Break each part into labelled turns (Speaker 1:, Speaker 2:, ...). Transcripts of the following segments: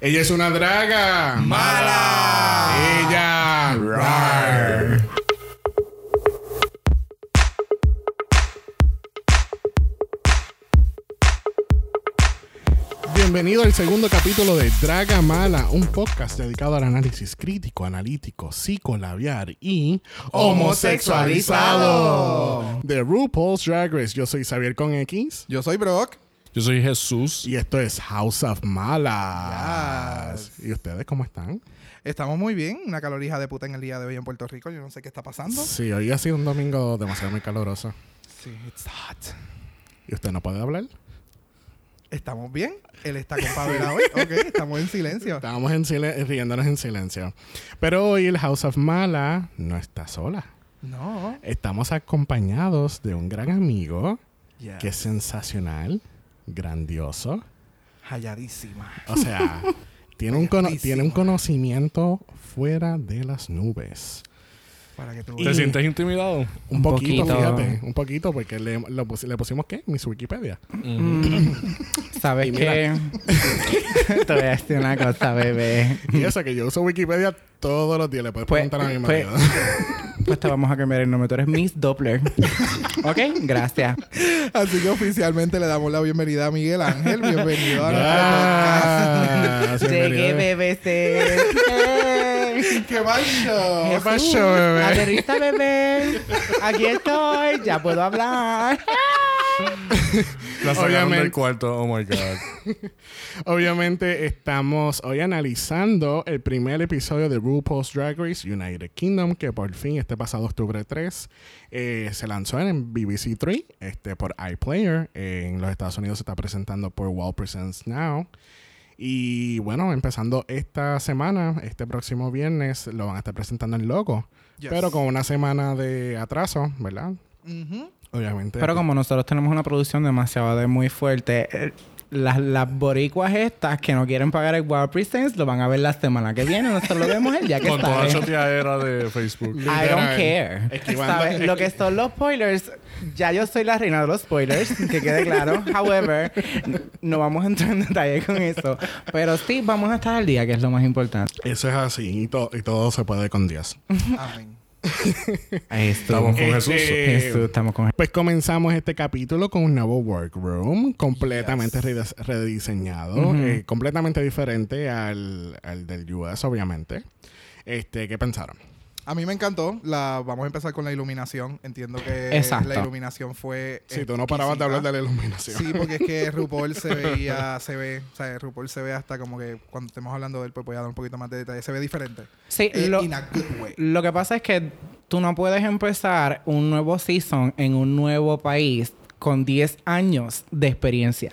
Speaker 1: Ella es una draga.
Speaker 2: ¡Mala!
Speaker 1: Ella. Rar. Bienvenido al segundo capítulo de Draga Mala, un podcast dedicado al análisis crítico, analítico, psicolabiar y
Speaker 2: Homosexualizado.
Speaker 1: de RuPaul's Drag Race. Yo soy Xavier con X
Speaker 2: Yo soy Brock.
Speaker 3: Yo soy Jesús.
Speaker 1: y esto es House of Malas. ¿Y ustedes cómo están?
Speaker 2: Estamos muy bien. Una calorija de puta en el día de hoy en Puerto Rico. Yo no sé qué está pasando.
Speaker 1: Sí, hoy ha sido un domingo demasiado muy caluroso.
Speaker 2: Sí, it's hot.
Speaker 1: ¿Y usted no puede hablar?
Speaker 2: Estamos bien. Él está con Pavela hoy. Ok, estamos en silencio.
Speaker 1: Estábamos en silen- riéndonos en silencio. Pero hoy el House of Mala no está sola.
Speaker 2: No.
Speaker 1: Estamos acompañados de un gran amigo
Speaker 2: Yeah.
Speaker 1: que es sensacional, grandioso.
Speaker 2: Halladísima.
Speaker 1: O sea, tiene, un cono-
Speaker 2: Grandísimo.
Speaker 1: tiene un conocimiento fuera de las nubes.
Speaker 2: Para que tú...
Speaker 1: Y-
Speaker 3: ¿Te sientes intimidado?
Speaker 1: Un,
Speaker 4: Un
Speaker 1: poquito,
Speaker 4: poquito.
Speaker 1: fíjate. Un poquito, porque le, lo pus- le pusimos ¿qué? Miss Wikipedia.
Speaker 4: Mm. Sabes que te voy a decir una cosa, bebé.
Speaker 1: Y eso que yo uso Wikipedia todos los días. Le puedes
Speaker 4: Pues-
Speaker 1: preguntar a mi
Speaker 4: pues-
Speaker 1: marido.
Speaker 4: Pues te vamos a cambiar el nombre. Tú eres Miss Doppler. ¿Ok? Gracias.
Speaker 2: Así que oficialmente le damos la bienvenida a Miguel Ángel. Bienvenido a nuestro
Speaker 1: Ah, sí,
Speaker 4: pues, Llegué,
Speaker 1: bienvenido.
Speaker 4: BBC.
Speaker 2: podcast. ¡Qué macho!
Speaker 1: ¿Qué pasó, bebé?
Speaker 4: Aterrista, bebé. Aquí estoy. Ya puedo hablar.
Speaker 3: La sacaron
Speaker 1: Obviamente.
Speaker 3: del cuarto. Oh my God.
Speaker 1: Obviamente estamos hoy analizando el primer episodio de RuPaul's Drag Race United Kingdom que por fin este pasado octubre 3 eh, se lanzó en BBC 3 este, por iPlayer. Eh, en los Estados Unidos se está presentando por Wall Presents Now. Y bueno, empezando esta semana, este próximo viernes, lo van a estar presentando en Loco.
Speaker 2: Yes.
Speaker 1: Pero con una semana de atraso, ¿verdad?
Speaker 2: Ujú.
Speaker 1: Obviamente.
Speaker 4: Pero como nosotros tenemos una producción demasiado de muy fuerte, eh, las, las boricuas estas que no quieren pagar el Wild Presents lo van a ver la semana que viene. Nosotros lo vemos el día que
Speaker 3: Con toda la
Speaker 4: sale.
Speaker 3: choteadera de Facebook.
Speaker 4: I don't
Speaker 1: Literal.
Speaker 4: care.
Speaker 1: Esquivando-
Speaker 4: ¿Sabes? Lo que son los spoilers, ya yo soy la reina de los spoilers, que quede claro. However, no vamos a entrar en detalle con eso. Pero sí, vamos a estar al día, que es lo más importante.
Speaker 1: Eso es así y, to- y todo se puede con Dios.
Speaker 2: Amén.
Speaker 3: Estamos
Speaker 4: Estamos
Speaker 3: con
Speaker 1: Este-
Speaker 3: Jesús.
Speaker 4: Jesús, estamos con
Speaker 1: Pues comenzamos este capítulo con un nuevo workroom completamente redes- rediseñado,
Speaker 4: Ujú.
Speaker 1: eh, completamente diferente al, al del US, obviamente. Este, ¿Qué pensaron?
Speaker 2: A mí me encantó. La, vamos a empezar con la iluminación. Entiendo que
Speaker 4: Exacto.
Speaker 2: la iluminación fue. eh,
Speaker 1: Si tú no parabas de hablar de la iluminación.
Speaker 2: ah, Sí, porque es que RuPaul se veía, se ve, o sea, RuPaul se ve hasta como que cuando estemos hablando de él, pues voy a dar un poquito más de detalle, se ve diferente.
Speaker 4: Sí,
Speaker 2: Eh,
Speaker 4: lo,
Speaker 2: in a good way.
Speaker 4: lo que pasa es que tú no puedes empezar un nuevo season en un nuevo país con 10 años de experiencia.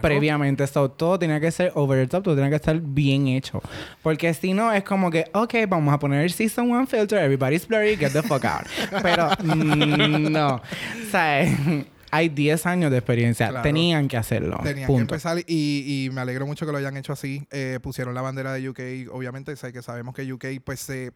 Speaker 4: previamente. So, todo tenía que ser over the top, todo tenía que estar bien hecho. Porque si no, es como que, ok, vamos a poner el season one filter, everybody's blurry, get the fuck out. Pero mm, no. O sea, hay 10 años de experiencia.
Speaker 2: Claro.
Speaker 4: Tenían que hacerlo.
Speaker 2: Tenían que
Speaker 4: punto.
Speaker 2: empezar y, y me alegro mucho que lo hayan hecho así. Eh, pusieron la bandera de UK, obviamente, sé que sabemos que UK pues se,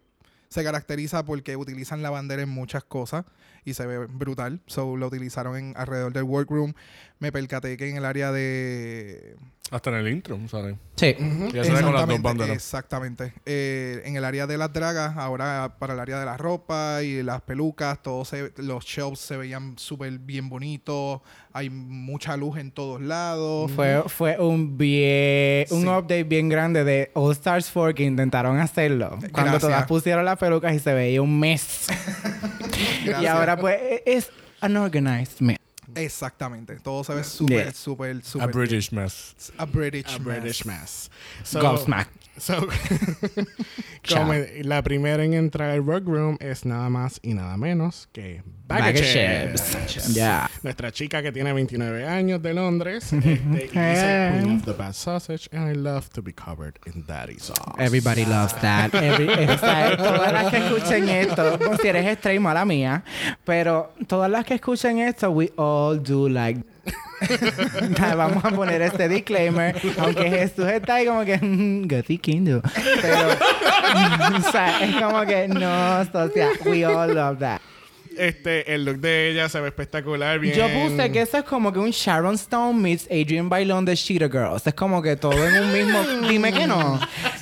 Speaker 2: se caracteriza porque utilizan la bandera en muchas cosas y se ve brutal. So lo utilizaron en alrededor del workroom. Me percaté que en el área de
Speaker 3: Hasta en el intro, ¿sabes?
Speaker 4: Sí.
Speaker 3: Ya sale con las dos
Speaker 2: Exactamente,
Speaker 3: banderas.
Speaker 2: Exactamente. Eh, en el área de las dragas, ahora para el área de la ropa y las pelucas, todos se- los shelves se veían súper bien bonitos. Hay mucha luz en todos lados.
Speaker 4: Fue, fue un bien, un
Speaker 2: Sí.
Speaker 4: update bien grande de All Stars 4 que intentaron hacerlo. Cuando
Speaker 2: Gracias.
Speaker 4: todas pusieron las pelucas y se veía un mes.
Speaker 2: Gracias.
Speaker 4: Y ahora pues es an organized mess.
Speaker 2: Exactamente. Todo se ve súper,
Speaker 4: Yeah.
Speaker 2: súper,
Speaker 3: A
Speaker 2: súper.
Speaker 3: British mess.
Speaker 2: bien. A British.
Speaker 1: A
Speaker 2: mess.
Speaker 1: British mess. So-
Speaker 4: Gobsmack.
Speaker 1: so-
Speaker 4: Chao.
Speaker 1: como la primera en entrar al workroom es nada más y nada menos que Baggy
Speaker 4: Baggy
Speaker 1: Chips.
Speaker 4: Yeah.
Speaker 1: Nuestra chica que tiene 29 años de Londres. este, y dice,
Speaker 4: Eh.
Speaker 1: "Queen of the bad sausage and I love to be covered in daddy sauce.
Speaker 4: Everybody loves that. Every- esa- todas las que escuchen esto, si eres straight, mala mía, pero todas las que escuchen esto, we all do like. Vamos a poner este disclaimer, aunque Jesús está ahí como que, "Mm, Gothy Kindu. Pero, o sea, es como que, no, socia, we all love that.
Speaker 1: este, el look de ella se ve espectacular. Bien.
Speaker 4: Yo puse que eso es como que un Sharon Stone meets Adrian Bailon de Cheetah Girls. Es como que todo en un mismo. Dime que no.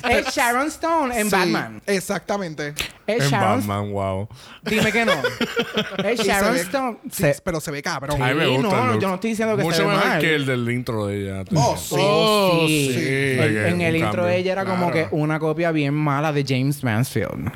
Speaker 4: Es Sharon Stone en
Speaker 2: Sí,
Speaker 4: Batman.
Speaker 2: Exactamente.
Speaker 4: Es
Speaker 3: En
Speaker 4: Sharon.
Speaker 3: Batman, wow.
Speaker 4: Dime que no. Es
Speaker 2: Y se
Speaker 4: Sharon
Speaker 2: ve-
Speaker 4: Stone.
Speaker 2: sí,
Speaker 4: Se-
Speaker 2: pero se ve cabrón.
Speaker 3: A mí me
Speaker 4: Sí,
Speaker 3: gusta
Speaker 4: no,
Speaker 3: el look.
Speaker 4: yo no estoy diciendo que
Speaker 3: Mucho
Speaker 4: se ve
Speaker 3: mejor
Speaker 4: mal.
Speaker 3: que el del intro de ella. tú
Speaker 2: Oh,
Speaker 3: dices.
Speaker 2: sí.
Speaker 1: Oh,
Speaker 4: sí.
Speaker 1: sí.
Speaker 4: El-
Speaker 3: Ok,
Speaker 4: en
Speaker 3: un
Speaker 4: el intro
Speaker 3: cambio.
Speaker 4: de ella era como que
Speaker 1: Claro.
Speaker 4: una copia bien mala de James Mansfield.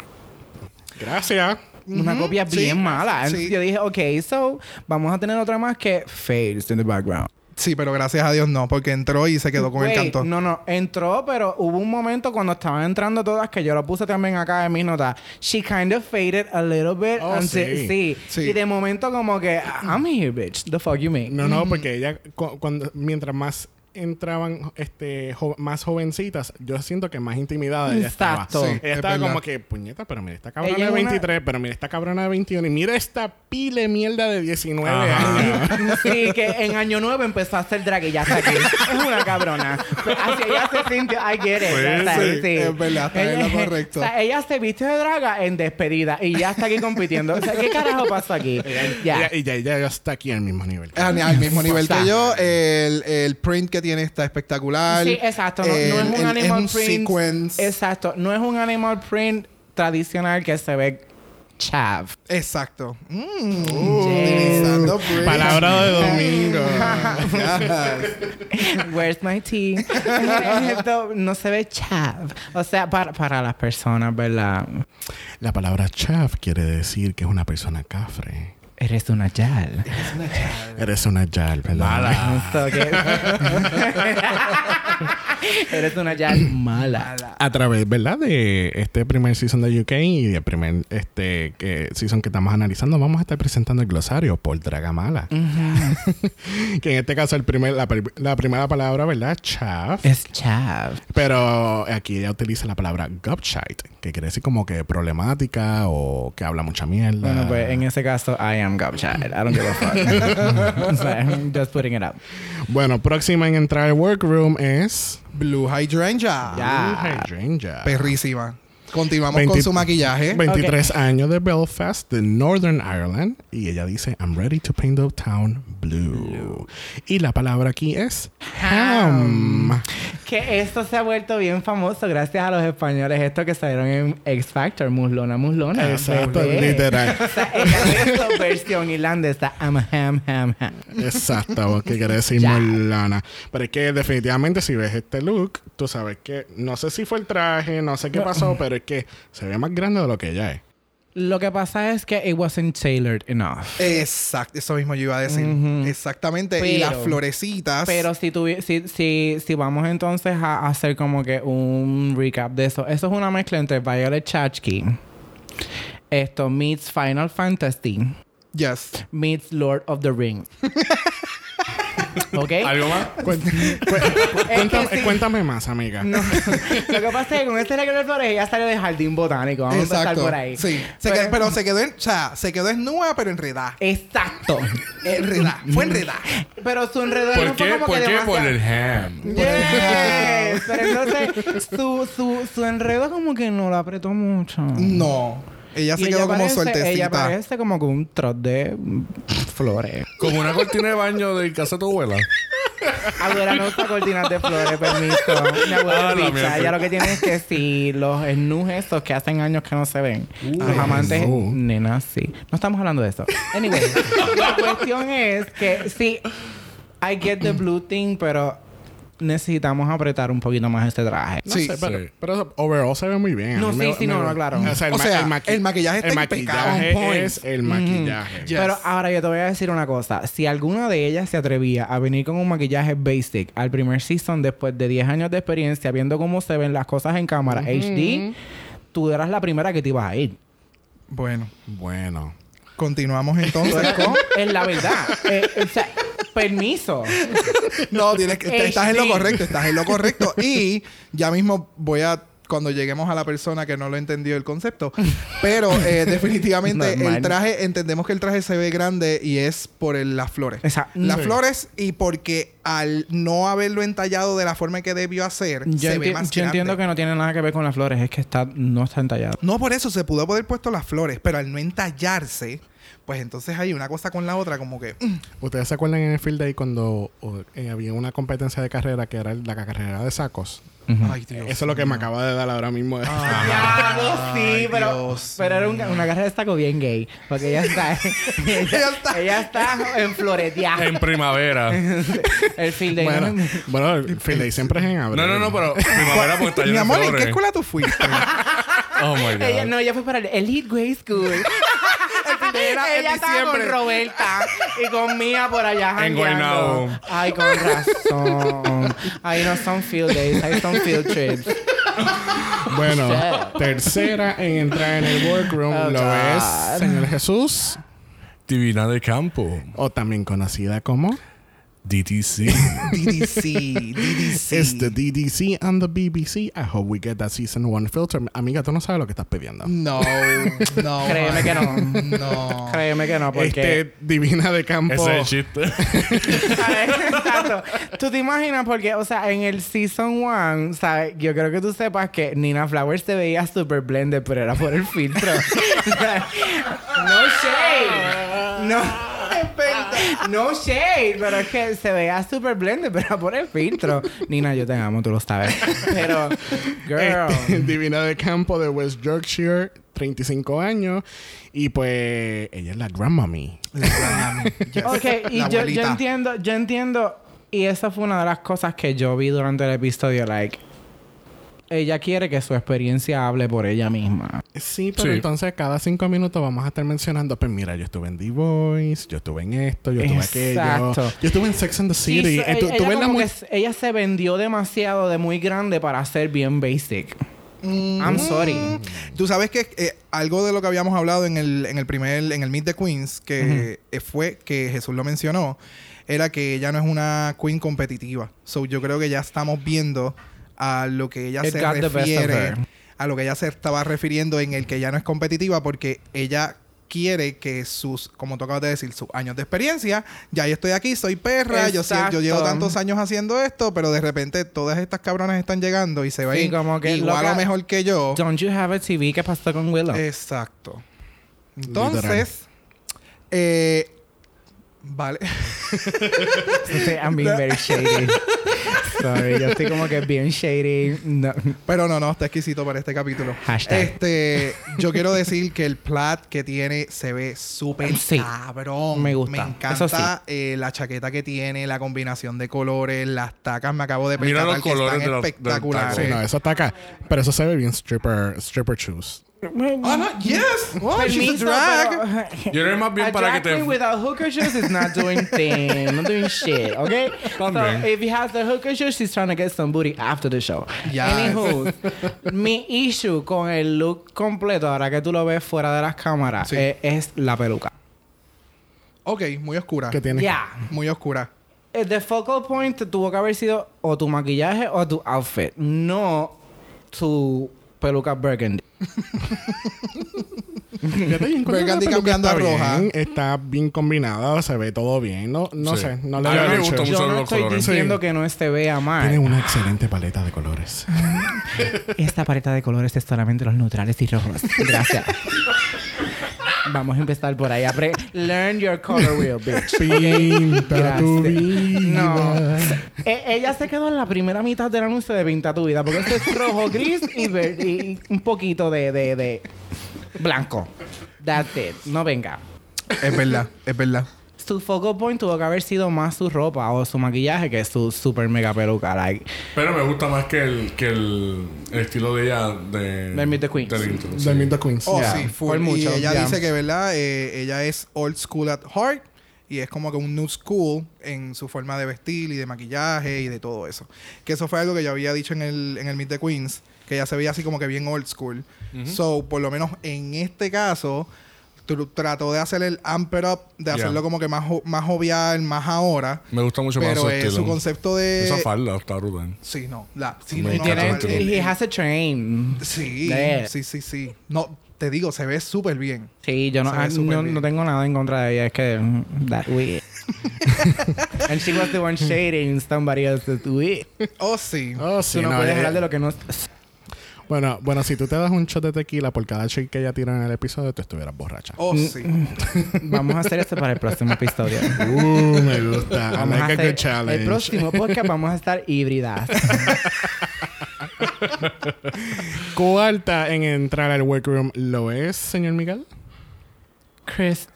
Speaker 1: Gracias.
Speaker 4: Una copia
Speaker 2: sí,
Speaker 4: bien mala.
Speaker 2: sí.
Speaker 4: Yo dije, ok, so vamos a tener otra más que fades in the background.
Speaker 2: Sí, pero gracias a Dios no, porque entró y se quedó con el
Speaker 4: Wait,
Speaker 2: canto.
Speaker 4: No, no, entró, pero hubo un momento cuando estaban entrando todas que yo lo puse también acá en mis notas. She kind of faded a little bit.
Speaker 1: Oh,
Speaker 4: until-
Speaker 1: sí.
Speaker 4: sí.
Speaker 2: Sí.
Speaker 4: Y de momento como que, I'm here, bitch. The fuck you mean.
Speaker 1: No, no, porque ella, cu- cuando, mientras más entraban este, jo- más jovencitas, yo siento que más intimidada ella estaba.
Speaker 4: Exacto.
Speaker 2: Sí.
Speaker 1: Ella
Speaker 2: Es
Speaker 1: estaba
Speaker 2: verdad.
Speaker 1: como que, puñeta, pero mira esta
Speaker 4: Ella
Speaker 1: cabrona
Speaker 4: es
Speaker 1: de
Speaker 4: una-
Speaker 1: 23, pero mira esta cabrona de 21, y mira esta pile de mierda de 19
Speaker 3: Ajá.
Speaker 1: años.
Speaker 4: Sí, que en año nuevo empezó a hacer drag y ya está aquí. Es una cabrona. Pero Así ella se sintió. I get it.
Speaker 3: Pues
Speaker 4: O sea,
Speaker 2: sí, es verdad, está en lo correcto.
Speaker 4: O sea, ella se vistió de draga en despedida y ya está aquí compitiendo. O sea, ¿qué carajo pasó aquí? Ya.
Speaker 1: Y ya, y ya, ya está aquí al mismo nivel.
Speaker 2: Al, al mismo nivel
Speaker 4: O sea,
Speaker 2: que yo, el, el print que tiene está espectacular.
Speaker 4: Sí, exacto. No, no
Speaker 2: El-
Speaker 4: es un
Speaker 2: el-
Speaker 4: animal
Speaker 2: es un
Speaker 4: print.
Speaker 2: sequence.
Speaker 4: Exacto. No es un animal print tradicional que se ve chav.
Speaker 2: Exacto. Mm,
Speaker 4: Yes.
Speaker 2: Utilizando print.
Speaker 1: Palabra de domingo.
Speaker 2: Yes.
Speaker 4: Where's my tea? Esto no se ve chav. O sea, para, para las personas, ¿verdad?
Speaker 1: La palabra chaf quiere decir que es una persona cafre.
Speaker 4: Eres una yal.
Speaker 1: Eres una yal, ¿verdad?
Speaker 4: So que- Eres una yal mala.
Speaker 1: A través, ¿verdad? De este primer season de UK y el primer este, que, season que estamos analizando, vamos a estar presentando el glosario por Dragamala. que en este caso el primer, la, pri- la primera palabra, ¿verdad? Chaff.
Speaker 4: Es chav.
Speaker 1: Pero aquí ella utiliza la palabra gobshite, que quiere decir como que problemática o que habla mucha mierda.
Speaker 4: Bueno, pues en ese caso, I am gobshite. I don't give a fuck. o sea, just putting it up.
Speaker 1: Bueno, próxima en entrar al workroom es...
Speaker 2: Blue Hydrangea.
Speaker 4: Ya. Ah.
Speaker 1: Blue Hydrangea.
Speaker 2: Perrísima. Continuamos
Speaker 1: 20
Speaker 2: con su maquillaje.
Speaker 1: 23 años de Belfast, de Northern Ireland. Y ella dice, I'm ready to paint the town blue. Y la palabra aquí es ham.
Speaker 4: Que esto se ha vuelto bien famoso gracias a los españoles. Esto que salieron en X Factor, Muslona, Muslona.
Speaker 1: Exacto,
Speaker 4: bebé.
Speaker 1: literal.
Speaker 4: O sea, ella es la versión irlandesa. I'm a ham, ham, ham.
Speaker 1: Exacto, que quiere decir
Speaker 4: Ya.
Speaker 1: Morlana. Pero es que definitivamente si ves este look, tú sabes que, no sé si fue el traje, no sé qué pasó, pero es que se ve más grande de lo que ella es.
Speaker 4: Lo que pasa es que it wasn't tailored enough.
Speaker 2: Exacto. Eso mismo yo iba a decir. Exactamente. y
Speaker 4: Pero-
Speaker 2: las florecitas.
Speaker 4: Pero si, tuvi- si, si, si vamos entonces a hacer como que un recap de eso, eso es una mezcla entre Violet Chachki, esto meets Final Fantasy,
Speaker 2: Yes.
Speaker 4: meets Lord of the Rings. ¿Ok?
Speaker 3: ¿Algo más?
Speaker 1: Cuen- cuen- cuéntame,
Speaker 4: sí.
Speaker 1: cuéntame más, amiga.
Speaker 4: No. Lo que pasa es que con este regalo de flores ella salió de jardín botánico. Vamos a empezar
Speaker 2: Exacto.
Speaker 4: por ahí.
Speaker 2: Sí. Se
Speaker 4: Pero- Eh,
Speaker 2: quedó- pero se quedó en. O sea, se quedó en nua, pero enredada.
Speaker 4: Exacto.
Speaker 2: Enredada.
Speaker 1: Mm.
Speaker 2: Fue enredada.
Speaker 4: Pero su enredo
Speaker 3: ¿Por
Speaker 4: no fue
Speaker 3: qué?
Speaker 4: como
Speaker 3: ¿Por
Speaker 4: que
Speaker 3: qué? Por
Speaker 4: demasiado-
Speaker 3: el ham.
Speaker 4: Yes. Pero entonces su, su, su enredo como que no lo apretó mucho.
Speaker 2: No. Ella se
Speaker 4: Y
Speaker 2: quedó como
Speaker 4: parece- Ella
Speaker 2: suertecita.
Speaker 4: parece como con un trot de mm, flores.
Speaker 3: Como una cortina de baño del casa de tu abuela.
Speaker 4: Abuela no usa cortinas de flores, permiso. Mi abuela
Speaker 3: Ah,
Speaker 4: es
Speaker 3: la
Speaker 4: bicha.
Speaker 3: mía.
Speaker 4: Ella lo que tiene es que si los snus esos que hacen años que no se ven,
Speaker 2: Uh,
Speaker 4: los amantes,
Speaker 1: no.
Speaker 4: nena, sí. No estamos hablando de eso. Anyway, la cuestión es que sí, I get the blue thing, pero necesitamos apretar un poquito más este traje.
Speaker 1: No
Speaker 2: Sí,
Speaker 1: sé, pero,
Speaker 3: sí.
Speaker 1: pero overall se ve muy bien. A
Speaker 4: No,
Speaker 1: mí
Speaker 4: sí, sí, no, no, claro.
Speaker 1: O sea, el,
Speaker 2: O
Speaker 1: ma-
Speaker 2: sea,
Speaker 1: el maqui-
Speaker 2: el maquillaje está
Speaker 1: El
Speaker 2: impecable, on
Speaker 1: maquillaje
Speaker 2: point.
Speaker 1: es el maquillaje.
Speaker 2: Yes.
Speaker 4: Pero ahora yo te voy a decir una cosa. Si alguna de ellas se atrevía a venir con un maquillaje basic al primer season después de 10 años de experiencia, viendo cómo se ven las cosas en cámara HD, tú eras la primera que te ibas a ir.
Speaker 2: Bueno.
Speaker 1: Bueno.
Speaker 2: Continuamos entonces con.
Speaker 4: Es la verdad. Eh, o sea, permiso.
Speaker 2: No, tienes que, te- estás en lo
Speaker 4: HD.
Speaker 2: correcto, estás en lo correcto. Y ya mismo voy a, cuando lleguemos a la persona que no lo entendió el concepto, pero eh, definitivamente
Speaker 4: Normal.
Speaker 2: el traje, entendemos que el traje se ve grande y es por el- las flores.
Speaker 4: Esa-
Speaker 2: Las
Speaker 4: Sí.
Speaker 2: flores y porque al no haberlo entallado de la forma que debió hacer,
Speaker 4: Yo,
Speaker 2: se ve
Speaker 4: enti-
Speaker 2: más
Speaker 4: yo
Speaker 2: grande.
Speaker 4: entiendo que no tiene nada que ver con las flores. Es que está, no está entallado.
Speaker 2: No, por eso se pudo haber puesto las flores, pero al no entallarse, Pues entonces hay una cosa con la otra, como que mm,
Speaker 1: ¿Ustedes se acuerdan en el Field Day cuando o, eh, había una competencia de carrera que era la carrera de sacos?
Speaker 2: ay, Dios
Speaker 1: Eso es lo que me
Speaker 2: mío. Ah,
Speaker 1: acaba de dar ahora mismo.
Speaker 4: Diablo, sí,
Speaker 2: Ay,
Speaker 4: pero,
Speaker 2: Dios
Speaker 4: pero era un- una carrera de saco bien gay. Porque ella está, ella,
Speaker 2: está-
Speaker 4: ella está en floreteada.
Speaker 3: En primavera.
Speaker 4: El field day.
Speaker 1: bueno,
Speaker 4: ¿no?
Speaker 1: bueno, el Field Day siempre es en abril.
Speaker 3: No, no, no, pero primavera porque está
Speaker 2: Mi
Speaker 3: lleno de
Speaker 2: amor, ¿en qué
Speaker 3: flores.
Speaker 2: escuela tú fuiste?
Speaker 3: Oh my God.
Speaker 4: Ella, no, ella fue para el Elite Grade School.
Speaker 2: Era en
Speaker 4: ella estaba con
Speaker 2: diciembre.
Speaker 4: Roberta y con Mía por allá
Speaker 3: En
Speaker 4: jangueando.
Speaker 3: Guaynabo.
Speaker 4: Ay, con razón. Ahí no son field days, ahí son field trips.
Speaker 1: Bueno,
Speaker 4: Shit.
Speaker 1: tercera en entrar en el workroom
Speaker 4: Oh,
Speaker 1: lo
Speaker 4: God.
Speaker 1: es Señor Jesús,
Speaker 3: Divina de campo.
Speaker 1: o también conocida como
Speaker 3: DTC.
Speaker 2: DDC, DDC.
Speaker 1: It's
Speaker 3: Este
Speaker 1: the DDC and the BBC. I hope we get that season one filter. Amiga, tú no sabes lo que estás pidiendo.
Speaker 2: No, no.
Speaker 4: Créeme que no.
Speaker 2: No.
Speaker 4: Créeme que no, porque...
Speaker 1: Este divina de campo. Este,
Speaker 3: Ese es el chiste.
Speaker 4: ¿sabes? Exacto. Tú te imaginas porque, o sea, en el Season 1, ¿sabes? Yo creo que tú sepas que Nina Flowers se veía super blended, pero era por el filtro. no shade. No. No shade, pero es que se veía super blended, pero era por el filtro. Nina, yo te amo, tú lo sabes. Pero, girl.
Speaker 1: Este, divina de campo de West Yorkshire, 35 años. Y pues ella es la grandmami.
Speaker 2: La gran mami. Yes.
Speaker 4: Ok, y
Speaker 2: La
Speaker 4: yo, yo
Speaker 2: abuelita.
Speaker 4: entiendo, yo entiendo, y esa fue una de las cosas que yo vi durante el episodio, like, ella quiere que su experiencia hable por ella misma.
Speaker 1: Sí, pero
Speaker 3: Sí.
Speaker 1: entonces cada cinco minutos vamos a estar mencionando, pues mira, yo estuve en The Voice, yo estuve en esto, yo estuve aquello.
Speaker 4: Exacto.
Speaker 1: Yo estuve en Sex and the
Speaker 4: Sí,
Speaker 1: City.
Speaker 4: so-
Speaker 1: Eh, tú-
Speaker 4: ella,
Speaker 1: tú ves
Speaker 4: ella
Speaker 1: la
Speaker 4: como
Speaker 1: mu-
Speaker 4: que s- ella se vendió demasiado de muy grande para ser bien basic.
Speaker 2: Mm.
Speaker 4: I'm sorry.
Speaker 2: Tú sabes que eh, algo de lo que habíamos hablado en el, en el primer, en el Meet the Queens, que eh, fue que Jesús lo mencionó, era que ella no es una queen competitiva. So yo creo que ya estamos viendo a lo que ella
Speaker 4: It
Speaker 2: se
Speaker 4: got the best of
Speaker 2: refiere,
Speaker 4: her.
Speaker 2: a lo que ella se estaba refiriendo en el que ya no es competitiva porque ella quiere que sus, como tú acabas de decir, sus años de experiencia, ya yo estoy aquí, soy perra, yo, sé- yo llevo
Speaker 4: Exacto.
Speaker 2: tantos años haciendo esto, pero de repente todas estas cabronas están llegando y se va
Speaker 4: Sí,
Speaker 2: a ir
Speaker 4: como que,
Speaker 2: igual o
Speaker 4: loca,
Speaker 2: mejor que yo.
Speaker 4: Don't you have a TV que pasó con Willow?
Speaker 2: Eh, Exacto. Entonces, eh, vale.
Speaker 4: Sí, Este, I'm being very shady. Sorry, yo estoy como que bien shady. No.
Speaker 2: Pero no, no, está exquisito para este capítulo.
Speaker 4: Hashtag.
Speaker 2: Este, yo quiero decir que el plat que tiene se ve súper
Speaker 4: Sí.
Speaker 2: cabrón.
Speaker 4: Me gusta.
Speaker 2: Me
Speaker 4: Eso
Speaker 2: encanta
Speaker 4: sí.
Speaker 2: eh, la chaqueta que tiene, la combinación de colores, las tacas. Me acabo de
Speaker 3: Mira
Speaker 2: percatar
Speaker 3: los
Speaker 2: que
Speaker 3: colores
Speaker 2: están
Speaker 3: de los- del
Speaker 2: espectaculares.
Speaker 3: taco.
Speaker 1: Sí, no, eso está acá. Pero eso se ve bien stripper, stripper shoes.
Speaker 2: Ah, no, yes. Oh, she's a
Speaker 4: Permiso,
Speaker 2: drag.
Speaker 4: pero-
Speaker 3: Yo era más bien
Speaker 4: a
Speaker 3: para que
Speaker 4: drag queen
Speaker 3: te.
Speaker 4: without hooker shoes is not doing thing, not doing shit, okay?
Speaker 3: También.
Speaker 4: So if he has the hooker shoes, she's trying to get some booty after the show.
Speaker 2: Yes.
Speaker 4: Anywho, mi issue con el look completo, ahora que tú lo ves fuera de las cámaras,
Speaker 2: Sí.
Speaker 4: eh, es, la peluca.
Speaker 2: Ok, muy oscura.
Speaker 1: Que tiene.
Speaker 4: Ya.
Speaker 2: Muy oscura.
Speaker 4: Eh, The focal point tuvo que haber sido o tu maquillaje o tu outfit, no tu peluca burgundy.
Speaker 1: Fíjate, yo encuentro que la
Speaker 2: Burgundy
Speaker 1: peluca
Speaker 2: cambiando
Speaker 1: está
Speaker 2: a roja.
Speaker 1: bien, está bien combinada, se ve todo bien. No, no
Speaker 3: Sí.
Speaker 1: sé, no le
Speaker 3: A mí
Speaker 1: veo
Speaker 3: me
Speaker 1: mucho.
Speaker 3: gustó Son mucho.
Speaker 4: Yo
Speaker 3: solo
Speaker 4: no
Speaker 3: los
Speaker 4: estoy
Speaker 3: colores.
Speaker 4: diciendo
Speaker 1: Sí.
Speaker 4: que no se vea mal.
Speaker 1: Tiene una excelente paleta de colores.
Speaker 4: Esta paleta de colores es solamente los neutrales y rojos. Gracias. Vamos a empezar por ahí. Apre- Learn your color wheel, bitch.
Speaker 1: Pinta tu
Speaker 4: Gracias. No.
Speaker 1: vida.
Speaker 4: E- ella se quedó en la primera mitad del anuncio de Pinta tu vida, porque esto es rojo, gris y, ver- y un poquito de, de, de blanco. That's it. No venga.
Speaker 2: Es verdad, es verdad.
Speaker 4: Su focal point tuvo que haber sido más su ropa o su maquillaje que su super mega peluca. Like,
Speaker 3: Pero me gusta más que el, que el, el estilo de ella de.
Speaker 4: Del Meet the Queens.
Speaker 3: Del intro, sí.
Speaker 1: Del Minto Queens.
Speaker 2: Oh,
Speaker 4: Yeah.
Speaker 2: sí, full.
Speaker 4: Por mucho,
Speaker 2: Y ella
Speaker 4: yeah.
Speaker 2: dice que, ¿verdad? Eh, ella es old school at heart y es como que un new school en su forma de vestir y de maquillaje y de todo eso. Que eso fue algo que yo había dicho en el, en el Meet the Queens, que ella se veía así como que bien old school. So, por lo menos en este caso, tr- trató de hacer el amp it up, de
Speaker 3: Yeah.
Speaker 2: hacerlo como que más, jo- más jovial, más ahora.
Speaker 3: Me gusta mucho más
Speaker 2: Pero
Speaker 3: su
Speaker 2: eh,
Speaker 3: estilo.
Speaker 2: su concepto
Speaker 3: Esa
Speaker 2: de...
Speaker 3: falda está brutal.
Speaker 2: Sí, no. La, sí,
Speaker 3: Me
Speaker 2: no, no,
Speaker 4: tiene,
Speaker 2: no, no,
Speaker 4: he has a train.
Speaker 2: Sí,
Speaker 4: Yeah.
Speaker 2: sí, sí, sí. No, te digo, se ve súper bien.
Speaker 4: Sí, yo no,
Speaker 2: Se ve
Speaker 4: ah,
Speaker 2: súper
Speaker 4: no,
Speaker 2: bien.
Speaker 4: no tengo nada en contra de ella. Es que... mm, That weird. And she was the one shading somebody else's weird.
Speaker 2: Oh, sí.
Speaker 1: Oh, sí,
Speaker 4: Tú no,
Speaker 1: no,
Speaker 4: puedes
Speaker 1: ella-
Speaker 4: hablar de lo que no...
Speaker 1: Bueno, bueno, si tú te das un shot de tequila por cada shake que ella tiró en el episodio, tú estuvieras borracha.
Speaker 2: Oh,
Speaker 4: Mm,
Speaker 2: sí.
Speaker 4: Vamos a hacer esto para el próximo episodio.
Speaker 1: Uh, me gusta. I
Speaker 4: Vamos a
Speaker 1: like a good
Speaker 4: hacer
Speaker 1: challenge.
Speaker 4: el próximo podcast vamos a estar híbridas.
Speaker 1: Cuarta en entrar al workroom lo es, señor Miguel.
Speaker 4: Chris,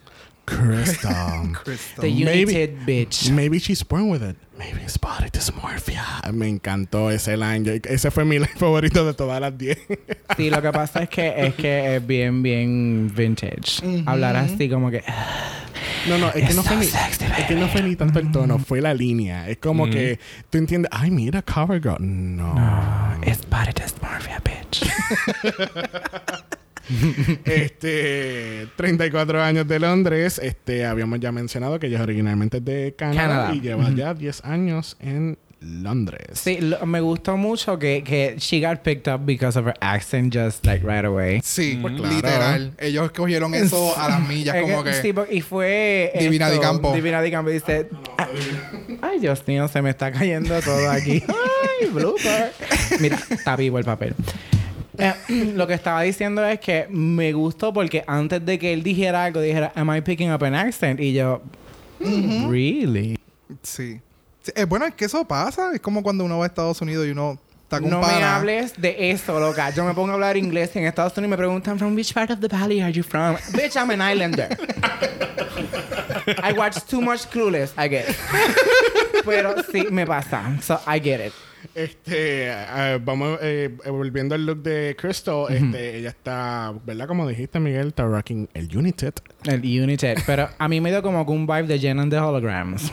Speaker 1: Crystal.
Speaker 2: Crystal.
Speaker 4: the
Speaker 1: Maybe-
Speaker 4: united bitch.
Speaker 1: Maybe she's born with it. Maybe his body dysmorphia. Me encantó ese line. Yo- ese fue mi line favorito de todas las 10.
Speaker 4: Sí, lo que pasa es que es que es bien, bien vintage. Hablar así como que
Speaker 1: No, no, es que no,
Speaker 4: It's
Speaker 1: fue
Speaker 4: so
Speaker 1: ni,
Speaker 4: sexy, Mm-hmm.
Speaker 1: es que no fue ni tanto el tono, fue la línea. Es como que tú entiendes, ay, mira, Cover Girl. No.
Speaker 4: "Ah, it's body dysmorphia, bitch.
Speaker 1: Este, 34 años de Londres. Este, habíamos ya mencionado que ella es originalmente de Canadá,
Speaker 4: Canadá. Mm-hmm.
Speaker 1: y lleva ya 10 años en Londres.
Speaker 4: Sí, lo- me gustó mucho que, que she got picked up because of her accent just like right away.
Speaker 2: Sí,
Speaker 1: Pues claro.
Speaker 2: literal. Ellos cogieron eso a las millas,
Speaker 4: Mm, Es
Speaker 2: como
Speaker 4: que-
Speaker 2: que.
Speaker 4: Eh, sí, po- y fue
Speaker 2: Divina
Speaker 4: esto,
Speaker 2: Di Campo.
Speaker 4: Divina Di Campo dice, "Ah, ay Dios mío, se me está cayendo todo aquí. ay, blooper. Mira, está vivo el papel. Eh, lo que estaba diciendo es que me gustó porque antes de que él dijera algo, dijera, am I picking up an accent? Y yo, really?
Speaker 2: Sí. Sí, eh, bueno, es que eso pasa. Es como cuando uno va a Estados Unidos y uno está con
Speaker 4: No me
Speaker 2: pana.
Speaker 4: hables de eso, loca. Yo me pongo a hablar inglés en Estados Unidos y me preguntan from which part of the valley are you from? Bitch, I'm an islander. I watch too much Clueless, I get. it. Pero sí me pasa. So I get it.
Speaker 1: Este, eh, vamos eh, eh, volviendo al look de Crystal. Este, ella está, ¿verdad? Como dijiste, Miguel, está rocking el United.
Speaker 4: El United. Pero a mí me dio como que un vibe de Jen and the Holograms.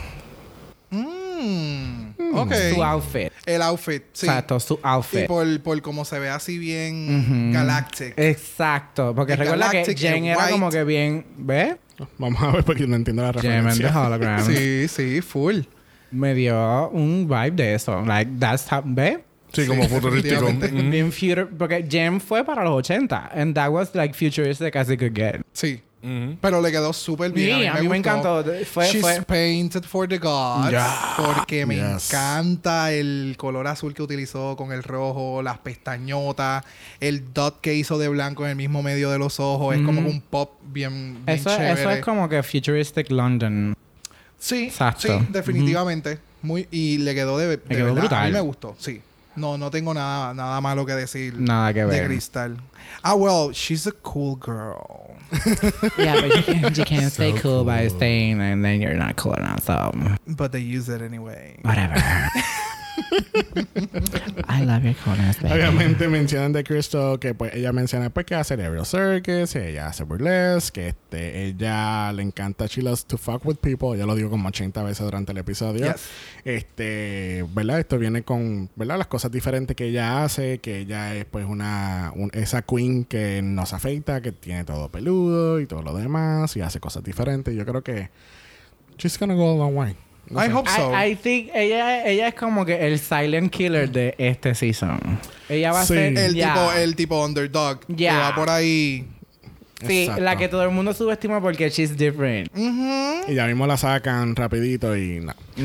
Speaker 2: Mm, ok.
Speaker 4: Su outfit.
Speaker 2: El outfit, sí.
Speaker 4: Exacto, su
Speaker 2: Y
Speaker 4: outfit. Eh,
Speaker 2: por, por cómo se ve así bien galactic.
Speaker 4: Exacto. Porque
Speaker 2: El
Speaker 4: recuerda que
Speaker 2: Galactic,
Speaker 4: Jen
Speaker 2: el
Speaker 4: era
Speaker 2: white.
Speaker 4: como que bien. ¿Ves?
Speaker 1: Vamos a ver porque no entiendo la
Speaker 4: Jen and the
Speaker 1: referencia.
Speaker 4: Holograms.
Speaker 2: Sí, sí, full.
Speaker 4: Me dio un vibe de eso. Like, that's how. ¿Ves?
Speaker 3: Sí, como
Speaker 2: Sí,
Speaker 3: futurístico.
Speaker 2: definitivamente.
Speaker 3: Mm.
Speaker 4: Bien future, porque Jam fue para los 80 and that was like futuristic as it could get.
Speaker 2: Sí.
Speaker 3: Ujú.
Speaker 2: Pero le quedó súper bien.
Speaker 4: Sí, a mí
Speaker 2: gustó.
Speaker 4: me encantó. De- fue-
Speaker 2: She's
Speaker 4: fue-
Speaker 2: painted for the gods. Porque me
Speaker 1: Yes.
Speaker 2: encanta el color azul que utilizó con el rojo, las pestañotas, el dot que hizo de blanco en el mismo medio de los ojos. Es como un pop bien, bien
Speaker 4: Eso,
Speaker 2: chévere.
Speaker 4: eso es como que futuristic London.
Speaker 2: Sí,
Speaker 4: Exacto.
Speaker 2: sí, definitivamente. Muy, y le quedó de, de
Speaker 4: quedó
Speaker 2: verdad. A
Speaker 4: brutal.
Speaker 2: mí me gustó, sí. No, no tengo nada, nada malo que decir
Speaker 4: Nada que
Speaker 2: de
Speaker 4: ver.
Speaker 2: Cristal. Ah, well, she's a cool girl.
Speaker 4: Yeah, but you can't, you can't stay
Speaker 1: So
Speaker 4: cool, by
Speaker 1: cool.
Speaker 4: staying and then you're not cool enough, so
Speaker 2: But they use it anyway.
Speaker 4: whatever. I love your coolness, baby.
Speaker 1: Obviamente mencionan de Crystal que pues ella menciona pues que hace aerial circus, ella hace burlesque, que este, ella le encanta she loves to fuck with people, ya lo digo como 80 veces durante el episodio.
Speaker 2: Yes.
Speaker 1: Este, ¿verdad? Esto viene con, ¿verdad? Las cosas diferentes que ella hace, que ella es pues una, un- esa queen que nos afecta, que tiene todo peludo y todo lo demás y hace cosas diferentes. Yo creo que she's gonna go a long way. No
Speaker 2: I
Speaker 1: sé.
Speaker 2: hope so.
Speaker 4: I, I think ella, ella es como que el silent killer de este season. Ella va a
Speaker 1: Sí.
Speaker 4: ser
Speaker 2: el,
Speaker 4: ya.
Speaker 2: tipo, el tipo underdog que
Speaker 4: Yeah.
Speaker 2: va por ahí.
Speaker 4: Sí, la
Speaker 1: Exacto.
Speaker 4: que todo el mundo subestima porque she's different.
Speaker 2: Ujú.
Speaker 4: Mm-hmm.
Speaker 1: Y ya mismo la sacan rapidito y no.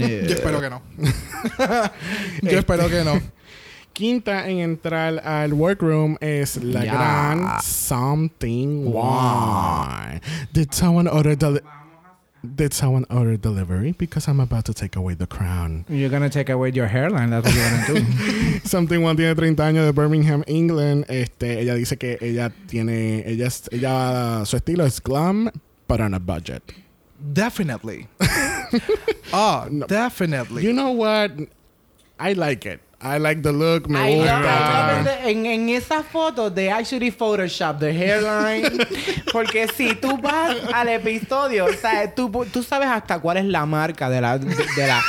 Speaker 2: Yo espero que no.
Speaker 4: Este.
Speaker 2: Yo espero que no.
Speaker 1: Quinta en entrar al workroom es la
Speaker 4: Ya.
Speaker 1: gran Something Why. Did someone order deli- Did someone order delivery? Because I'm about to take away the crown.
Speaker 4: You're gonna take away your hairline, that's what you're gonna do.
Speaker 1: Something One tiene 30 años de Birmingham, England. Este, ella dice que ella tiene, ella, es- ella, su estilo es glam, but on a budget.
Speaker 2: Definitely. Ah, definitely.
Speaker 1: You know what? I like it. I like the look. Me
Speaker 4: I
Speaker 1: gusta.
Speaker 4: love- I love it. en, en esa foto de actually Photoshop the hairline. Porque si tú vas al episodio, o sea, tú, pu- tú sabes hasta cuál es la marca de la, de, de la,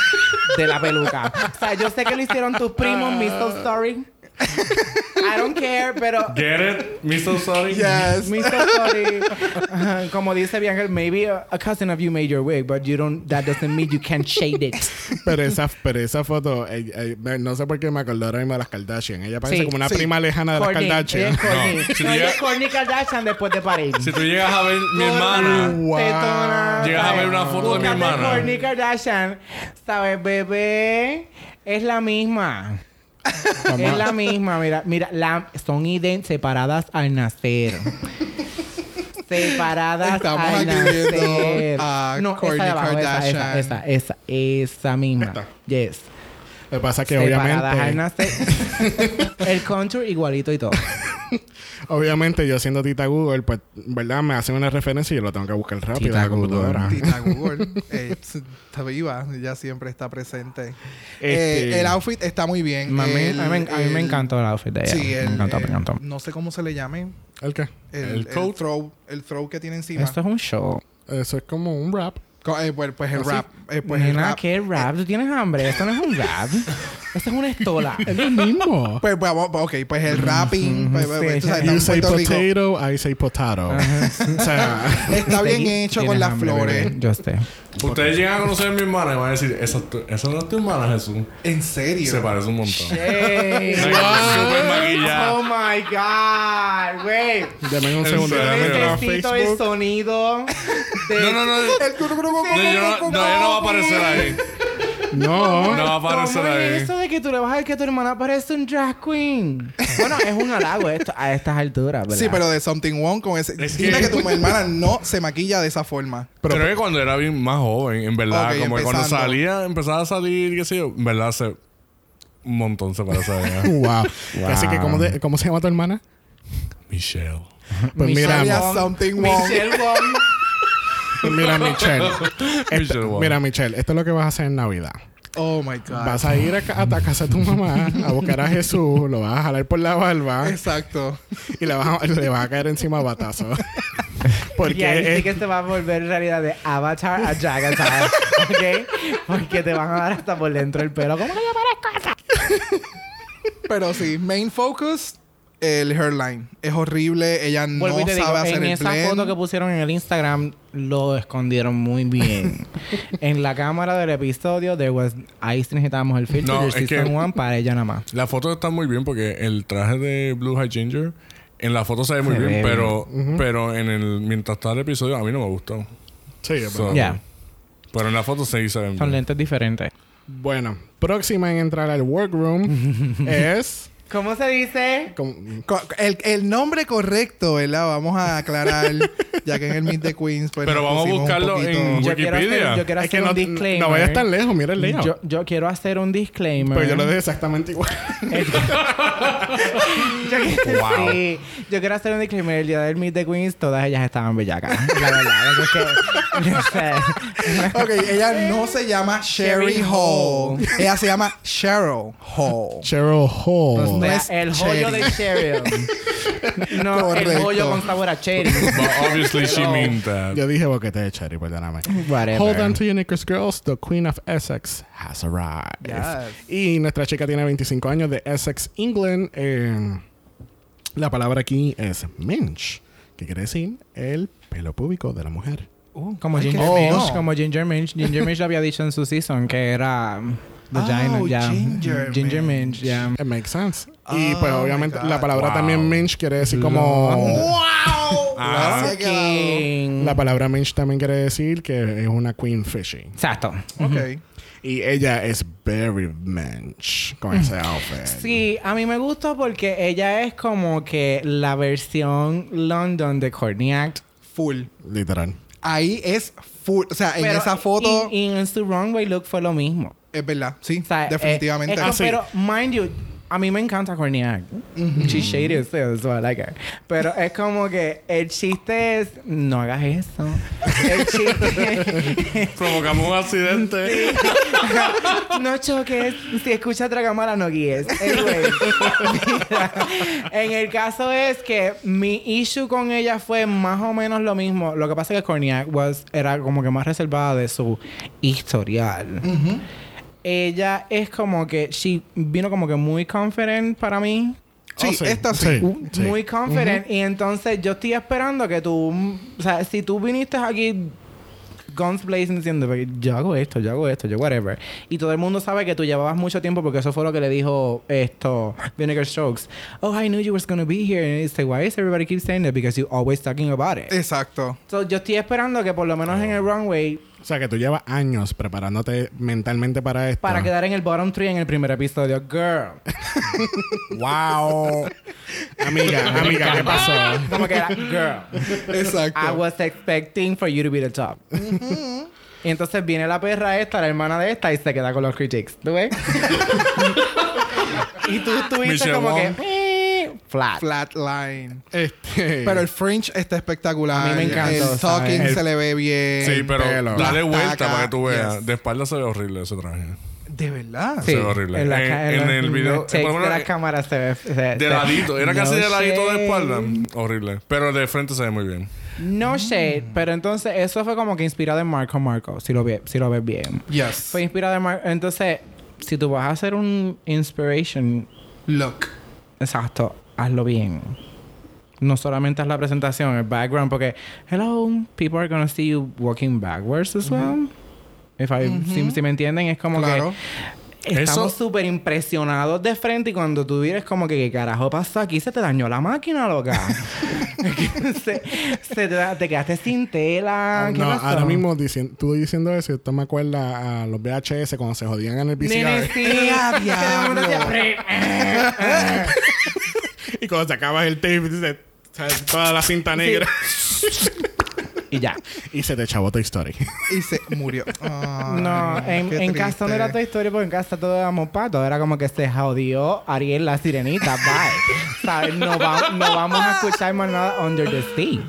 Speaker 4: de la peluca. O sea, yo sé que lo hicieron tus primos, me so sorry. I don't care, pero
Speaker 3: Get it? Me so sorry.
Speaker 2: Yes.
Speaker 4: Me so sorry. Ajá, Como dice Bianca, maybe a, a cousin of you made your wig, but you don't. That doesn't mean you can't shade it.
Speaker 1: Pero esa, pero esa foto, eh, eh, me- no sé por qué me acordó ahora mismo de las Kardashian. Ella parece
Speaker 4: Sí,
Speaker 1: como una
Speaker 2: sí.
Speaker 1: prima lejana de
Speaker 4: Kourtney,
Speaker 1: las
Speaker 4: ella
Speaker 1: Kardashian.
Speaker 4: es Kourtney.
Speaker 3: No, si
Speaker 4: eh, No, ella
Speaker 3: llega-
Speaker 4: es Kourtney Kardashian después de París.
Speaker 3: Si tú llegas a ver mi hermana,
Speaker 1: Wow.
Speaker 4: Tetona,
Speaker 3: llegas a
Speaker 4: ¿sabes?
Speaker 3: ver una foto de mi
Speaker 4: Búscate
Speaker 3: hermana.
Speaker 4: Kourtney Kardashian, sabes, bebé, es la misma. Es la misma, mira, mira, la- son ident separadas al nacer. separadas
Speaker 2: Estamos
Speaker 4: al
Speaker 2: aquí viendo
Speaker 4: nacer.
Speaker 2: a
Speaker 4: no, esa, de
Speaker 2: Kourtney
Speaker 4: abajo, esa, esa,
Speaker 2: Kardashian.
Speaker 4: esa, esa, esa misma.
Speaker 1: Esta.
Speaker 4: Yes.
Speaker 1: Lo que pasa es que
Speaker 4: separadas al
Speaker 1: obviamente,
Speaker 4: nacer. El contour igualito y todo.
Speaker 1: obviamente yo siendo Tita Google, pues, ¿verdad? Me hacen una referencia y yo lo tengo que buscar rápido en
Speaker 4: Tita
Speaker 1: la computadora.
Speaker 4: Google.
Speaker 2: Tita Google eh, está viva, ella siempre está presente.
Speaker 1: Este-
Speaker 2: Eh, el outfit está muy bien.
Speaker 4: Mami,
Speaker 2: El-
Speaker 4: a, mí, me- a mí me
Speaker 2: el-
Speaker 4: encantó el outfit de ella.
Speaker 2: Sí,
Speaker 4: me
Speaker 2: el-
Speaker 4: encantó, me
Speaker 2: el-
Speaker 4: encantó.
Speaker 2: no sé cómo se le llame.
Speaker 1: ¿El qué?
Speaker 2: El,
Speaker 3: El
Speaker 2: el
Speaker 3: coat.
Speaker 2: throw, el throw que tiene encima.
Speaker 4: Esto es un show.
Speaker 1: Eso es como un rap.
Speaker 2: Co- eh, pues, pues el
Speaker 1: Así.
Speaker 2: rap. eh, pues
Speaker 4: Pues
Speaker 2: el
Speaker 4: Nena,
Speaker 2: rap.
Speaker 4: ¿qué rap? ¿Tú tienes hambre? Esto no es un rap. Esto es una estola.
Speaker 1: Es lo mismo.
Speaker 2: Pues, pues, vamos- ok, pues el rapping. pues, pues, pues, tú sabes,
Speaker 1: You
Speaker 2: estamos en
Speaker 1: say
Speaker 2: Puerto Rico.
Speaker 1: potato, I say potato. o sea,
Speaker 2: Está bien
Speaker 4: Usted
Speaker 2: hecho
Speaker 4: tiene
Speaker 2: con las
Speaker 4: hambre,
Speaker 2: flores.
Speaker 4: bebé. Yo sé.
Speaker 3: Ustedes llegan a conocer a mi hermana y van a decir, esa, es tu- esa no es tu hermana, Jesús.
Speaker 2: En serio.
Speaker 3: Se parece un montón.
Speaker 4: Ey.
Speaker 3: Súper maquillada.
Speaker 4: Oh my God, güey.
Speaker 1: dame un
Speaker 3: El
Speaker 1: segundo.
Speaker 3: cerebro.
Speaker 1: Dame entrar a
Speaker 4: Necesito el
Speaker 1: Facebook.
Speaker 4: sonido de
Speaker 3: No, no, no.
Speaker 2: El cru, cru, cru, cru,
Speaker 3: No, yo
Speaker 2: cru,
Speaker 3: no,
Speaker 2: cru,
Speaker 3: no, ella no va a aparecer ahí.
Speaker 1: No.
Speaker 3: No va a aparecer
Speaker 4: ¿Cómo es
Speaker 3: ahí.
Speaker 4: eso de que tú le vas a decir que tu hermana parece un drag queen? Bueno, es un halago esto a estas alturas, ¿verdad?
Speaker 2: Sí, pero de Something Wrong con ese.
Speaker 3: Es
Speaker 2: Dime
Speaker 3: que-
Speaker 2: que tu hermana no se maquilla de esa forma.
Speaker 1: Pero-
Speaker 3: Creo que cuando era bien más joven, en verdad,
Speaker 2: Ok,
Speaker 3: como que cuando
Speaker 2: empezando.
Speaker 3: salía, empezaba a salir, qué sé yo, en verdad se un montón se parece a ella.
Speaker 1: Wow. Así que, ¿cómo, te- ¿cómo se llama tu hermana?
Speaker 3: Michelle.
Speaker 1: Pues
Speaker 4: Michelle
Speaker 1: mira,
Speaker 2: Había
Speaker 4: Wong.
Speaker 2: Something Wrong.
Speaker 4: Michelle Wong.
Speaker 1: pues mira, Michelle.
Speaker 3: Michelle Wong.
Speaker 1: Mira, Michelle, esto es lo que vas a hacer en Navidad.
Speaker 2: Oh my God.
Speaker 1: Vas a ir a, ca- a ta- casa de tu mamá a buscar a Jesús, lo vas a jalar por la barba
Speaker 2: Exacto.
Speaker 1: y le vas a, le vas a caer encima a batazo. Porque
Speaker 4: Y ahí sí
Speaker 1: es-
Speaker 4: que te va a volver en realidad de Avatar a Jagatar, ¿ok? Porque te van a dar hasta por dentro el pelo. ¿Cómo que yo parezco esa?
Speaker 2: Pero sí, main focus, el hairline. Es horrible. Ella no
Speaker 4: Vuelvo y te
Speaker 2: sabe
Speaker 4: digo,
Speaker 2: hacer
Speaker 4: en
Speaker 2: el
Speaker 4: esa
Speaker 2: blend.
Speaker 4: foto que pusieron en el Instagram lo escondieron muy bien. en la cámara del episodio, there was, ahí sí necesitábamos el filtro
Speaker 3: No,
Speaker 4: del
Speaker 3: es
Speaker 4: Season
Speaker 3: que-
Speaker 4: 1 para ella nada más.
Speaker 3: La foto está muy bien porque el traje de Blue High Ginger en la foto se ve muy
Speaker 4: Se
Speaker 3: bien,
Speaker 4: ve
Speaker 3: pero pero en el mientras está el episodio a mí no me gustó.
Speaker 1: Sí, es
Speaker 3: So,
Speaker 1: verdad.
Speaker 4: Ya.
Speaker 3: Pero en la foto sí se ven
Speaker 4: Son
Speaker 3: bien.
Speaker 4: lentes diferentes.
Speaker 1: Bueno, próxima en entrar al workroom es.
Speaker 4: ¿Cómo se dice?
Speaker 1: como-
Speaker 2: Co- El, el nombre correcto, ¿verdad? Vamos a aclarar, ya que en el Meet the Queens. pues,
Speaker 3: Pero
Speaker 2: nos
Speaker 3: vamos a
Speaker 2: pusimos un
Speaker 3: buscarlo
Speaker 2: poquito-
Speaker 3: en-
Speaker 4: Yo quiero hacer,
Speaker 3: Wikipedia.
Speaker 4: yo quiero
Speaker 1: es
Speaker 4: hacer
Speaker 1: que no,
Speaker 4: un disclaimer.
Speaker 1: no vayas tan lejos, mira el layout.
Speaker 4: yo, yo quiero hacer un disclaimer.
Speaker 1: pero yo lo dejé exactamente igual.
Speaker 4: Yo quiero,
Speaker 3: Wow.
Speaker 4: sí. Yo quiero hacer un disclaimer. El día del Meet the Queens, todas ellas estaban bellacas. La verdad, es que... no sé.
Speaker 2: Ok, ella no se llama Sherry
Speaker 4: Sherry
Speaker 2: Hall.
Speaker 4: Hall.
Speaker 2: Ella se llama Cheryl Hall.
Speaker 1: Cheryl
Speaker 3: Oh.
Speaker 4: O
Speaker 1: Hall.
Speaker 4: sea,
Speaker 2: es
Speaker 4: el joyo
Speaker 2: Pues cherry.
Speaker 4: de cherry. no, el
Speaker 2: Correcto.
Speaker 4: joyo con sabor a cherry.
Speaker 3: But obviously she
Speaker 4: Hello.
Speaker 3: meant that.
Speaker 1: Yo dije boquete de cherry, perdóname.
Speaker 4: Whatever.
Speaker 1: Hold on to your knickers, girls. The Queen of Essex has arrived. Y nuestra chica tiene 25 años de Essex, England. Eh, la palabra aquí es mensch, que quiere decir el pelo púbico de la mujer.
Speaker 4: Uh, Como
Speaker 2: Ay, qué
Speaker 4: Ginger
Speaker 2: feo.
Speaker 4: Minch. Como Ginger Minch. Ginger Minch lo había dicho en su season que era... um, Vagina,
Speaker 2: Oh,
Speaker 4: ya.
Speaker 2: Ginger
Speaker 4: Ginger
Speaker 2: Minch.
Speaker 4: Minch, ya.
Speaker 1: It makes sense. y
Speaker 2: Oh
Speaker 1: pues
Speaker 2: my
Speaker 1: obviamente
Speaker 2: God.
Speaker 1: la palabra
Speaker 3: Wow.
Speaker 1: también mensch quiere decir como...
Speaker 2: ¡Wow!
Speaker 3: Ah.
Speaker 2: Ya se ha quedado.
Speaker 4: King.
Speaker 1: La palabra mensch también quiere decir que es una queen fishy.
Speaker 4: Exacto.
Speaker 2: Ok.
Speaker 1: Y ella es very mensch con ese outfit.
Speaker 4: Sí, a mí me gusta porque ella es como que la versión London de Courtney Act.
Speaker 2: Full.
Speaker 1: Literal.
Speaker 2: Ahí es full. O sea, en
Speaker 4: Pero-
Speaker 2: esa foto
Speaker 4: Y, y en su runway look fue lo mismo.
Speaker 2: es verdad. Sí,
Speaker 4: O sea, eh,
Speaker 2: definitivamente.
Speaker 4: es que-
Speaker 1: Ah, sí.
Speaker 4: Pero, mind you, a mí me encanta Courtney Act. She's shady as hell, so I like her. Pero es como que el chiste es... No hagas eso. El chiste
Speaker 3: Provocamos un accidente.
Speaker 4: no choques. Si escuchas Dragamala, no guíes. Anyway, mira, en el caso es que mi issue con ella fue más o menos lo mismo. Lo que pasa es que Corniak was, era como que más reservada de su historial. Ella es como que... She vino como que muy confident para mí.
Speaker 2: Sí,
Speaker 3: Ah,
Speaker 1: Oh, sí.
Speaker 2: esta sí.
Speaker 1: Sí.
Speaker 4: U- Muy confident. Y entonces yo estoy esperando que tú. mm, O sea, si tú viniste aquí. Guns blazing diciendo, "Porque yo hago esto, yo hago esto, yo whatever. Y todo el mundo sabe que tú llevabas mucho tiempo porque eso fue lo que le dijo esto, Vinegar Strokes. Oh, I knew you was gonna be here. And it's like, why is everybody keep saying that? Because you always talking about it.
Speaker 2: Exacto.
Speaker 4: So, yo estoy esperando que por lo menos en el runway
Speaker 1: O sea, que tú llevas años preparándote mentalmente para esto.
Speaker 4: Para quedar en el bottom tree en el primer episodio. Girl.
Speaker 1: ¡Wow! amiga, amiga, ¿qué pasó?
Speaker 4: Como que era, girl,
Speaker 2: Exacto.
Speaker 4: I was expecting for you to be the top. Y entonces viene la perra esta, la hermana de esta, y se queda con los critics. ¿Tú ves? y tú estuviste
Speaker 3: Michelle
Speaker 4: como
Speaker 3: Wong.
Speaker 4: que... eh, Flat.
Speaker 2: Flatline.
Speaker 1: Este,
Speaker 2: Pero el fringe está espectacular.
Speaker 4: A mí me encantó,
Speaker 2: El talking
Speaker 1: ¿sabes?
Speaker 2: se le ve bien.
Speaker 3: Sí, pero
Speaker 1: pelo.
Speaker 3: dale
Speaker 2: Las
Speaker 3: vuelta
Speaker 2: tacas,
Speaker 3: para que tú veas.
Speaker 2: yes.
Speaker 3: De espalda se ve horrible ese traje.
Speaker 2: De verdad.
Speaker 4: Sí,
Speaker 3: ve horrible.
Speaker 4: En, la
Speaker 3: En-
Speaker 4: ca- en
Speaker 3: en
Speaker 4: los-
Speaker 3: el
Speaker 4: los
Speaker 3: video-
Speaker 4: takes
Speaker 3: por lo
Speaker 4: de
Speaker 3: menos- eh,
Speaker 4: la cámara se ve... se- se-
Speaker 3: De ladito, era casi
Speaker 4: No
Speaker 3: de ladito de
Speaker 4: shade.
Speaker 3: espalda. Horrible. Pero de frente se ve muy bien.
Speaker 4: No shade, pero entonces eso fue como que inspirado en Marco Marco, si lo, ve- si lo ves bien.
Speaker 2: Yes.
Speaker 4: Fue inspirado en Marco... Entonces, si tú vas a hacer un inspiration,
Speaker 2: Look.
Speaker 4: exacto, hazlo bien. No solamente haz la presentación, el background, porque, hello, people are gonna see you walking backwards as well. If I- si, si me entienden, es como que...
Speaker 2: Claro.
Speaker 4: Estamos
Speaker 3: Eso-
Speaker 4: súper impresionados de frente y cuando tú vienes como que, ¿qué carajo pasó aquí? Se te dañó la máquina, loca. se, se te, da- te quedaste sin tela. ¿Qué
Speaker 1: Ah, no,
Speaker 4: pasó?
Speaker 1: ahora mismo dicien- tú diciendo eso, esto me acuerda a los VHS cuando se jodían en el
Speaker 4: Nene,
Speaker 1: VCR.
Speaker 4: sí.
Speaker 2: ¡Ea,
Speaker 4: Que de momento
Speaker 2: diablo!
Speaker 4: hacía-
Speaker 1: y cuando sacabas el tape, dices, ¿sabes? toda la cinta negra.
Speaker 4: y ya.
Speaker 1: y se te chavó Toy Story.
Speaker 2: Y se murió. Ay,
Speaker 4: No, en,
Speaker 2: qué
Speaker 4: en casa no
Speaker 2: triste.
Speaker 4: era tu historia porque en casa todo era mopato. Era como que se jodió Ariel la sirenita. Bye. ¿Sabes? No, va- no vamos a escuchar más nada Under the Sea.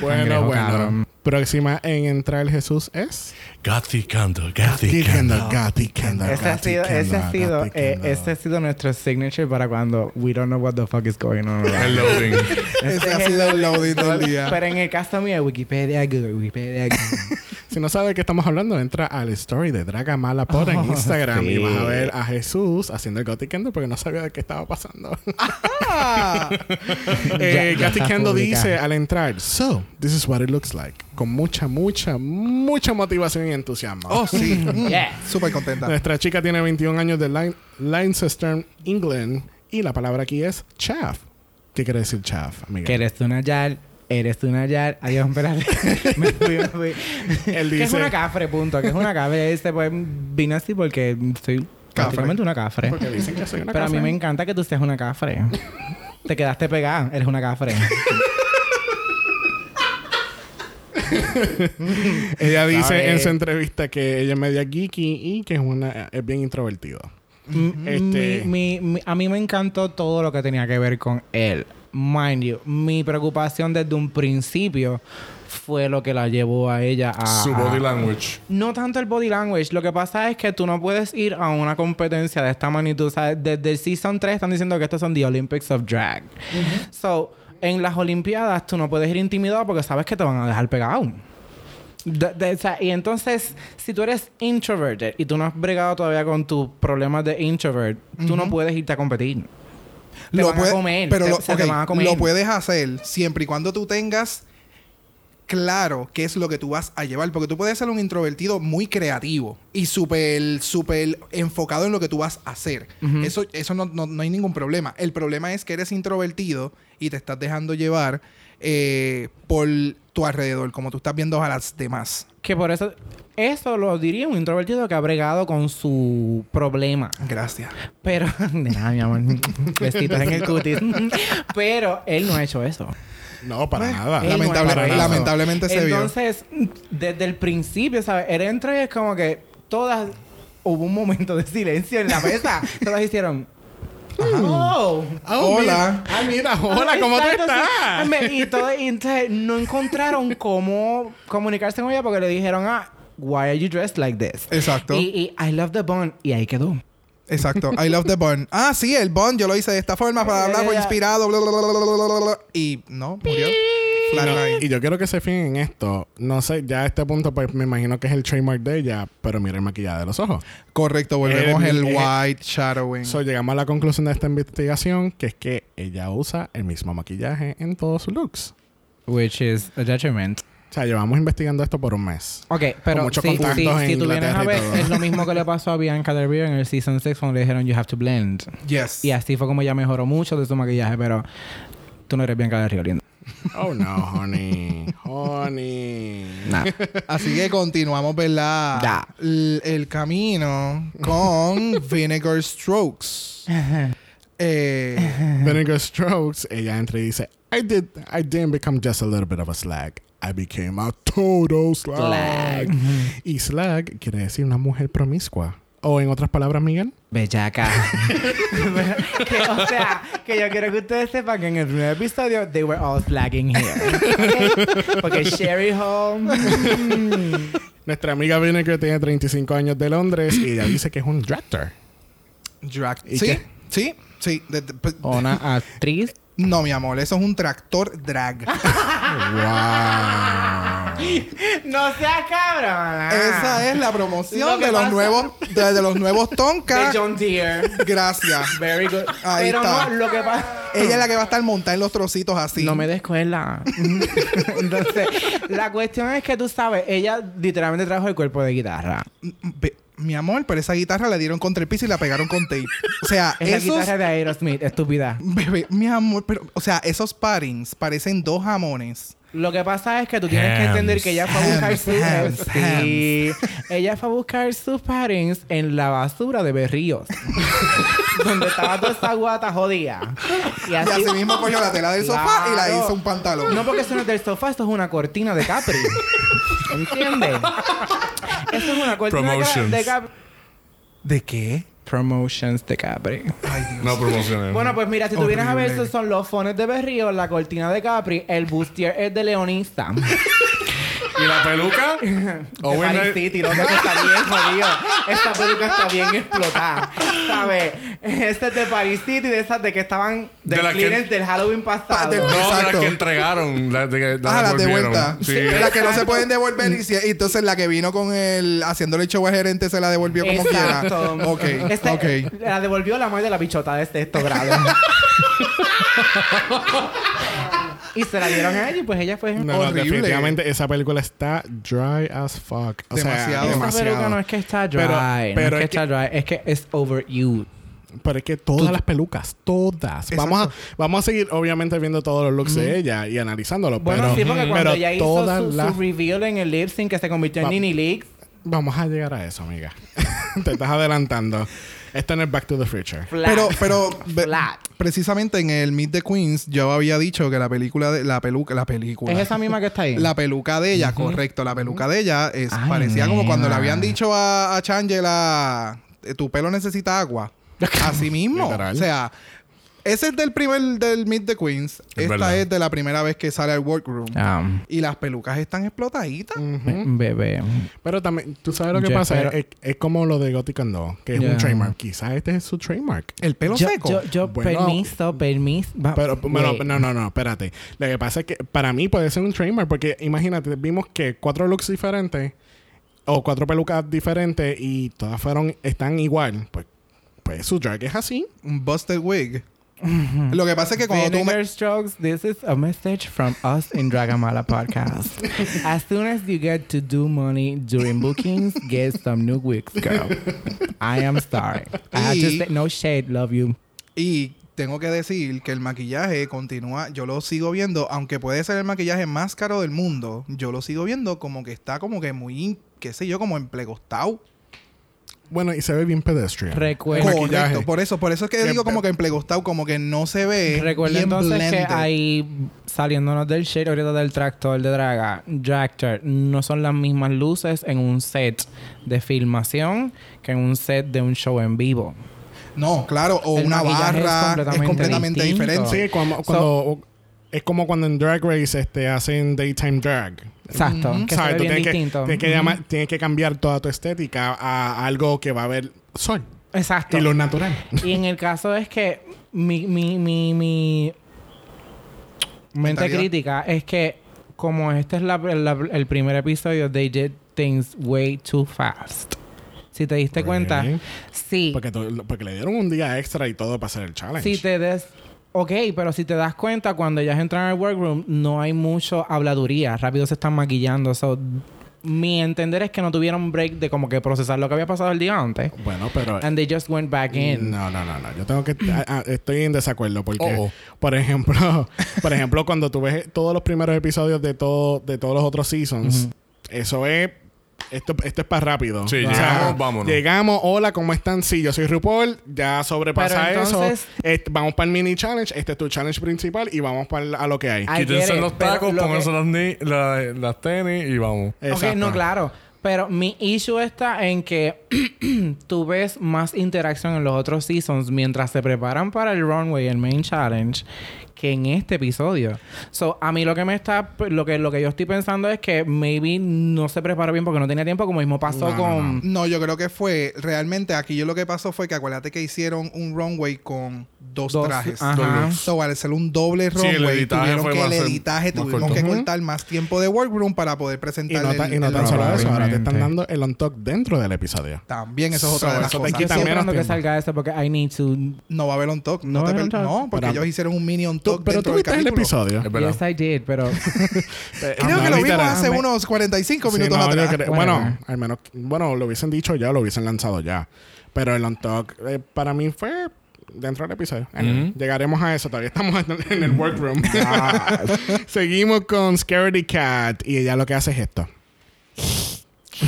Speaker 1: bueno,
Speaker 4: Cangrejo,
Speaker 1: bueno.
Speaker 4: cabrón.
Speaker 1: Próxima en entrar Jesús es.
Speaker 3: Gatti Candle, Gatti
Speaker 1: Gatti Kendall,
Speaker 4: Ese ha
Speaker 1: Gatti
Speaker 4: sido, ese ha
Speaker 1: Kendall,
Speaker 4: sido,
Speaker 1: Gatti
Speaker 4: eh,
Speaker 1: Kendall.
Speaker 4: ese ha sido nuestro signature para cuando we don't know what the fuck is going on.
Speaker 3: El loading.
Speaker 2: Ese ha sido el loading del día.
Speaker 4: Pero en el caso mío, Wikipedia, Google, Wikipedia, Google.
Speaker 1: Si no sabes de qué estamos hablando, entra al story de Draga Mala Pot en
Speaker 4: Oh,
Speaker 1: Instagram y
Speaker 4: sí.
Speaker 1: vas a ver a Jesús haciendo el Gatti Kendall porque no sabía de qué estaba pasando. eh,
Speaker 2: Ah,
Speaker 4: Ya- ya
Speaker 1: Gatti
Speaker 4: está
Speaker 1: Kendall
Speaker 4: publicado.
Speaker 1: dice al entrar, So, this is what it looks like. Con mucha, mucha, mucha motivación y entusiasmo.
Speaker 2: Oh, sí. Mm,
Speaker 4: Yeah.
Speaker 2: Súper contenta.
Speaker 1: Nuestra chica tiene 21 años de Lin- Leicester, England. Y la palabra aquí es chaff. ¿Qué quiere decir chaff, amiga?
Speaker 4: Que eres una yal, eres una yal. Adiós, espérate. me fui, me fui.
Speaker 1: Él
Speaker 4: Que es
Speaker 1: dice-
Speaker 4: una cafre, punto. Que es una cafre. Este, pues, vine así porque soy prácticamente una cafre.
Speaker 1: Porque dicen que soy una
Speaker 4: Pero a mí
Speaker 1: casa.
Speaker 4: me encanta que tú seas una cafre. Te quedaste pegada. Eres una cafre.
Speaker 1: Ella dice
Speaker 4: Sabe.
Speaker 1: en su entrevista que ella es media geeky y que es una es bien introvertida. Este-
Speaker 4: Mi- mi- mi- a mí me encantó todo lo que tenía que ver con él. Mind you, mi preocupación desde un principio fue lo que la llevó a ella a...
Speaker 3: Su body
Speaker 4: a-
Speaker 3: language.
Speaker 4: no tanto el body language. Lo que pasa es que tú no puedes ir a una competencia de esta magnitud. O sea, desde el Season 3 están diciendo que estos son The Olympics of Drag. So, en las Olimpiadas tú no puedes ir intimidado porque sabes que te van a dejar pegado. De- de- o sea, y entonces, si tú eres introverted y tú no has bregado todavía con tus problemas de introvert, tú no puedes irte a competir. Te van a
Speaker 2: puede-
Speaker 4: comer,
Speaker 2: Pero
Speaker 4: te-
Speaker 2: lo,
Speaker 4: se te
Speaker 2: ok,
Speaker 4: van a comer.
Speaker 2: lo puedes hacer siempre y cuando tú tengas claro qué es lo que tú vas a llevar. Porque tú puedes ser un introvertido muy creativo y súper, súper enfocado en lo que tú vas a hacer. Eso, eso no, no- no hay ningún problema. El problema es que eres introvertido y te estás dejando llevar eh, por tu alrededor, como tú estás viendo a las demás.
Speaker 4: Que por eso, eso lo diría un introvertido que ha bregado con su problema.
Speaker 2: Gracias.
Speaker 4: Pero, de nada, mi amor. Besitos en el cutis. Pero él no ha hecho eso.
Speaker 1: No, para
Speaker 2: Bueno,
Speaker 1: nada.
Speaker 4: él no
Speaker 2: Lamentable-
Speaker 4: es para eso.
Speaker 2: lamentablemente se vio.
Speaker 4: Entonces, desde el principio, ¿sabes? Él entró y es como que todas. Hubo un momento de silencio en la mesa. todas hicieron. "Oh".
Speaker 1: Ah,
Speaker 2: Hola.
Speaker 1: mira. Ah, mira, hola, ¿cómo tú
Speaker 4: Exacto, sí.
Speaker 1: estás?
Speaker 4: Me- Y todo, y entonces no encontraron cómo comunicarse con ella porque le dijeron, ah, why are you dressed like this?
Speaker 2: Exacto.
Speaker 4: Y, y I love the bun. Y ahí quedó.
Speaker 2: Exacto. I love the bun. Ah, sí, el bun yo lo hice de esta forma para hablar fue inspirado. bla, bla, bla, bla, bla, bla, bla. Y no, murió. Flatline.
Speaker 1: Y yo quiero que se fijen en esto. No sé, ya a este punto, pues me imagino que es el trademark de ella, pero mira el maquillaje de los ojos.
Speaker 2: Correcto, volvemos
Speaker 1: El-
Speaker 2: el,
Speaker 1: el-
Speaker 2: white shadowing.
Speaker 1: So, llegamos a la conclusión de esta investigación, que es que ella usa el mismo maquillaje en todos sus looks.
Speaker 4: Which is a detriment.
Speaker 1: O sea, llevamos investigando esto por un mes.
Speaker 4: Ok, pero
Speaker 1: muchos
Speaker 4: si,
Speaker 1: contactos
Speaker 4: si,
Speaker 1: en
Speaker 4: si tú vienes
Speaker 1: Inglaterra
Speaker 4: a
Speaker 1: y
Speaker 4: ver,
Speaker 1: todo.
Speaker 4: es lo mismo que le pasó a Bianca Del Rio en el Season 6 cuando le dijeron You have to blend.
Speaker 2: yes.
Speaker 4: Y así fue como ella mejoró mucho de su maquillaje, pero tú no eres Bianca Del Rio, linda.
Speaker 1: Oh no, honey. honey.
Speaker 4: Nah.
Speaker 2: Así que continuamos, ¿verdad?
Speaker 4: Ya.
Speaker 2: L- el camino con Vinegar Strokes. Eh,
Speaker 1: Vinegar Strokes, ella entra y dice, I did I didn't become just a little bit of a slag. I became a total slag.
Speaker 4: Slag.
Speaker 1: Y slag quiere decir una mujer promiscua. O en otras palabras, Miguel.
Speaker 4: Bellaca. que, o sea, que yo quiero que ustedes sepan que en el primer episodio they were all slagging here. Ok. Porque Sherry Holmes. mm,
Speaker 1: Nuestra amiga Vinegar tiene 35 años de Londres y ella dice que es un dragster.
Speaker 2: drag.
Speaker 1: ¿Y
Speaker 2: Sí,
Speaker 1: qué?
Speaker 2: sí, sí. De- de- pe-
Speaker 4: una actriz.
Speaker 2: no, mi amor, eso es un tractor drag.
Speaker 4: Ah. No seas cabrón.
Speaker 2: Esa es la
Speaker 4: Lo
Speaker 2: promoción
Speaker 4: que
Speaker 2: de los,
Speaker 4: pasa-
Speaker 2: nuevos, de, de los nuevos Tonka.
Speaker 4: De John Deere.
Speaker 2: Gracias.
Speaker 4: Very good.
Speaker 2: Ahí
Speaker 4: Pero
Speaker 2: está.
Speaker 4: no, lo que pasa.
Speaker 2: Ella es la que va a estar montada en los trocitos así.
Speaker 4: No me des cuerda. Entonces, la cuestión es que tú sabes, ella literalmente trajo el cuerpo de guitarra.
Speaker 2: Mm, Ve- Mi amor, pero esa guitarra la dieron contra el piso y la pegaron con tape. O sea,
Speaker 4: Es
Speaker 2: esos...
Speaker 4: la guitarra de Aerosmith, estúpida.
Speaker 2: Bebé, mi amor, pero, o sea, esos paddings parecen dos jamones.
Speaker 4: Lo que pasa es que tú tienes que
Speaker 3: Hams.
Speaker 4: entender que ella fue a buscar
Speaker 2: Hams,
Speaker 4: sus
Speaker 2: hams,
Speaker 4: sí. ella fue a buscar sus parents en la basura de Berríos, donde estaba toda esa guata jodida. Y
Speaker 2: Y
Speaker 4: así,
Speaker 2: así mismo cogió la tela del sofá y la
Speaker 4: Claro.
Speaker 2: hizo un pantalón.
Speaker 4: no porque eso no es del sofá, esto es una cortina de Capri. ¿Entiendes? Esto es una cortina de Capri-
Speaker 3: Promotions.
Speaker 4: de Capri.
Speaker 2: ¿De qué?
Speaker 4: Promotions de Capri.
Speaker 2: Ay, Dios.
Speaker 3: No promociones.
Speaker 4: Bueno, pues mira, si tú vienes a ver,
Speaker 2: Horrible.
Speaker 4: esos son los fones de Berríos, la cortina de Capri, el bustier es de Leonista.
Speaker 3: ¿Y la peluca?
Speaker 4: De
Speaker 3: Owen
Speaker 4: Paris
Speaker 3: Knight-
Speaker 4: City, loco, que está bien jodido. Esta peluca está bien explotada. ¿Sabes? Esta es de Paris City, de esas de que estaban
Speaker 3: De
Speaker 4: del
Speaker 3: la que-
Speaker 4: clearance del Halloween pasado.
Speaker 2: del-
Speaker 3: No, de las
Speaker 2: Exacto.
Speaker 3: que entregaron. Las de, que- las
Speaker 2: Ah, las de
Speaker 3: devolvieron.
Speaker 2: vuelta.
Speaker 3: Sí.
Speaker 2: Las que no se pueden devolver. Y, si- y entonces la que vino con el haciéndole show al gerente se la devolvió como
Speaker 4: Exacto.
Speaker 2: quiera. Ok,
Speaker 4: Este-
Speaker 2: ok.
Speaker 4: La devolvió la madre de la bichota de sexto grado. y se la dieron a ella y pues ella fue...
Speaker 1: No, no,
Speaker 2: Horrible.
Speaker 1: definitivamente esa película está dry as fuck. O sea,
Speaker 2: Demasiado.
Speaker 4: Esa
Speaker 1: demasiado.
Speaker 4: peluca no es que está dry,
Speaker 1: Pero-
Speaker 4: no es
Speaker 1: pero
Speaker 4: que
Speaker 1: es
Speaker 4: está dry, es que es overused.
Speaker 1: Pero es que todas las pelucas, todas. Vamos a, vamos a seguir, obviamente, viendo todos los looks de ella y analizándolos.
Speaker 4: Bueno,
Speaker 1: pero, Mm,
Speaker 4: sí, porque cuando
Speaker 1: pero
Speaker 4: ella hizo
Speaker 1: todas
Speaker 4: su, su
Speaker 1: las.
Speaker 4: reveal en el lip sync que se convirtió en
Speaker 1: Va-
Speaker 4: Nini Leaks,
Speaker 1: Vamos a llegar a eso, amiga. Te estás adelantando. Está en el Back to the Future.
Speaker 4: flat.
Speaker 2: Pero, pero ve-
Speaker 4: Flat.
Speaker 2: precisamente en el Meet the Queens yo había dicho que la película de la peluca, la película.
Speaker 4: Es esa misma que está ahí.
Speaker 2: La peluca de ella, correcto. La peluca de ella es,
Speaker 4: Ay,
Speaker 2: parecía como cuando le
Speaker 4: nena.
Speaker 2: habían dicho a, a Changela, "Eh, tu pelo necesita agua. Así mismo.
Speaker 1: Literal.
Speaker 2: o sea, ese es del primer del Meet the Queens.
Speaker 3: Es
Speaker 2: Esta
Speaker 3: verdad.
Speaker 2: es de la primera vez que sale al workroom.
Speaker 4: Ah,
Speaker 2: Y las pelucas están explotaditas.
Speaker 4: Mm.
Speaker 1: Ujú.
Speaker 4: bebé.
Speaker 1: Pero también, tú sabes lo que
Speaker 4: Yo
Speaker 1: pasa.
Speaker 4: espero-
Speaker 1: Es, es como lo de Gothic and Doll, que es
Speaker 4: Ya.
Speaker 1: un trademark. Quizás este es su trademark.
Speaker 2: El pelo
Speaker 4: yo,
Speaker 2: seco.
Speaker 4: Yo, yo-
Speaker 1: Bueno.
Speaker 4: permiso, permiso. Va-
Speaker 1: Pero, bueno,
Speaker 4: wait.
Speaker 1: no, no, no, espérate. Lo que pasa es que para mí puede ser un trademark, porque imagínate, vimos que cuatro looks diferentes o cuatro pelucas diferentes y todas fueron, están igual. Pues, pues su drag es así.
Speaker 2: Un busted wig. Lo que pasa es que cuando tú me...
Speaker 4: Vinegar Strokes, this is a message from us in Dragamala podcast. as soon as you get to do money during bookings, get some new wigs, girl. I am sorry. I have to
Speaker 2: Y-
Speaker 4: say, no shade, love you.
Speaker 2: Y tengo que decir que el maquillaje continúa, yo lo sigo viendo, aunque puede ser el maquillaje más caro del mundo, yo lo sigo viendo como que está como que muy, qué sé yo, como emplegostado.
Speaker 1: Bueno, y se ve bien pedestrian.
Speaker 4: Recuerda.
Speaker 1: Co- maquillaje.
Speaker 2: Correcto, por eso, por eso es que
Speaker 1: Que
Speaker 2: digo como
Speaker 1: empe-
Speaker 2: que emplegostado, como que no se ve.
Speaker 4: Recuerda
Speaker 2: bien
Speaker 4: entonces
Speaker 2: blended.
Speaker 4: que ahí, saliéndonos del shade ahorita del tractor de Draga, Dragster, no son las mismas luces en un set de filmación que en un set de un show en vivo.
Speaker 2: No, claro, o
Speaker 4: El
Speaker 2: una
Speaker 4: maquillaje es
Speaker 2: barra, es completamente,
Speaker 4: completamente distinto.
Speaker 2: diferente.
Speaker 1: Sí, cuando, cuando- es como cuando en Drag Race este, hacen daytime drag.
Speaker 4: Exacto, que se
Speaker 1: ¿Sabes?
Speaker 4: ve
Speaker 1: Tú
Speaker 4: bien
Speaker 1: tienes que,
Speaker 4: distinto.
Speaker 1: tienes que
Speaker 4: Ujú.
Speaker 1: llamar- tienes que cambiar toda tu estética a algo que va a haber sol
Speaker 4: Exacto.
Speaker 1: y lo natural.
Speaker 4: Y en el caso es que mi, mi, mi, mi mente
Speaker 2: Mentalidad.
Speaker 4: crítica es que como este es la- la- el primer episodio, they did things way too fast. Si te diste cuenta,
Speaker 1: Really?
Speaker 4: sí.
Speaker 1: Porque, to- porque le dieron un día extra y todo para hacer el challenge.
Speaker 4: Si te des... Ok, pero si te das cuenta, cuando ellas entran al workroom, no hay mucho habladuría. Rápido se están maquillando. So, mi entender es que no tuvieron break de como que procesar lo que había pasado el día antes.
Speaker 1: Bueno, pero.
Speaker 4: And they just went back in.
Speaker 1: No, no, no, no. Yo tengo que. ah, ah, estoy en desacuerdo porque,
Speaker 3: Ojo.
Speaker 1: por ejemplo, por ejemplo, cuando tú ves todos los primeros episodios de todo, de todos los otros seasons, eso es. Esto, esto es para rápido.
Speaker 3: Sí, llegamos, vámonos.
Speaker 1: Llegamos, hola, ¿cómo están? Sí, yo soy RuPaul, ya sobrepasa
Speaker 4: Pero entonces-
Speaker 1: eso. Et- vamos para el mini challenge, este es tu challenge principal y vamos para a lo que hay.
Speaker 4: I get
Speaker 3: Quítense
Speaker 4: it,
Speaker 3: los
Speaker 4: pero
Speaker 3: tacos,
Speaker 4: lo que- Eh,
Speaker 3: pónganse las, ni- la- las tenis y vamos.
Speaker 1: Exacto.
Speaker 4: Ok, no, claro. Pero mi issue está en que tú ves más interacción en los otros seasons mientras se preparan para el runway, el main challenge, que en este episodio. So, a mí lo que me está, lo que, lo que yo estoy pensando es que maybe no se preparó bien porque no tenía tiempo, como mismo
Speaker 1: No,
Speaker 4: pasó
Speaker 1: no,
Speaker 4: con...
Speaker 2: No, yo creo que fue realmente aquí. Yo lo que pasó fue que acuérdate que hicieron un runway con dos,
Speaker 4: Dos-
Speaker 2: trajes.
Speaker 4: ajá. Dos looks.
Speaker 2: So, al ser un doble
Speaker 3: Sí, el
Speaker 2: runway,
Speaker 3: editaje
Speaker 2: tuvieron
Speaker 3: fue
Speaker 2: que el
Speaker 3: más-
Speaker 2: editaje
Speaker 3: más
Speaker 2: tuvimos
Speaker 3: corto.
Speaker 2: que
Speaker 1: Ujú.
Speaker 2: cortar más tiempo de workroom para poder
Speaker 1: Y
Speaker 2: presentar
Speaker 1: no,
Speaker 2: el-
Speaker 1: ta- y no
Speaker 2: el
Speaker 1: tan solo eso, ahora te están
Speaker 4: Probablemente.
Speaker 1: dando el on top dentro del episodio.
Speaker 2: También eso es otra
Speaker 1: So,
Speaker 2: de las
Speaker 1: eso te
Speaker 2: cosas.
Speaker 4: Yo
Speaker 1: quita-
Speaker 4: estoy
Speaker 1: menos
Speaker 4: esperando que
Speaker 1: tiempo.
Speaker 4: salga esto porque I need to...
Speaker 2: No va a haber on talk. No,
Speaker 4: No
Speaker 2: te
Speaker 4: va a haber
Speaker 2: per-
Speaker 4: on talk.
Speaker 2: no, porque
Speaker 1: Pero-
Speaker 2: ellos hicieron un mini on
Speaker 1: Tú-
Speaker 2: talk
Speaker 1: pero tú
Speaker 2: dentro del
Speaker 1: viste el
Speaker 2: capítulo.
Speaker 1: episodio.
Speaker 3: Es verdad.
Speaker 4: Yes, I did, pero...
Speaker 2: Creo
Speaker 1: Ah,
Speaker 2: que lo vimos
Speaker 1: literal.
Speaker 2: hace
Speaker 4: Ah, me-
Speaker 2: unos 45
Speaker 1: Sí,
Speaker 2: minutos
Speaker 1: no, yo
Speaker 2: atrás.
Speaker 1: creo-
Speaker 4: Bueno.
Speaker 1: Bueno, al menos, bueno, lo hubiesen dicho ya, lo hubiesen lanzado ya. Pero el on talk eh, para mí fue dentro del episodio. Anyway, Llegaremos a eso, todavía estamos en, en el workroom. Seguimos con Scaredy Cat y ella lo que hace es esto.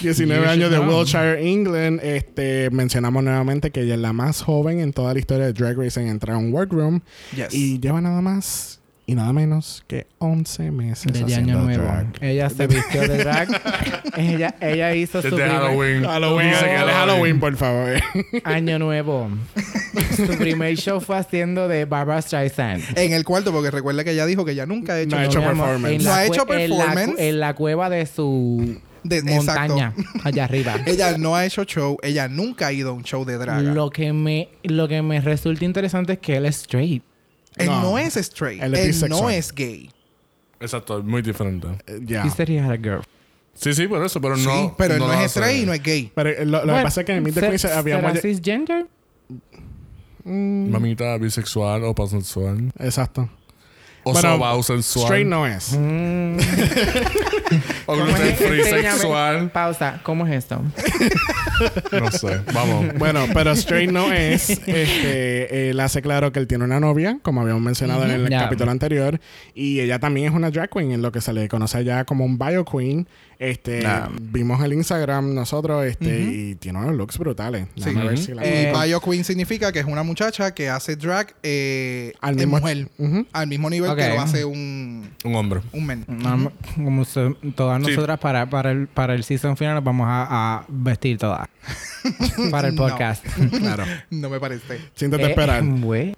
Speaker 1: 19
Speaker 4: You
Speaker 1: años de
Speaker 4: should know.
Speaker 1: Wiltshire, England. Este, mencionamos nuevamente que ella es la más joven en toda la historia de Drag Race en entrar a un workroom.
Speaker 2: Yes.
Speaker 1: Y lleva nada más y nada menos que 11 meses
Speaker 4: Desde
Speaker 1: haciendo
Speaker 4: año nuevo.
Speaker 1: drag.
Speaker 4: Ella se vistió de drag. ella, ella hizo su
Speaker 3: Desde
Speaker 4: primer-
Speaker 3: Halloween.
Speaker 1: Halloween,
Speaker 3: Dice que
Speaker 1: dale Halloween,
Speaker 2: pues.
Speaker 1: por favor.
Speaker 4: Año Nuevo. Su primer show fue haciendo de Barbara Streisand.
Speaker 2: En el cuarto, porque recuerda que ella dijo que ella nunca ha hecho.
Speaker 1: No ha hecho
Speaker 4: mi amor,
Speaker 1: performance.
Speaker 4: en
Speaker 2: No
Speaker 4: la
Speaker 2: ha hecho
Speaker 4: cue- en la cu-
Speaker 2: performance.
Speaker 4: En la cueva de su
Speaker 2: De-
Speaker 4: montaña, allá arriba.
Speaker 2: Ella no ha hecho show. Ella nunca ha ido a un show de drag.
Speaker 4: Lo que, me, lo que me resulta interesante es que él es straight.
Speaker 2: Él no,
Speaker 1: No.
Speaker 2: es straight.
Speaker 1: Él
Speaker 2: Él,
Speaker 1: es
Speaker 2: no
Speaker 1: bisexual.
Speaker 2: es gay.
Speaker 3: Exacto, es muy diferente.
Speaker 1: Eh, Ya.
Speaker 4: He said he had a girl.
Speaker 3: Sí, sí, por eso, pero no.
Speaker 2: sí, pero él no,
Speaker 3: lo
Speaker 2: es
Speaker 3: hace.
Speaker 2: straight y no es gay.
Speaker 1: Pero eh, lo, lo que pasa es que en el Meet the Queens habíamos...
Speaker 4: ¿Será Mm. cisgender?
Speaker 3: Mamita bisexual o pansexual.
Speaker 1: Exacto.
Speaker 3: O
Speaker 1: Bueno,
Speaker 3: sobausensual.
Speaker 1: Straight no es.
Speaker 4: Mm.
Speaker 3: O
Speaker 4: ¿Cómo
Speaker 3: gluten
Speaker 4: es?
Speaker 3: free
Speaker 4: Enséñame.
Speaker 3: sexual.
Speaker 4: Pausa. ¿Cómo es esto?
Speaker 3: No sé. Vamos.
Speaker 1: Bueno, pero straight no es. Este, él hace claro que él tiene una novia, como habíamos mencionado en el
Speaker 4: Ya.
Speaker 1: capítulo anterior. Y ella también es una drag queen, en lo que se le conoce ya como un bio queen. Este,
Speaker 3: Ya.
Speaker 1: vimos el Instagram nosotros, este, y tiene unos looks brutales.
Speaker 2: Sí.
Speaker 1: Déjame ver si la-
Speaker 4: Eh,
Speaker 2: y bio queen significa que es una muchacha que hace drag eh,
Speaker 1: Al
Speaker 2: en
Speaker 1: mismo-
Speaker 2: mujer.
Speaker 1: Ujú.
Speaker 2: Al mismo nivel
Speaker 4: Ok.
Speaker 2: que lo hace un,
Speaker 3: Un hombre.
Speaker 2: un men.
Speaker 4: Vamos- Como se- todas
Speaker 3: Sí.
Speaker 4: nosotras para, para, el, para el season final nos vamos a, a vestir todas. para el
Speaker 2: No.
Speaker 4: podcast.
Speaker 1: Claro.
Speaker 3: Mm.
Speaker 2: No me parece.
Speaker 1: Siéntate
Speaker 4: Eh,
Speaker 1: esperar.
Speaker 4: güey.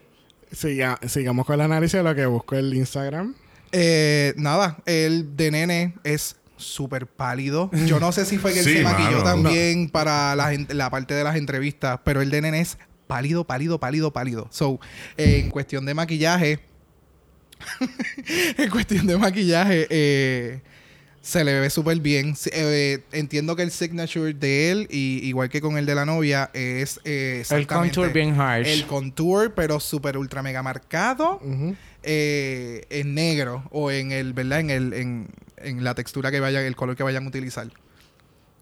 Speaker 1: Siga- sigamos con el análisis de lo que buscó el Instagram.
Speaker 2: Eh, nada, el de nene es súper pálido. Yo no sé si fue que él
Speaker 3: Sí,
Speaker 2: se maquilló
Speaker 3: mano.
Speaker 2: también para la, gen- la parte de las entrevistas, pero el de nene es pálido, pálido, pálido, pálido. So, eh, en cuestión de maquillaje, en cuestión de maquillaje, eh, se le ve súper bien. Sí, eh, entiendo que el signature de él, y, igual que con el de la novia, es eh,
Speaker 4: El
Speaker 2: exactamente
Speaker 4: contour bien harsh.
Speaker 2: El contour, pero súper ultra mega marcado
Speaker 1: Ujú.
Speaker 2: eh, en negro o en el, ¿verdad? En el, en, en la textura que vayan, el color que vayan a utilizar.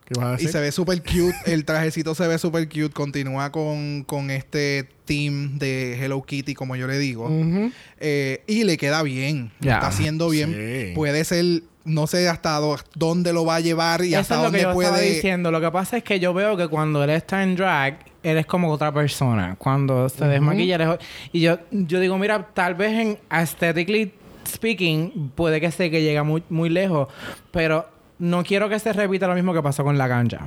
Speaker 1: ¿Qué vas a
Speaker 4: ¿Ah,
Speaker 1: decir?
Speaker 2: Y se ve súper cute, el trajecito se ve súper cute, continúa con, con este team de Hello Kitty, como yo le digo.
Speaker 1: Ujú.
Speaker 2: Eh, y le queda bien, lo
Speaker 4: Mm. Ya.
Speaker 2: está haciendo bien.
Speaker 1: Sí.
Speaker 2: Puede ser, no sé hasta do- dónde lo va a llevar y
Speaker 4: Eso
Speaker 2: hasta
Speaker 4: es lo que
Speaker 2: dónde
Speaker 4: yo estaba
Speaker 2: puede...
Speaker 4: diciendo. Lo que pasa es que yo veo que cuando él está en drag, él es como otra persona. Cuando se desmaquilla, él es o- Y yo, yo digo, mira, tal vez en aesthetically speaking, puede que sé que llega muy, muy lejos, pero no quiero que se repita lo mismo que pasó con la cancha.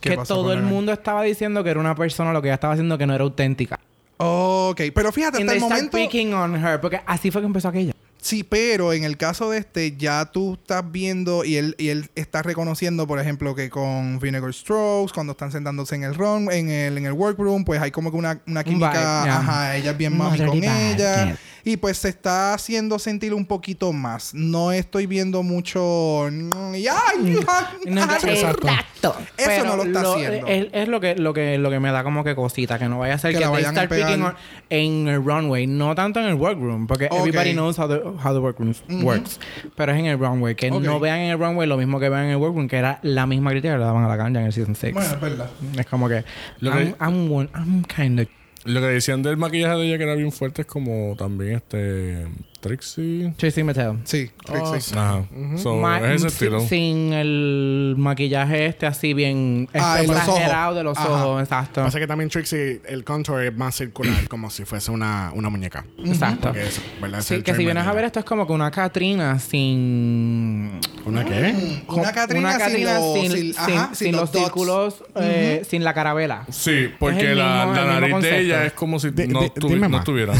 Speaker 2: ¿Qué
Speaker 4: Que
Speaker 2: pasó
Speaker 4: todo
Speaker 2: con
Speaker 4: el
Speaker 2: la ganja?
Speaker 4: mundo estaba diciendo que era una persona lo que ella estaba haciendo que no era auténtica.
Speaker 2: Ok, pero fíjate,
Speaker 4: And
Speaker 2: hasta
Speaker 4: they
Speaker 2: el
Speaker 4: start
Speaker 2: momento...
Speaker 4: picking on her, porque así fue que empezó aquella.
Speaker 2: Sí, pero en el caso de este, ya tú estás viendo y él, y él está reconociendo, por ejemplo, que con Vinegar Strokes, cuando están sentándose en el room, en el, en el workroom, pues hay como que una, una química,
Speaker 4: vibe, ya.
Speaker 2: ajá, ella es bien
Speaker 4: Un
Speaker 2: mami con
Speaker 4: already vibe,
Speaker 2: ella.
Speaker 4: yes.
Speaker 2: Y pues se está haciendo sentir un poquito más. No estoy viendo mucho. "Mm, y ay, ay,
Speaker 4: No,
Speaker 2: ay".
Speaker 1: Exacto.
Speaker 2: Eso no lo está haciendo.
Speaker 4: Es, es lo, que, lo, que, lo que me da como que cosita, que no vaya a ser
Speaker 2: Que
Speaker 4: que,
Speaker 2: la
Speaker 4: they
Speaker 2: vayan a
Speaker 4: start
Speaker 2: pegar.
Speaker 4: picking on- en el runway, no tanto en el workroom, porque
Speaker 2: Ok.
Speaker 4: everybody knows how the, how, how the workroom works. Pero es en el runway. Que
Speaker 2: Ok.
Speaker 4: no vean en el runway lo mismo que vean en el workroom, que era la misma crítica que le daban a la cancha en el season 6.
Speaker 2: Bueno, es verdad.
Speaker 4: Es como que.
Speaker 3: Lo que-
Speaker 4: I'm, I'm, one- I'm kind of.
Speaker 3: Lo que decían del maquillaje de ella que era bien fuerte es como también este Trixie.
Speaker 4: Tracy Mattel.
Speaker 2: Sí,
Speaker 4: Oh,
Speaker 2: Trixie.
Speaker 3: Ajá. So,
Speaker 4: Ma-
Speaker 3: Oh, es ese
Speaker 4: si-
Speaker 3: estilo.
Speaker 4: Sin el maquillaje este así bien
Speaker 2: Ah, y los ojos.
Speaker 4: exagerado de los
Speaker 2: Ajá.
Speaker 4: ojos, exacto.
Speaker 1: Pasa que también Trixie, el contour es más circular, como si fuese una, una muñeca.
Speaker 4: Exacto.
Speaker 1: Que es, ¿verdad? Es
Speaker 4: Ah. Sí,
Speaker 1: el
Speaker 4: que si
Speaker 1: trademark
Speaker 4: vienes a
Speaker 1: de
Speaker 4: ver
Speaker 1: ella.
Speaker 4: esto es como que una Catrina sin...
Speaker 1: ¿Una qué?
Speaker 2: Una Catrina sin,
Speaker 4: Catrina
Speaker 2: los-
Speaker 4: sin,
Speaker 2: sin-
Speaker 4: sin-
Speaker 2: ajá,
Speaker 4: sin los
Speaker 2: dots.
Speaker 4: círculos, eh, sin la carabela.
Speaker 3: Sí,
Speaker 4: Es
Speaker 3: porque
Speaker 4: el
Speaker 3: la,
Speaker 4: mismo-
Speaker 3: la
Speaker 4: el mismo
Speaker 3: nariz de
Speaker 4: concepto.
Speaker 3: ella es como si
Speaker 1: Di-
Speaker 3: no,
Speaker 1: di-
Speaker 3: tuvi-
Speaker 1: dime
Speaker 3: no
Speaker 1: más.
Speaker 3: estuviera.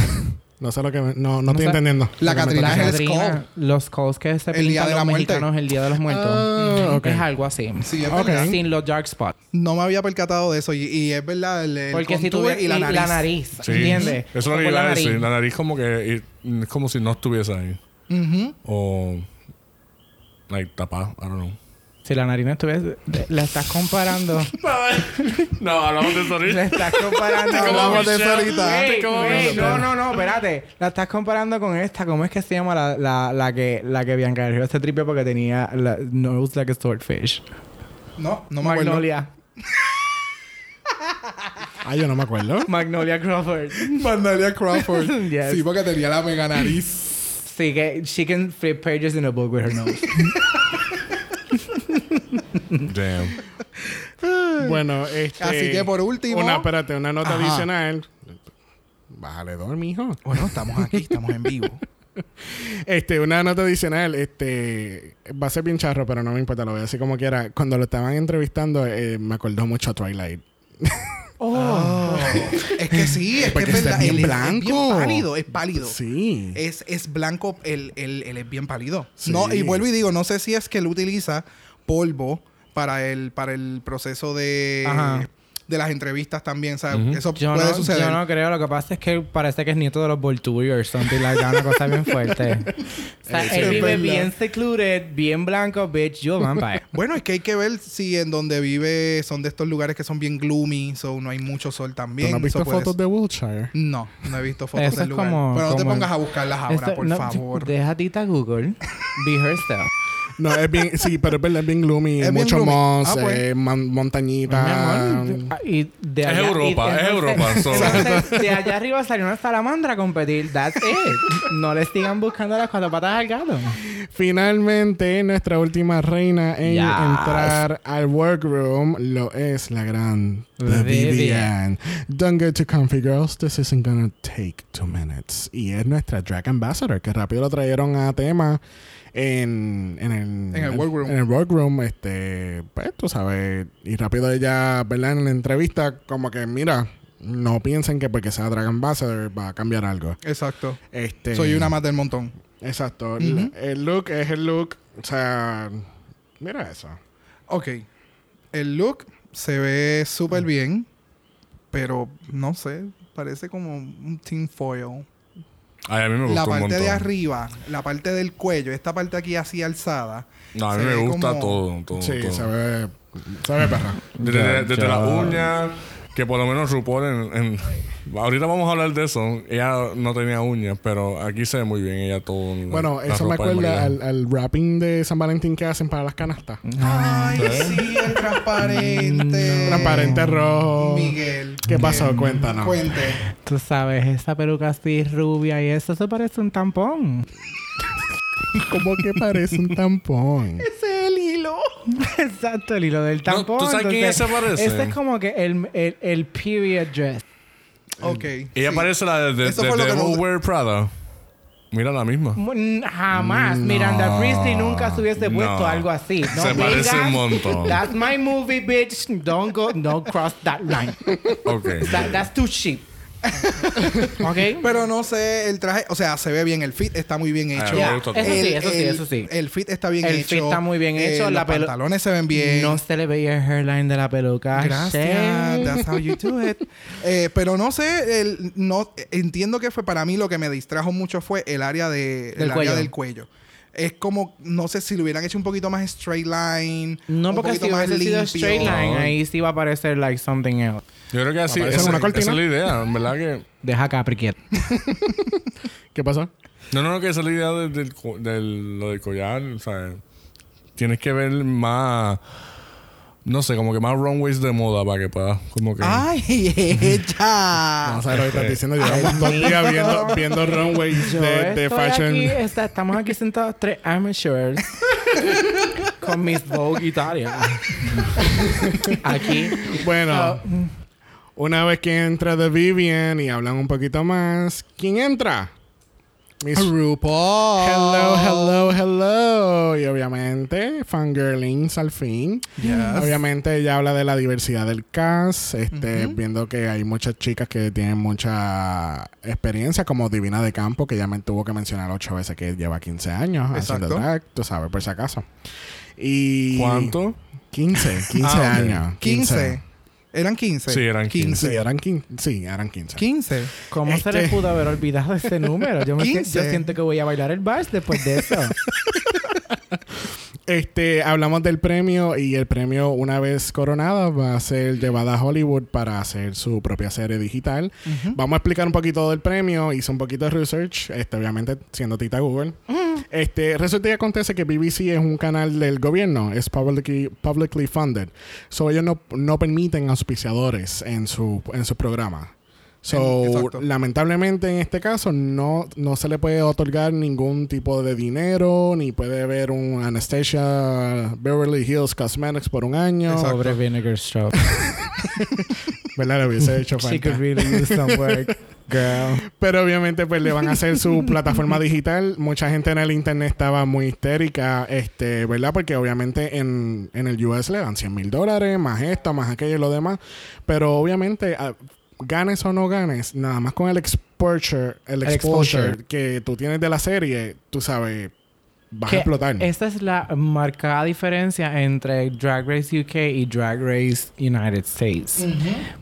Speaker 1: No sé lo que... me- No, no estoy
Speaker 4: sé.
Speaker 1: entendiendo.
Speaker 2: La
Speaker 1: Lo que me
Speaker 2: Catrina
Speaker 1: estás
Speaker 2: es el
Speaker 1: diciendo.
Speaker 4: Catrina,
Speaker 2: skull.
Speaker 4: los calls que se
Speaker 2: El día
Speaker 4: pintan
Speaker 2: de
Speaker 4: los
Speaker 2: la muerte.
Speaker 4: mexicanos el Día de los Muertos.
Speaker 1: Ah, ok.
Speaker 4: Es algo así.
Speaker 2: Sí, es
Speaker 1: Ok.
Speaker 2: verdad.
Speaker 4: Sin los dark spots.
Speaker 2: No me había percatado de eso. Y, y es verdad, el, el
Speaker 4: Porque si tú
Speaker 2: contour
Speaker 4: ves y la nariz,
Speaker 3: Sí.
Speaker 4: ¿entiendes?
Speaker 3: Eso es lo
Speaker 4: Por
Speaker 3: que
Speaker 4: la
Speaker 3: iba a decir.
Speaker 4: nariz.
Speaker 3: La nariz como que y- es como si no estuviese ahí.
Speaker 2: Ujú.
Speaker 3: O like tapada, I don't know.
Speaker 4: Si la nariz no estuviese... La estás comparando...
Speaker 3: no, hablamos de
Speaker 4: La
Speaker 3: sonrisa.
Speaker 4: estás comparando...
Speaker 2: Te comamos de eso ahorita.
Speaker 4: Ey,
Speaker 3: Te comamos
Speaker 4: ey,
Speaker 3: de eso.
Speaker 4: no, no, no, espérate. La estás comparando con esta. ¿Cómo es que se llama la, la, la que la que Bianca del Río se tripe porque tenía la nose like a swordfish?
Speaker 2: No, no me acuerdo.
Speaker 4: Magnolia.
Speaker 1: Ah, yo no me acuerdo.
Speaker 4: Magnolia Crawford.
Speaker 2: Magnolia Crawford.
Speaker 4: Yes.
Speaker 2: Sí, porque tenía la mega nariz.
Speaker 4: Sí, que she can flip pages in a book with her nose.
Speaker 3: Damn.
Speaker 1: Bueno, este...
Speaker 2: Así que por último.
Speaker 1: Una, espérate, una nota
Speaker 2: Ajá.
Speaker 1: adicional. Bájale dos, mijo.
Speaker 2: Bueno, estamos aquí, estamos en vivo.
Speaker 1: Este, una nota adicional, este, va a ser bien charro, pero no me importa, lo voy a decir como quiera. Cuando lo estaban entrevistando, eh, me acordó mucho a Twilight.
Speaker 2: Oh. es que sí, es que
Speaker 1: Porque
Speaker 2: es
Speaker 1: Pues está
Speaker 2: verdad.
Speaker 1: bien
Speaker 2: él es- Es,
Speaker 1: blanco.
Speaker 2: bien pálido, es pálido. Eh,
Speaker 1: Sí.
Speaker 2: Es, es blanco, él, él- él es bien pálido.
Speaker 1: Sí.
Speaker 2: No, y vuelvo y digo, no sé si es que él utiliza polvo para el, para el proceso de,
Speaker 4: Ajá.
Speaker 2: de las entrevistas también. ¿sabes?
Speaker 3: Ujú.
Speaker 2: Eso
Speaker 4: Yo
Speaker 2: puede
Speaker 4: no,
Speaker 2: suceder.
Speaker 4: yo no creo. Lo que pasa es que parece que es nieto de los Volturi o something like that. Una cosa bien fuerte. O sea,
Speaker 2: es
Speaker 4: él vive
Speaker 2: verdad.
Speaker 4: bien secluded, bien blanco, bitch. Yo, vampire.
Speaker 2: Bueno, es que hay que ver si en donde vive son de estos lugares que son bien gloomy, so no hay mucho sol
Speaker 1: ¿Tú
Speaker 2: también.
Speaker 1: no has visto
Speaker 2: so puedes-
Speaker 1: fotos de Wiltshire?
Speaker 2: No, no he visto fotos
Speaker 4: Eso
Speaker 2: del
Speaker 4: es
Speaker 2: lugar.
Speaker 4: como-
Speaker 2: Pero no te
Speaker 4: como-
Speaker 2: pongas a buscarlas ahora,
Speaker 4: Esto-
Speaker 2: por
Speaker 4: no,
Speaker 2: favor.
Speaker 4: Deja tita Google. Be herself.
Speaker 1: No, es bien, sí, pero es verdad, es bien gloomy,
Speaker 2: Es bien
Speaker 1: mucho
Speaker 2: gloomy.
Speaker 1: moss,
Speaker 2: Ah, pues. Ah,
Speaker 1: eh, mon- montañita.
Speaker 4: Mi amor, ah, y de
Speaker 3: Es
Speaker 4: allá- y
Speaker 3: Europa, es Europa, so-
Speaker 4: entonces, de allá arriba salió una salamandra a competir. That's it. No le sigan buscando las cuatro patas al gato.
Speaker 1: Finalmente, nuestra última reina en
Speaker 4: Yes.
Speaker 1: entrar al workroom lo es la gran The Vivian.
Speaker 4: Vivian.
Speaker 1: Don't get too comfy, girls. This isn't gonna take two minutes. Y es nuestra drag ambassador, que rápido lo trajeron a tema en, en el,
Speaker 2: En el workroom.
Speaker 1: En el workroom, este, pues tú sabes. Y rápido ella, ¿verdad? En la entrevista, como que, mira, no piensen que porque sea drag ambassador va a cambiar algo.
Speaker 2: Exacto.
Speaker 1: Este,
Speaker 2: Soy una más del montón.
Speaker 1: Exacto.
Speaker 2: Ujú.
Speaker 1: La- El look es el look. O sea, mira eso.
Speaker 2: Ok. El look se ve súper bien, pero no sé, parece como un tin foil.
Speaker 3: Ay, a mí me
Speaker 2: La
Speaker 3: gusta un
Speaker 2: parte
Speaker 3: montón.
Speaker 2: de arriba, la parte del cuello, esta parte aquí así alzada.
Speaker 3: No, a
Speaker 2: se
Speaker 3: mí me
Speaker 2: ve
Speaker 3: gusta
Speaker 2: como-
Speaker 3: todo, todo,
Speaker 1: sí,
Speaker 3: todo.
Speaker 1: se ve, se ve perra.
Speaker 3: Desde,
Speaker 4: Ya,
Speaker 3: desde
Speaker 4: ya.
Speaker 3: la uña, que por lo menos RuPaul en, en- Ahorita vamos a hablar de eso. Ella no tenía uñas, pero aquí se ve muy bien ella todo. la-
Speaker 1: Bueno,
Speaker 3: la
Speaker 1: eso me
Speaker 3: ropa y el
Speaker 1: acuerda
Speaker 3: maquillaje.
Speaker 1: al, al wrapping de San Valentín que hacen para las canastas.
Speaker 2: Ay,
Speaker 4: ¿Eh?
Speaker 2: sí, el transparente.
Speaker 1: Transparente rojo.
Speaker 2: Miguel.
Speaker 1: ¿Qué pasó?
Speaker 2: Miguel,
Speaker 1: Cuéntanos.
Speaker 2: Cuente.
Speaker 3: Eh,
Speaker 4: Tú sabes, esa peluca así rubia y eso se parece un tampón.
Speaker 1: Como que parece un tampón.
Speaker 4: Ese es el hilo. Exacto, el hilo del tampón.
Speaker 3: ¿tú sabes quién
Speaker 4: Entonces,
Speaker 3: se parece?
Speaker 4: Este es como que el, el, el period dress.
Speaker 2: Ok.
Speaker 3: Ella
Speaker 2: sí.
Speaker 3: parece la de, de,
Speaker 2: Eso
Speaker 3: de-
Speaker 2: fue lo
Speaker 3: de
Speaker 2: que me
Speaker 3: Who
Speaker 2: gustó.
Speaker 3: Wear Prada. Mira la misma.
Speaker 4: Mm, Jamás Miranda Priestley nunca se hubiese
Speaker 3: no.
Speaker 4: puesto algo así. No
Speaker 3: se parece
Speaker 4: digas,
Speaker 3: un montón.
Speaker 4: That's my movie, bitch. Don't go, don't cross that line.
Speaker 3: ok.
Speaker 4: That, that's too cheap. ¿Ok?
Speaker 2: Pero no sé, el traje, o sea, se ve bien, el fit está muy bien
Speaker 3: Ah,
Speaker 2: hecho.
Speaker 3: me
Speaker 4: Ya,
Speaker 3: gusta
Speaker 4: eso
Speaker 3: todo.
Speaker 2: El-
Speaker 4: sí, eso sí,
Speaker 2: el-
Speaker 4: eso sí.
Speaker 2: El fit está bien
Speaker 4: El
Speaker 2: hecho. Eh,
Speaker 4: fit está muy bien hecho,
Speaker 2: Los
Speaker 4: la pelu-
Speaker 2: pantalones se ven bien.
Speaker 4: No se le veía el hairline de la peluca.
Speaker 2: Gracias,
Speaker 4: Shame.
Speaker 2: that's how you do it. Eh, pero no sé, el- no entiendo que fue para mí lo que me distrajo mucho fue el área de
Speaker 4: Del
Speaker 2: el área
Speaker 4: cuello.
Speaker 2: del cuello. Es como no sé si lo hubieran hecho un poquito más straight line,
Speaker 4: No,
Speaker 2: un
Speaker 4: porque
Speaker 2: poquito
Speaker 4: si
Speaker 2: más
Speaker 4: hubiese sido
Speaker 2: limpio.
Speaker 4: straight line, ahí sí va a parecer like something else.
Speaker 3: Yo creo que así.
Speaker 1: Aparece
Speaker 3: Esa,
Speaker 1: una
Speaker 3: esa
Speaker 1: cortina.
Speaker 3: es la idea, en verdad que.
Speaker 4: Deja Capri quieto.
Speaker 1: ¿Qué pasó?
Speaker 3: No, no, no, que esa es la idea de- del co- del- lo del collar. O sea, tienes que ver más. No sé, como que más runways de moda para que puedas. Como que.
Speaker 1: Ah,
Speaker 5: ¡Ay, ella!
Speaker 1: Vamos a ver lo que
Speaker 3: Eh,
Speaker 1: estás diciendo. Llevamos dos días viendo, viendo runways
Speaker 4: Yo
Speaker 1: de, de
Speaker 4: estoy
Speaker 1: fashion.
Speaker 4: aquí, está- estamos aquí sentados tres amateurs con Miss Vogue Italia. aquí.
Speaker 1: Bueno, una vez que entra The Vivian y hablan un poquito más, ¿quién entra? Miss
Speaker 5: RuPaul.
Speaker 1: Hello, hello, hello. Y obviamente, fangirlings al fin. Obviamente ella habla de la diversidad del cast, este, viendo que hay muchas chicas que tienen mucha experiencia, como Divina de Campo, que ya me tuvo que mencionar ocho veces que lleva 15 años haciendo
Speaker 2: Exacto.
Speaker 1: drag, tú sabes, por si acaso. Y
Speaker 3: ¿Cuánto?
Speaker 1: 15, 15
Speaker 2: Ah, ok.
Speaker 1: años.
Speaker 2: 15. ¿Eran 15?
Speaker 3: Sí, eran 15.
Speaker 1: Sí, eran 15. Sí, eran 15.
Speaker 2: 15.
Speaker 4: ¿Cómo se
Speaker 1: Este-
Speaker 4: le pudo haber olvidado ese número? Yo, me si- yo
Speaker 2: 15.
Speaker 4: siento que voy a bailar el vals después de eso.
Speaker 1: Este, hablamos del premio y el premio una vez coronada va a ser llevada a Hollywood para hacer su propia serie digital. Vamos a explicar un poquito del premio, hice un poquito de research, este, obviamente siendo tita Google. Este, resulta y acontece que BBC es un canal del gobierno, es publicly, publicly funded. So ellos no, no permiten auspiciadores en su, en su programa. So,
Speaker 2: En- exacto.
Speaker 1: lamentablemente en este caso no, no se le puede otorgar ningún tipo de dinero, ni puede haber un Anastasia Beverly Hills Cosmetics por un año.
Speaker 2: Exacto.
Speaker 4: Pobre Vinegar Stroke.
Speaker 1: ¿Verdad? Le hubiese hecho
Speaker 4: She
Speaker 1: falta.
Speaker 4: could really use some work, girl.
Speaker 1: Pero obviamente pues le van a hacer su plataforma digital. Mucha gente en el internet estaba muy histérica, este, ¿verdad? Porque obviamente en, en el US le dan 100 mil dólares, más esto, más aquello y lo demás. Pero obviamente, a- ganes o no ganes, nada más con el exposure, el
Speaker 4: El
Speaker 1: exposure,
Speaker 4: exposure.
Speaker 1: que tú tienes de la serie, tú sabes, vas
Speaker 4: Que
Speaker 1: a explotar.
Speaker 4: Esta es la marcada diferencia entre Drag Race UK y Drag Race United States.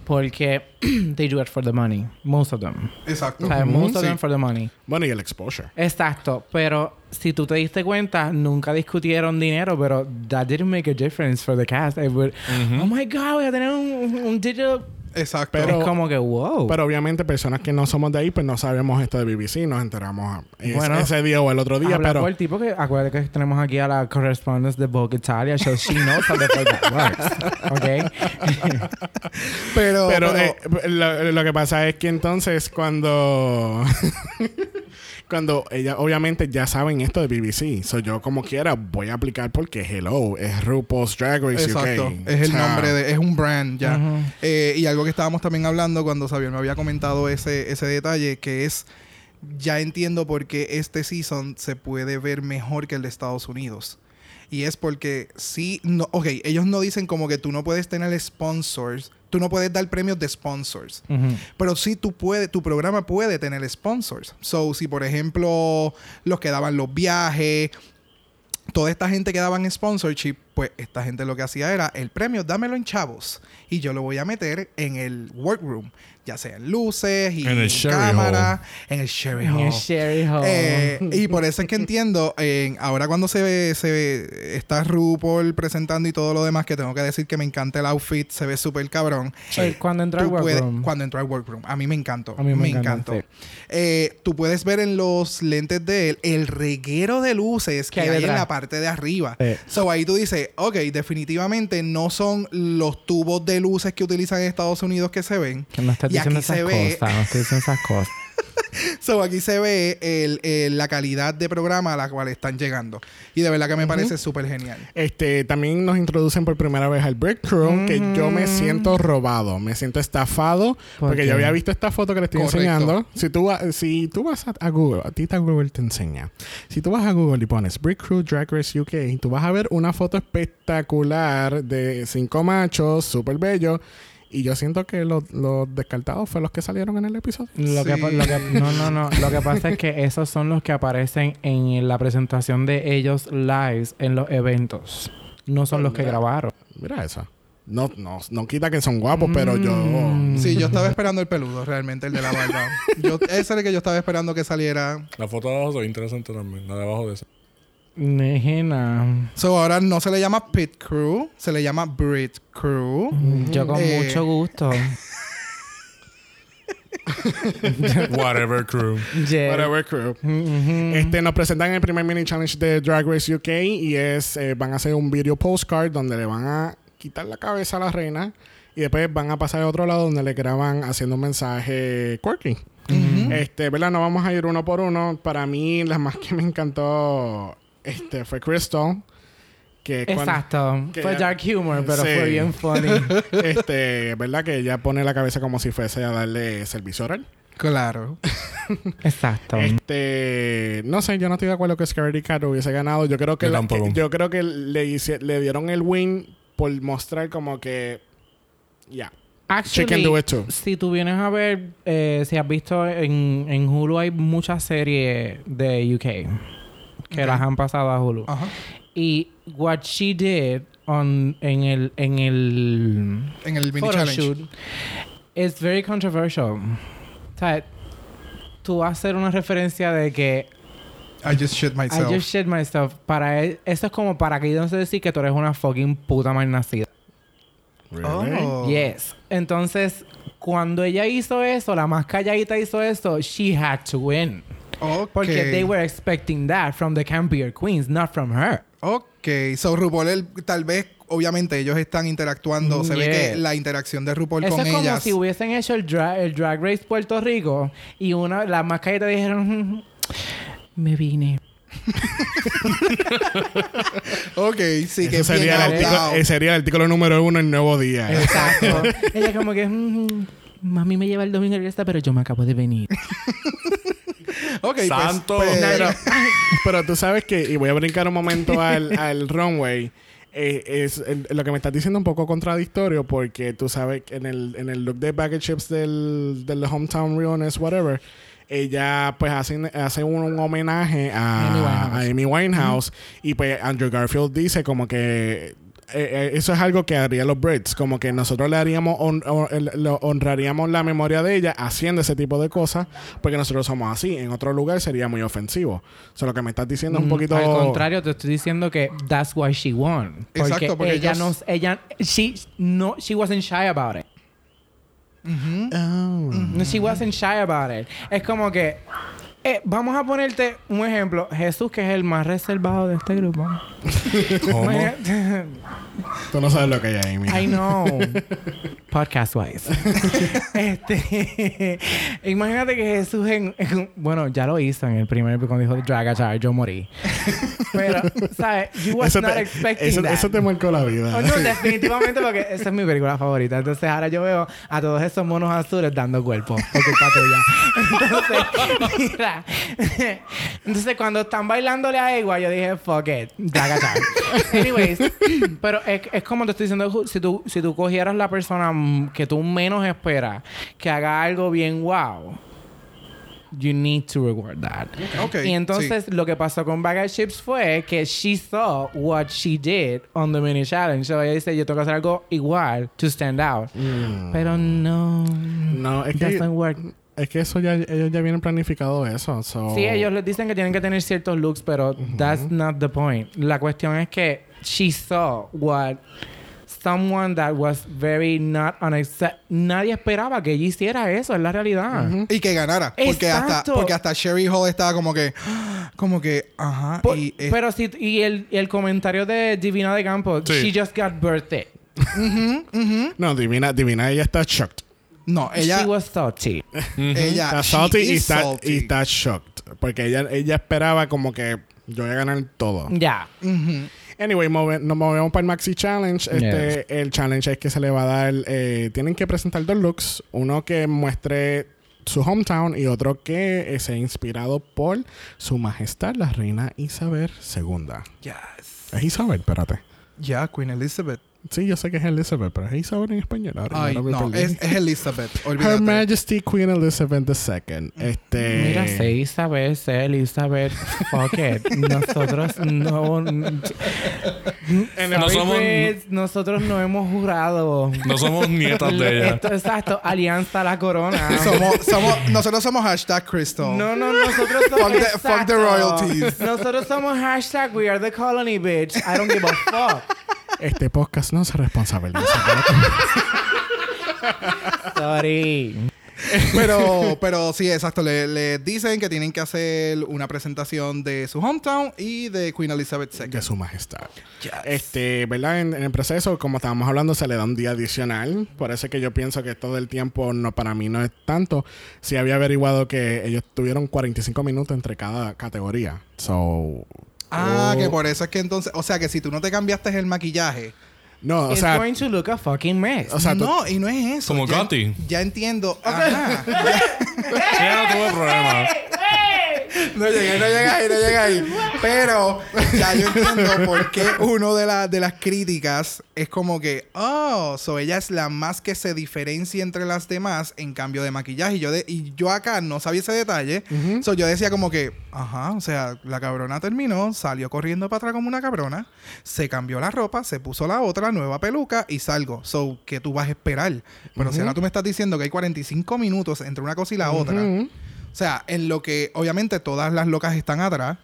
Speaker 4: Porque they do it for the money. Most of them.
Speaker 2: Exacto.
Speaker 4: O sea, most of
Speaker 2: Sí.
Speaker 4: them for the money.
Speaker 1: Bueno, y el exposure.
Speaker 4: Exacto. Pero si tú te diste cuenta, nunca discutieron dinero, pero that didn't make a difference for the cast. It would- Oh my God, voy a tener un, un digital...
Speaker 2: Exacto.
Speaker 1: Pero-
Speaker 4: es como que wow.
Speaker 1: Pero obviamente personas que no somos de ahí, pues no sabemos esto de BBC, nos enteramos ah, es-
Speaker 4: Bueno,
Speaker 1: ese día o el otro día,
Speaker 4: Habla
Speaker 1: pero...
Speaker 4: por el tipo que acuérdate que tenemos aquí a la correspondence de Vogue Italia, so she knows how the fuck that works, okay?
Speaker 2: pero,
Speaker 1: Pero,
Speaker 2: pero-
Speaker 1: eh, lo, lo que pasa es que entonces cuando... cuando ella obviamente ya saben esto de BBC. So yo como quiera voy a aplicar porque hello, es RuPaul's Drag Race
Speaker 2: Exacto.
Speaker 1: UK.
Speaker 2: Es el
Speaker 1: O sea,
Speaker 2: nombre de... Es un brand ya. Eh, y algo que estábamos también hablando cuando Xavier me había comentado ese, ese detalle, que es... Ya entiendo por qué este season se puede ver mejor que el de Estados Unidos. Y es porque sí, no, ok, ellos no dicen como que tú no puedes tener sponsors, tú no puedes dar premios de sponsors.
Speaker 4: Ujú.
Speaker 2: Pero sí, tú puede, tu programa puede tener sponsors. So, si por ejemplo, los que daban los viajes, toda esta gente que daban sponsorship, pues esta gente lo que hacía era el premio, dámelo en chavos. Y yo lo voy a meter en el workroom, ya sea en luces y
Speaker 3: En el Sherry
Speaker 2: cámara, en el Sherry
Speaker 4: En el
Speaker 2: Hall.
Speaker 4: Sherry Hall.
Speaker 2: Eh, y por eso es que entiendo, en- ahora cuando se ve, se ve, está RuPaul presentando y todo lo demás, que tengo que decir que me encanta el outfit, se ve súper cabrón.
Speaker 4: Eh, cuando entró al
Speaker 2: Tú puedes-
Speaker 4: workroom.
Speaker 2: cuando entró al workroom. A mí me encantó.
Speaker 4: A mí me
Speaker 2: me
Speaker 4: encanta,
Speaker 2: encantó. Eh, tú puedes ver en los lentes de él el reguero de luces
Speaker 4: Que
Speaker 2: que
Speaker 4: hay
Speaker 2: hay, en
Speaker 4: detrás.
Speaker 2: la parte de arriba.
Speaker 4: Sí.
Speaker 2: So ahí tú dices, ok, definitivamente no son los tubos de luces que utilizan en Estados Unidos que se ven.
Speaker 4: Que no estás
Speaker 2: Y
Speaker 4: diciendo
Speaker 2: aquí
Speaker 4: esas
Speaker 2: se ve-
Speaker 4: cosas, no estoy diciendo esas cosas.
Speaker 2: So aquí se ve el- el- la calidad de programa a la cual están llegando. Y de verdad que me parece súper genial.
Speaker 1: Este, también nos introducen por primera vez al Breakroom, que yo me siento robado, me siento estafado,
Speaker 4: ¿Por
Speaker 1: porque
Speaker 4: qué?
Speaker 1: yo había visto esta foto que le estoy
Speaker 2: Correcto.
Speaker 1: enseñando. Si tú, va- si tú vas a, a Google, a ti te- Google te enseña. Si tú vas a Google y pones Brick Crew Drag Race UK, tú vas a ver una foto espectacular de cinco machos, súper bello. Y yo siento que los, los descartados fueron los que salieron en el episodio.
Speaker 4: Lo que, pa-
Speaker 2: Sí.
Speaker 4: lo que- no, no, no. Lo que pasa es que esos son los que aparecen en la presentación de ellos lives en los eventos. No son los que grabaron.
Speaker 1: Mira eso. No, no, no quita que son guapos, pero yo.
Speaker 4: Mm.
Speaker 2: Sí, yo estaba esperando el peludo, realmente, el de la barba. Yo, ese era el que yo estaba esperando que saliera.
Speaker 3: La foto de abajo es interesante también. La de abajo de esa.
Speaker 4: Nena.
Speaker 2: So ahora no se le llama Pit Crew, se le llama Brit Crew.
Speaker 4: Yo con
Speaker 2: Eh.
Speaker 4: mucho gusto.
Speaker 3: Whatever crew.
Speaker 4: Yeah.
Speaker 1: Whatever crew. Este, nos presentan el primer mini challenge de Drag Race UK y es eh, van a hacer un video postcard donde le van a quitar la cabeza a la reina y después van a pasar a otro lado donde le graban haciendo un mensaje quirky.
Speaker 4: Mm-hmm.
Speaker 2: Eh,
Speaker 1: Este, ¿verdad? No vamos a ir uno por uno. Para mí, la más que me encantó este, fue Crystal. Que cuando-
Speaker 4: Exacto.
Speaker 1: que
Speaker 4: Fue
Speaker 1: ya-
Speaker 4: dark humor, pero
Speaker 1: Sí.
Speaker 4: fue bien funny.
Speaker 1: este, ¿verdad? Que ella pone la cabeza como si fuese a darle servicio oral.
Speaker 2: Claro.
Speaker 4: Exacto.
Speaker 1: Este, no sé, yo no estoy de acuerdo que Scary Cat hubiese ganado. Yo creo que,
Speaker 3: Yo
Speaker 1: la-
Speaker 3: tampoco.
Speaker 1: que- yo creo que le, hice- le dieron el win por mostrar como que ya. She
Speaker 4: Actually,
Speaker 1: can do it too.
Speaker 4: si tú vienes a ver, eh, si has visto en, en Hulu, hay muchas series de UK que las han pasado a Hulu.
Speaker 2: Ajá.
Speaker 4: Y what she did on, en el, en el
Speaker 2: En el mini challenge.
Speaker 4: photoshoot is very controversial. O sea, tú vas a hacer una referencia de que
Speaker 2: I just shit myself.
Speaker 4: I just shit myself. Para e- eso es como para que yo no sé decir que tú eres una fucking puta malnacida.
Speaker 2: Oh.
Speaker 4: Yes. Entonces, cuando ella hizo eso, la más calladita hizo eso, she had to win.
Speaker 2: Ok.
Speaker 4: Porque they were expecting that from the campier queens, not from her.
Speaker 2: Ok, so RuPaul el- tal vez, obviamente ellos están interactuando, se ve
Speaker 4: Yeah.
Speaker 2: que la interacción de RuPaul
Speaker 4: Eso
Speaker 2: con
Speaker 4: es como
Speaker 2: ellas.
Speaker 4: si hubiesen hecho el, dra- el Drag Race Puerto Rico y una las más calladita dijeron, "Mm, me vine.
Speaker 2: Ok, sí, que
Speaker 1: Ese
Speaker 2: es bien
Speaker 1: sería, el
Speaker 2: hablado.
Speaker 1: artículo, ese sería el artículo número uno en Nuevo
Speaker 2: Eh.
Speaker 1: Día.
Speaker 4: Exacto. ella como que, "Mm, mami me lleva el domingo a la fiesta, pero yo me acabo de venir.
Speaker 2: Ok, pues,
Speaker 3: Santo.
Speaker 2: pues,
Speaker 1: pero, pero tú sabes que, y voy a brincar un momento al, al runway. eh, es el- lo que me estás diciendo un poco contradictorio porque tú sabes que en el, en el look de Baggage Chips del, del Hometown Realness, whatever, ella pues hace, hace un, un homenaje a a
Speaker 4: Amy Winehouse.
Speaker 1: Amy Winehouse y pues Andrew Garfield dice como que eh, eh, eso es algo que harían los Brits, como que nosotros le haríamos hon- hon- el- lo- honraríamos la memoria de ella haciendo ese tipo de cosas, porque nosotros somos así. En otro lugar sería muy ofensivo. O sea, lo que me estás diciendo es un
Speaker 4: Mm,
Speaker 1: poquito.
Speaker 4: Al contrario, te estoy diciendo que that's why she won. Porque
Speaker 2: Exacto, porque
Speaker 4: ella no,
Speaker 2: ellos-
Speaker 4: ella, she, no, she wasn't shy about it.
Speaker 1: Oh.
Speaker 2: Mm.
Speaker 4: No, she wasn't shy about it. Es como que, eh, vamos a ponerte un ejemplo. Jesús, que es el más reservado de este grupo.
Speaker 3: ¿Cómo?
Speaker 4: Imagínate-
Speaker 1: Tú no sabes lo que hay ahí, mira.
Speaker 4: I know. Podcast wise. este, imagínate que Jesús en, en- bueno, ya lo hizo en el primer cuando dijo Dragachar, yo morí. Pero, ¿sabes? You was
Speaker 1: Eso
Speaker 4: not
Speaker 1: te,
Speaker 4: expecting
Speaker 1: eso-
Speaker 4: that.
Speaker 1: eso te marcó la
Speaker 4: Oh,
Speaker 1: vida.
Speaker 4: no, definitivamente porque esa es mi película favorita. Entonces ahora yo veo a todos esos monos azules dando cuerpo por culpa tuya. Entonces, mira. Entonces cuando están bailándole a Egua, yo dije, fuck it, daga Anyways, pero es, es como te estoy diciendo, Ju, si tú, si tú cogieras la persona mm, que tú menos esperas que haga algo bien wow, you need to reward that.
Speaker 2: ok,
Speaker 4: Y entonces lo que pasó con Bag of Chips fue que she saw what she did on the mini challenge. So ella dice, yo tengo que hacer algo igual to stand out. Pero no.
Speaker 1: No, es que,
Speaker 4: Doesn't work.
Speaker 1: es que eso ya, ellos ya vienen planificado eso. so-
Speaker 4: Sí, ellos les dicen que tienen que tener ciertos looks, pero that's not the point. La cuestión es que she saw what someone that was very not unaccept. Nadie esperaba que ella hiciera eso, es la realidad.
Speaker 2: sí. Y que ganara. Porque hasta,
Speaker 4: Exacto.
Speaker 2: porque hasta Sherry Hall estaba como que, como que, ajá.
Speaker 4: Por-
Speaker 2: y es-
Speaker 4: pero sí, y el, y el comentario de Divina de Campo,
Speaker 3: Sí.
Speaker 4: she just got birthday.
Speaker 1: No, divina, divina, ella está shocked.
Speaker 2: no, ella,
Speaker 4: She was salty.
Speaker 2: ella
Speaker 1: Está
Speaker 4: Ah,
Speaker 2: she
Speaker 1: salty y
Speaker 2: is
Speaker 1: está,
Speaker 2: salty.
Speaker 1: y está shocked. Porque ella, ella esperaba como que yo voy a ganar todo.
Speaker 4: Ya.
Speaker 2: Eh.
Speaker 1: Anyway, move- nos movemos para el Maxi Challenge. Este, El challenge es que se le va a dar. eh, tienen que presentar dos looks: uno que muestre su hometown y otro que eh, sea inspirado por su majestad, la reina Isabel II.
Speaker 2: Yes.
Speaker 1: Es Isabel, espérate.
Speaker 2: Ya, Queen Elizabeth.
Speaker 1: Sí, yo sé que es Elizabeth, pero es Isabel en español. Ahora
Speaker 2: Ay,
Speaker 1: ya me
Speaker 2: no,
Speaker 1: perdí.
Speaker 2: es, es Elizabeth.
Speaker 1: Her
Speaker 2: Olvídate.
Speaker 1: Majesty Queen Elizabeth II. Este,
Speaker 4: Mira, sé Isabel, sé Elizabeth. Fuck it. Nosotros no.
Speaker 3: No
Speaker 4: Sorry,
Speaker 3: somos-
Speaker 4: Fritz, nosotros no hemos jurado.
Speaker 3: No somos nietas de ella.
Speaker 4: Esto- exacto. Alianza a la corona.
Speaker 2: Somos, somos, nosotros somos hashtag Crystal.
Speaker 4: No, no, nosotros
Speaker 2: Fuck
Speaker 4: somos.
Speaker 2: the- fuck
Speaker 4: exacto.
Speaker 2: the royalties.
Speaker 4: Nosotros somos hashtag We Are the Colony, bitch. I don't give a fuck.
Speaker 1: este podcast no se responsabiliza.
Speaker 4: Sorry.
Speaker 2: Pero, pero sí, exacto. Le, le dicen que tienen que hacer una presentación de su hometown y de Queen Elizabeth II.
Speaker 1: de su majestad. Este, ¿verdad? En, en el proceso, como estábamos hablando, se le da un día adicional. Por eso es que yo pienso que todo el tiempo no para mí no es tanto. Si había averiguado que ellos tuvieron 45 minutos entre cada categoría. So,
Speaker 2: Ah,
Speaker 1: oh.
Speaker 2: que por eso es que entonces, o sea, que si tú no te cambiaste el maquillaje.
Speaker 1: no, o
Speaker 4: It's
Speaker 1: sea,
Speaker 4: going to look a fucking mess.
Speaker 1: o sea, tú-
Speaker 2: no, y no es eso.
Speaker 3: Como
Speaker 2: ya,
Speaker 3: Gotti.
Speaker 2: Ya entiendo. Ajá.
Speaker 3: Ya no tuve problema.
Speaker 2: No llegué, no llegué ahí, no llegué ahí. Pero ya yo entiendo por qué uno de, la- de las críticas es como que, oh, so ella es la más que se diferencia entre las demás en cambio de maquillaje. Y yo, de, y yo acá no sabía ese detalle. So yo decía como que, ajá, o sea, la cabrona terminó, salió corriendo para atrás como una cabrona, se cambió la ropa, se puso la otra nueva peluca y salgo. So, ¿qué tú vas a esperar? Pero si ahora tú me estás diciendo que hay 45 minutos entre una cosa y la otra. O sea, en lo que obviamente todas las locas están atrás.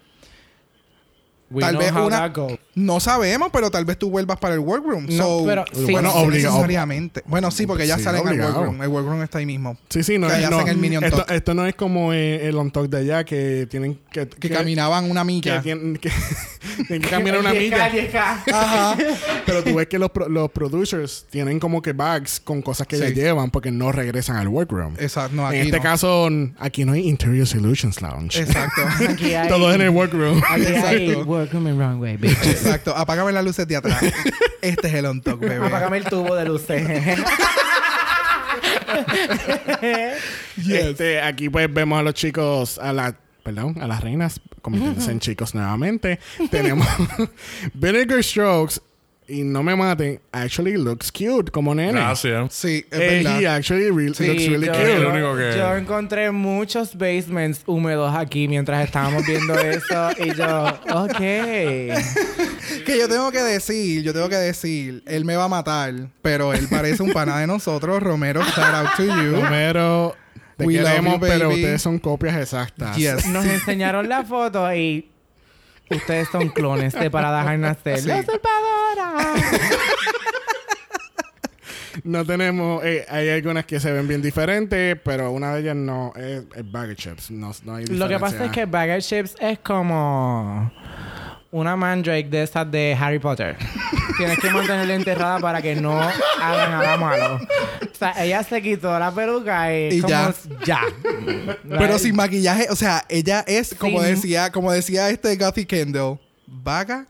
Speaker 4: We
Speaker 2: tal
Speaker 4: know
Speaker 2: vez
Speaker 4: how
Speaker 2: una-
Speaker 4: that go.
Speaker 2: No sabemos, pero tal vez tú vuelvas para el workroom.
Speaker 4: No,
Speaker 2: So,
Speaker 4: pero sí.
Speaker 2: bueno,
Speaker 1: Bueno, obligado.
Speaker 2: necesariamente. Bueno, sí, porque ya
Speaker 1: Sí,
Speaker 2: salen al
Speaker 1: obligado.
Speaker 2: workroom. El workroom está ahí mismo.
Speaker 1: sí, sí, no,
Speaker 2: que
Speaker 1: es-
Speaker 2: allá
Speaker 1: no.
Speaker 2: hacen el Minion
Speaker 1: esto,
Speaker 2: Talk.
Speaker 1: esto no es como eh, el on talk de allá que tienen que,
Speaker 2: Que
Speaker 1: que-
Speaker 2: caminaban una
Speaker 1: que
Speaker 2: milla.
Speaker 1: tienen que, tienen que caminar una milla.
Speaker 2: Ajá.
Speaker 1: Pero tú ves que los, pro- los producers tienen como que bags con cosas que
Speaker 2: Sí.
Speaker 1: ya llevan porque no regresan al workroom.
Speaker 2: Exacto. No, aquí
Speaker 1: en este
Speaker 2: no.
Speaker 1: caso, n- aquí no hay Interior Solutions Lounge.
Speaker 2: Exacto.
Speaker 4: Aquí
Speaker 2: Este,
Speaker 4: hay-
Speaker 1: Todo es en el workroom.
Speaker 4: aquí hay
Speaker 2: Exacto.
Speaker 4: Welcome in wrong way, bitch.
Speaker 2: Exacto. Apágame las luces de atrás. Este es el on talk, bebé.
Speaker 4: Apágame el tubo de luces.
Speaker 1: Este, aquí pues vemos a los chicos, a la, perdón, a las reinas convirtiéndose en chicos nuevamente. Tenemos Vinegar Strokes y no me maten, actually looks cute como nene.
Speaker 3: Gracias.
Speaker 2: Sí, es
Speaker 1: Eh,
Speaker 2: verdad.
Speaker 1: he actually re-
Speaker 2: Sí,
Speaker 1: looks really
Speaker 4: yo,
Speaker 1: cute.
Speaker 3: Es lo único que-
Speaker 4: yo encontré muchos basements húmedos aquí mientras estábamos viendo eso y yo, ok.
Speaker 2: Que yo tengo que decir, yo tengo que decir, él me va a matar, pero él parece un pana de nosotros, Romero, shout out to you.
Speaker 1: Romero, te
Speaker 2: We love
Speaker 1: queremos,
Speaker 2: you,
Speaker 1: pero
Speaker 2: baby.
Speaker 1: ustedes son copias exactas.
Speaker 2: Yes.
Speaker 4: Nos enseñaron la foto y ustedes son clones de Parada Harnaster.
Speaker 2: Sí.
Speaker 4: ¡La salvadora!
Speaker 1: No tenemos, eh, hay algunas que se ven bien diferentes, pero una de ellas no es, es Bag Chips. No, no hay
Speaker 4: Lo que
Speaker 1: diferencia.
Speaker 4: pasa es que Bagger Chips es como una mandrake de esas de Harry Potter. Tienes que mantenerla enterrada para que no haga nada malo. O sea, ella se quitó la peluca y,
Speaker 2: Y
Speaker 4: como
Speaker 2: ya.
Speaker 4: ya.
Speaker 2: Pero sin maquillaje, o sea, ella es, como
Speaker 4: Sin-
Speaker 2: decía, como decía este Gothy Kendall, vaga,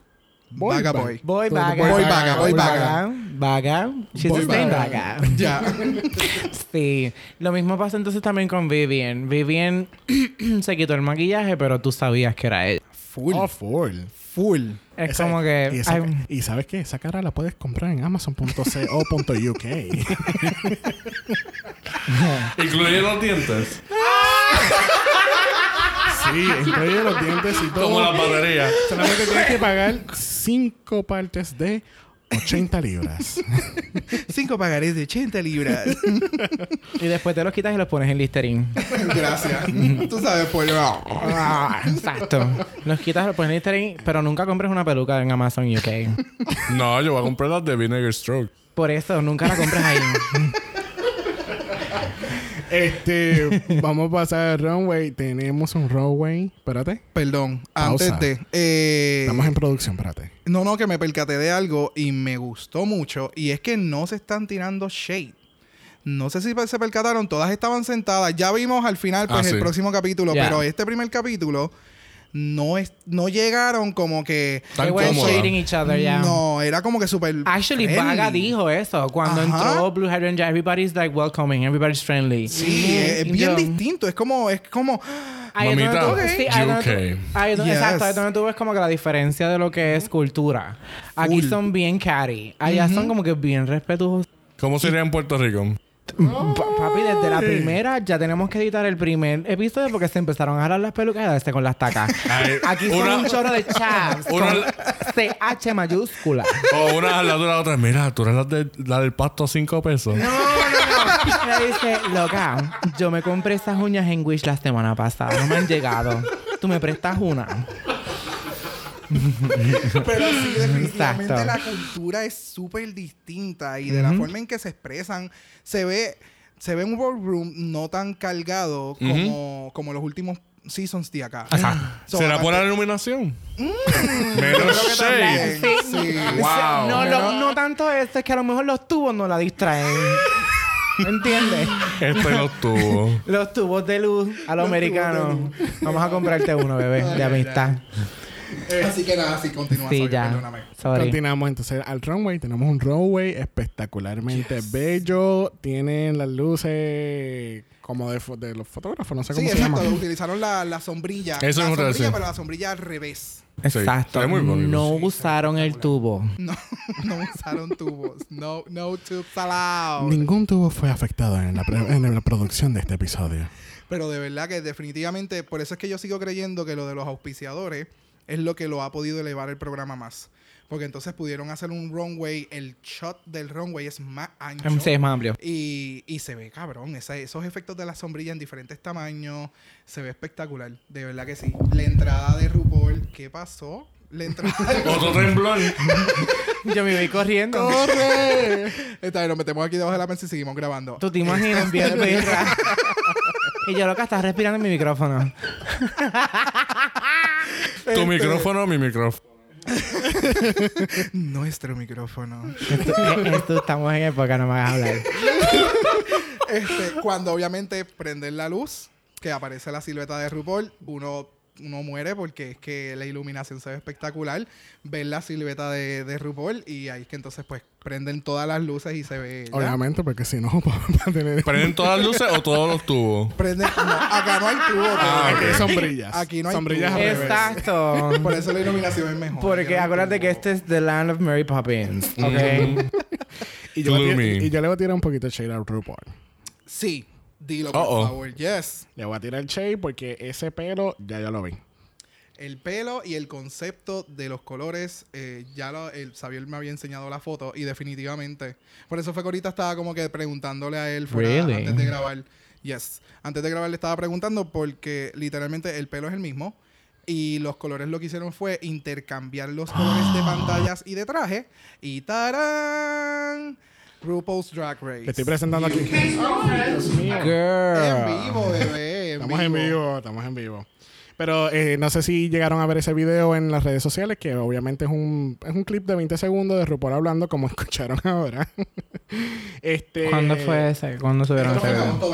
Speaker 2: vaga boy.
Speaker 1: Voy
Speaker 4: Voy vaga.
Speaker 2: voy vaga, voy
Speaker 4: vaga. Vaga. She's
Speaker 2: Voy
Speaker 4: a stay
Speaker 2: vaga.
Speaker 4: vaga.
Speaker 2: Ya.
Speaker 4: Sí. Lo mismo pasa entonces también con Vivian. Vivian se quitó el maquillaje, pero tú sabías que era ella.
Speaker 2: Full. Eh,
Speaker 1: Oh, full.
Speaker 2: Full.
Speaker 4: Es
Speaker 1: Esa-
Speaker 4: como que...
Speaker 1: Y, esa-
Speaker 4: ay,
Speaker 1: y sabes qué? Esa cara la puedes comprar en amazon.co.uk.
Speaker 3: Incluye los dientes.
Speaker 1: sí, incluye los dientes y
Speaker 3: Como las
Speaker 1: todo.
Speaker 3: baterías.
Speaker 1: Solamente tienes que pagar cinco partes de 80 libras.
Speaker 2: Cinco pagarés de 80 libras.
Speaker 4: y después te los quitas y los pones en Listerine.
Speaker 2: Gracias. Tú sabes, pues.
Speaker 4: Ah, exacto. Los quitas, los pones en Listerine, pero nunca compres una peluca en Amazon UK.
Speaker 3: No, yo voy a comprar las de Vinegar Stroke.
Speaker 4: Por eso, nunca la compres ahí.
Speaker 1: este, vamos a pasar al runway. Tenemos un runway. Espérate.
Speaker 2: Perdón,
Speaker 1: Pausa.
Speaker 2: antes de. eh,
Speaker 1: Estamos en producción, espérate.
Speaker 2: No, no, que me percaté de algo y me gustó mucho. Y es que no se están tirando shade. No sé si se percataron, todas estaban sentadas. Ya vimos al final, pues,
Speaker 3: Ah,
Speaker 2: el
Speaker 3: sí.
Speaker 2: próximo capítulo.
Speaker 4: Ya.
Speaker 2: Pero este primer capítulo no, es, no llegaron como que.
Speaker 3: Tan
Speaker 4: They were
Speaker 3: cómoda.
Speaker 4: shading each other, ya.
Speaker 2: No, era como que súper.
Speaker 4: Actually,
Speaker 2: friendly.
Speaker 4: Vaga dijo eso. Cuando
Speaker 2: Ajá.
Speaker 4: entró Blue Hydrangea, everybody's like welcoming, everybody's friendly.
Speaker 2: Sí, es, es bien
Speaker 4: Yo-
Speaker 2: distinto. Es como. Es como
Speaker 4: Ahí es donde
Speaker 3: Mamita,
Speaker 4: tú- sí,
Speaker 3: ok.
Speaker 4: ahí es donde
Speaker 3: UK.
Speaker 4: tú- ahí es donde-
Speaker 2: Yes.
Speaker 4: Exacto, ahí es donde tú ves como que la diferencia de lo que es cultura. Aquí
Speaker 2: Full.
Speaker 4: son bien cari. Allá son como que bien respetuosos.
Speaker 3: ¿Cómo sería en Puerto Rico?
Speaker 4: Pa- papi, desde la primera ya tenemos que editar el primer episodio porque se empezaron a jalar las pelucas y a darse con las tacas.
Speaker 3: Ay,
Speaker 4: Aquí son
Speaker 3: una-
Speaker 4: un chorro de chaps
Speaker 3: una-
Speaker 4: con CH mayúscula.
Speaker 3: O una al lado de la otra. Mira, tú eres la, de- la del pasto a cinco pesos.
Speaker 4: No, no, no. Me dice, loca, yo me compré esas uñas en Wish la semana pasada. No me han llegado. Tú me prestas una.
Speaker 2: Pero sí, definitivamente
Speaker 4: Exacto.
Speaker 2: la cultura es súper distinta y de la forma en que se expresan, se ve. se ve un ballroom no tan cargado como, como los últimos seasons de acá. So,
Speaker 3: ¿Será por la
Speaker 2: aparte-
Speaker 3: iluminación? Menos
Speaker 2: Creo que
Speaker 3: shade.
Speaker 2: también, sí.
Speaker 3: Wow.
Speaker 4: No, lo- no tanto esto, es que a lo mejor los tubos no la distraen. ¿Entiendes?
Speaker 3: Este no estuvo.
Speaker 4: Los tubos de luz a los americanos. Vamos a comprarte uno, bebé, de amistad.
Speaker 2: Así que nada, sí, continúa.
Speaker 4: Sí,
Speaker 2: sorry,
Speaker 4: ya.
Speaker 2: perdóname.
Speaker 4: Sorry.
Speaker 1: Continuamos entonces al runway. Tenemos un runway espectacularmente bello. Tienen las luces como de, fo- de los fotógrafos, no sé
Speaker 2: Sí,
Speaker 1: cómo se
Speaker 2: exacto.
Speaker 1: llama.
Speaker 2: Utilizaron la, la sombrilla.
Speaker 3: Eso
Speaker 2: la
Speaker 3: es otra
Speaker 2: sombrilla,
Speaker 3: vez.
Speaker 2: pero la sombrilla al revés.
Speaker 3: Sí,
Speaker 4: Exacto.
Speaker 3: está muy bonito.
Speaker 4: no
Speaker 3: Sí,
Speaker 4: usaron el tubo.
Speaker 2: No, no usaron tubos. No, no tubes allowed.
Speaker 1: Ningún tubo fue afectado en la, pre- en la producción de este episodio.
Speaker 2: Pero de verdad que definitivamente, por eso es que yo sigo creyendo que lo de los auspiciadores es lo que lo ha podido elevar el programa más. Porque entonces pudieron hacer un runway, el shot del runway es más ancho.
Speaker 4: Sí, es más amplio.
Speaker 2: Y, y se ve cabrón, esa- esos efectos de la sombrilla en diferentes tamaños, se ve espectacular, de verdad que sí. La entrada de RuPaul, ¿qué pasó? La entrada de
Speaker 3: Otro temblor.
Speaker 4: Yo me voy corriendo.
Speaker 2: ¡Corre! Está bien, nos metemos aquí debajo de la mesa y seguimos grabando.
Speaker 4: Tú te imaginas bien perra. Y yo loca estás respirando en mi micrófono.
Speaker 3: tu micrófono o mi micrófono.
Speaker 2: Nuestro micrófono.
Speaker 4: Esto, eh, esto estamos en época, no me hagas hablar.
Speaker 2: Este, cuando obviamente prenden la luz, que aparece la silueta de RuPaul, uno, uno muere porque es que la iluminación se ve espectacular. Ver la silueta de, de RuPaul y ahí es que entonces pues prenden todas las luces y se ve... ella.
Speaker 1: Obviamente, porque si no, vamos a tener
Speaker 3: ¿Prenden todas las luces o todos los tubos?
Speaker 2: Prenden... no, acá no hay tubo. pero-
Speaker 3: Ah,
Speaker 1: Aquí hay sombrillas.
Speaker 2: Aquí no hay
Speaker 1: sombrillas
Speaker 2: tubo.
Speaker 1: al revés.
Speaker 4: Exacto.
Speaker 2: Por eso la iluminación es mejor. Aquí
Speaker 4: Porque
Speaker 2: no hay
Speaker 4: acuérdate
Speaker 2: tubo.
Speaker 4: que este es The Land of Mary Poppins.
Speaker 3: Mm.
Speaker 4: Ok.
Speaker 1: Y yo, le, voy a-
Speaker 3: Gloomy.
Speaker 1: y yo le voy a tirar un poquito de shade a RuPaul.
Speaker 2: Sí, dilo por
Speaker 3: Uh-oh.
Speaker 2: favor. Yes.
Speaker 1: Le voy a tirar shade porque ese pelo ya yo lo vi.
Speaker 2: El pelo y el concepto de los colores, eh, ya lo, el, Xavier me había enseñado la foto y definitivamente. Por eso fue que ahorita estaba como que preguntándole a él fuera
Speaker 4: Really?
Speaker 2: antes de grabar. Yes. Antes de grabar le estaba preguntando porque literalmente el pelo es el mismo. Y los colores lo que hicieron fue intercambiar los colores de pantallas y de traje. Y tarán. RuPaul's Drag Race.
Speaker 1: Te estoy presentando aquí.
Speaker 2: En
Speaker 4: Girl.
Speaker 2: vivo, bebé. en
Speaker 1: Estamos en vivo, estamos en vivo. Pero eh, no sé si llegaron a ver ese video en las redes sociales, que obviamente es un, es un clip de 20 segundos de RuPaul hablando, como escucharon ahora. este,
Speaker 4: ¿Cuándo fue ese? ¿Cuándo subieron
Speaker 2: Esto
Speaker 4: ese
Speaker 2: fue en
Speaker 4: video?
Speaker 2: agosto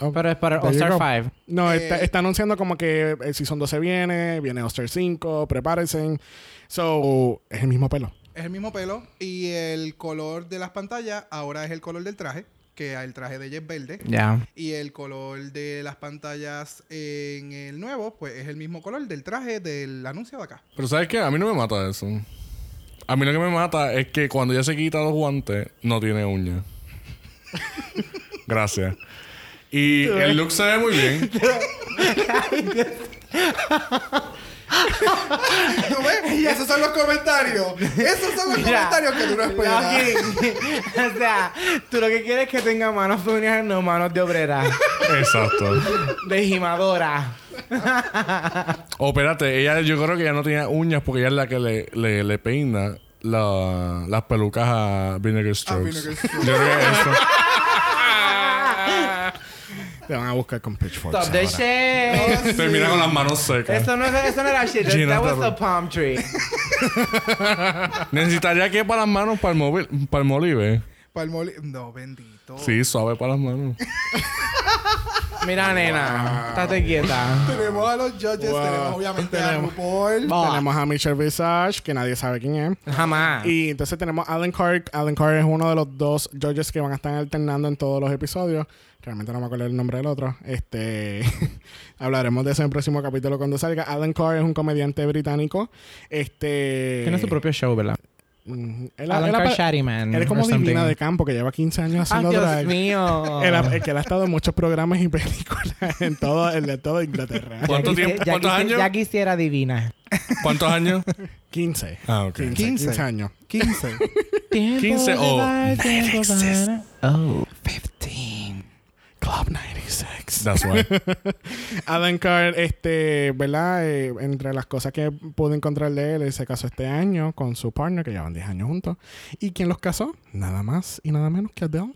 Speaker 2: 20.
Speaker 4: Pero es para el
Speaker 1: There you
Speaker 4: All-Star
Speaker 1: go.
Speaker 4: 5.
Speaker 1: No,
Speaker 2: Eh,
Speaker 1: está, está anunciando como que el Season 12 viene, viene Oster 5, prepárense. So, es el mismo pelo.
Speaker 2: Es el mismo pelo y el color de las pantallas ahora es el color del traje, que el traje de ella es verde.
Speaker 4: Ya.
Speaker 2: Y el color de las pantallas en el nuevo, pues es el mismo color del traje del anuncio de acá.
Speaker 3: Pero ¿sabes qué? A mí no me mata eso. A mí lo que me mata es que cuando ya se quita los guantes, no tiene uñas. Gracias. Y el look se ve muy bien.
Speaker 2: ¿Tú ves? Esos son los comentarios. Esos son los
Speaker 4: Mira,
Speaker 2: comentarios que tú no esperas.
Speaker 4: Loki, o sea, tú lo que quieres es que tenga manos femeninas, no manos de obrera,
Speaker 3: Exacto.
Speaker 4: de gimadora.
Speaker 3: O espérate, ella, yo creo que ya no tenía uñas porque ella es la que le, le, le peina la- las pelucas a Vinegar Strokes.
Speaker 2: Ah, Vinegar Strokes.
Speaker 3: Yo creo que eso.
Speaker 1: Te van a buscar con pitchforks.
Speaker 4: Stop the
Speaker 1: ahora.
Speaker 4: shit.
Speaker 2: Ah,
Speaker 3: Termina con las manos secas.
Speaker 4: Eso no, es- eso no era shit.
Speaker 3: Gina
Speaker 4: That was
Speaker 3: Tabo.
Speaker 4: a palm tree.
Speaker 3: Necesitaría que para las manos para el móvil, para el molive.
Speaker 2: Palmoli- No, bendito.
Speaker 3: Sí, suave para las manos.
Speaker 4: Mira, nena, estate quieta.
Speaker 2: Tenemos a los judges,
Speaker 1: Wow.
Speaker 2: tenemos obviamente a
Speaker 1: Tenemos.
Speaker 2: RuPaul.
Speaker 1: Tenemos a Michelle Visage, que nadie sabe quién es.
Speaker 4: Jamás.
Speaker 1: Y entonces tenemos a Alan Clark. Alan Clark es uno de los dos judges que van a estar alternando en todos los episodios. Realmente no me acuerdo el nombre del otro. Este hablaremos de eso en el próximo capítulo cuando salga. Alan Clark es un comediante británico. Este
Speaker 4: Tiene su propio show, ¿verdad?
Speaker 1: Mm, él-
Speaker 4: Alan
Speaker 1: él apa-
Speaker 4: Carr Shatty Man.
Speaker 1: Él es como
Speaker 4: or something.
Speaker 1: divina de campo que lleva 15 años
Speaker 4: Ah,
Speaker 1: haciendo
Speaker 4: Dios
Speaker 1: drag.
Speaker 4: mío.
Speaker 1: Él ha- es que él ha estado en muchos programas y películas en todo, en de toda Inglaterra.
Speaker 4: Ya
Speaker 3: ¿Cuánto
Speaker 4: quisi-
Speaker 3: tiempo?
Speaker 4: ya
Speaker 3: ¿Cuántos
Speaker 4: quisi-
Speaker 3: años?
Speaker 4: Ya quisiera divina.
Speaker 3: ¿Cuántos años?
Speaker 1: 15.
Speaker 3: Ah, ok.
Speaker 1: 15,
Speaker 2: 15.
Speaker 1: 15 años.
Speaker 2: 15.
Speaker 3: 15 o
Speaker 4: Oh.
Speaker 1: 15. Club 96.
Speaker 3: That's why.
Speaker 1: Alan Carr, este, ¿verdad? Eh, entre las cosas que pude encontrar de él, él se casó este año con su partner, que llevan 10 años juntos. ¿Y quién los casó? Nada más y nada menos que Adele.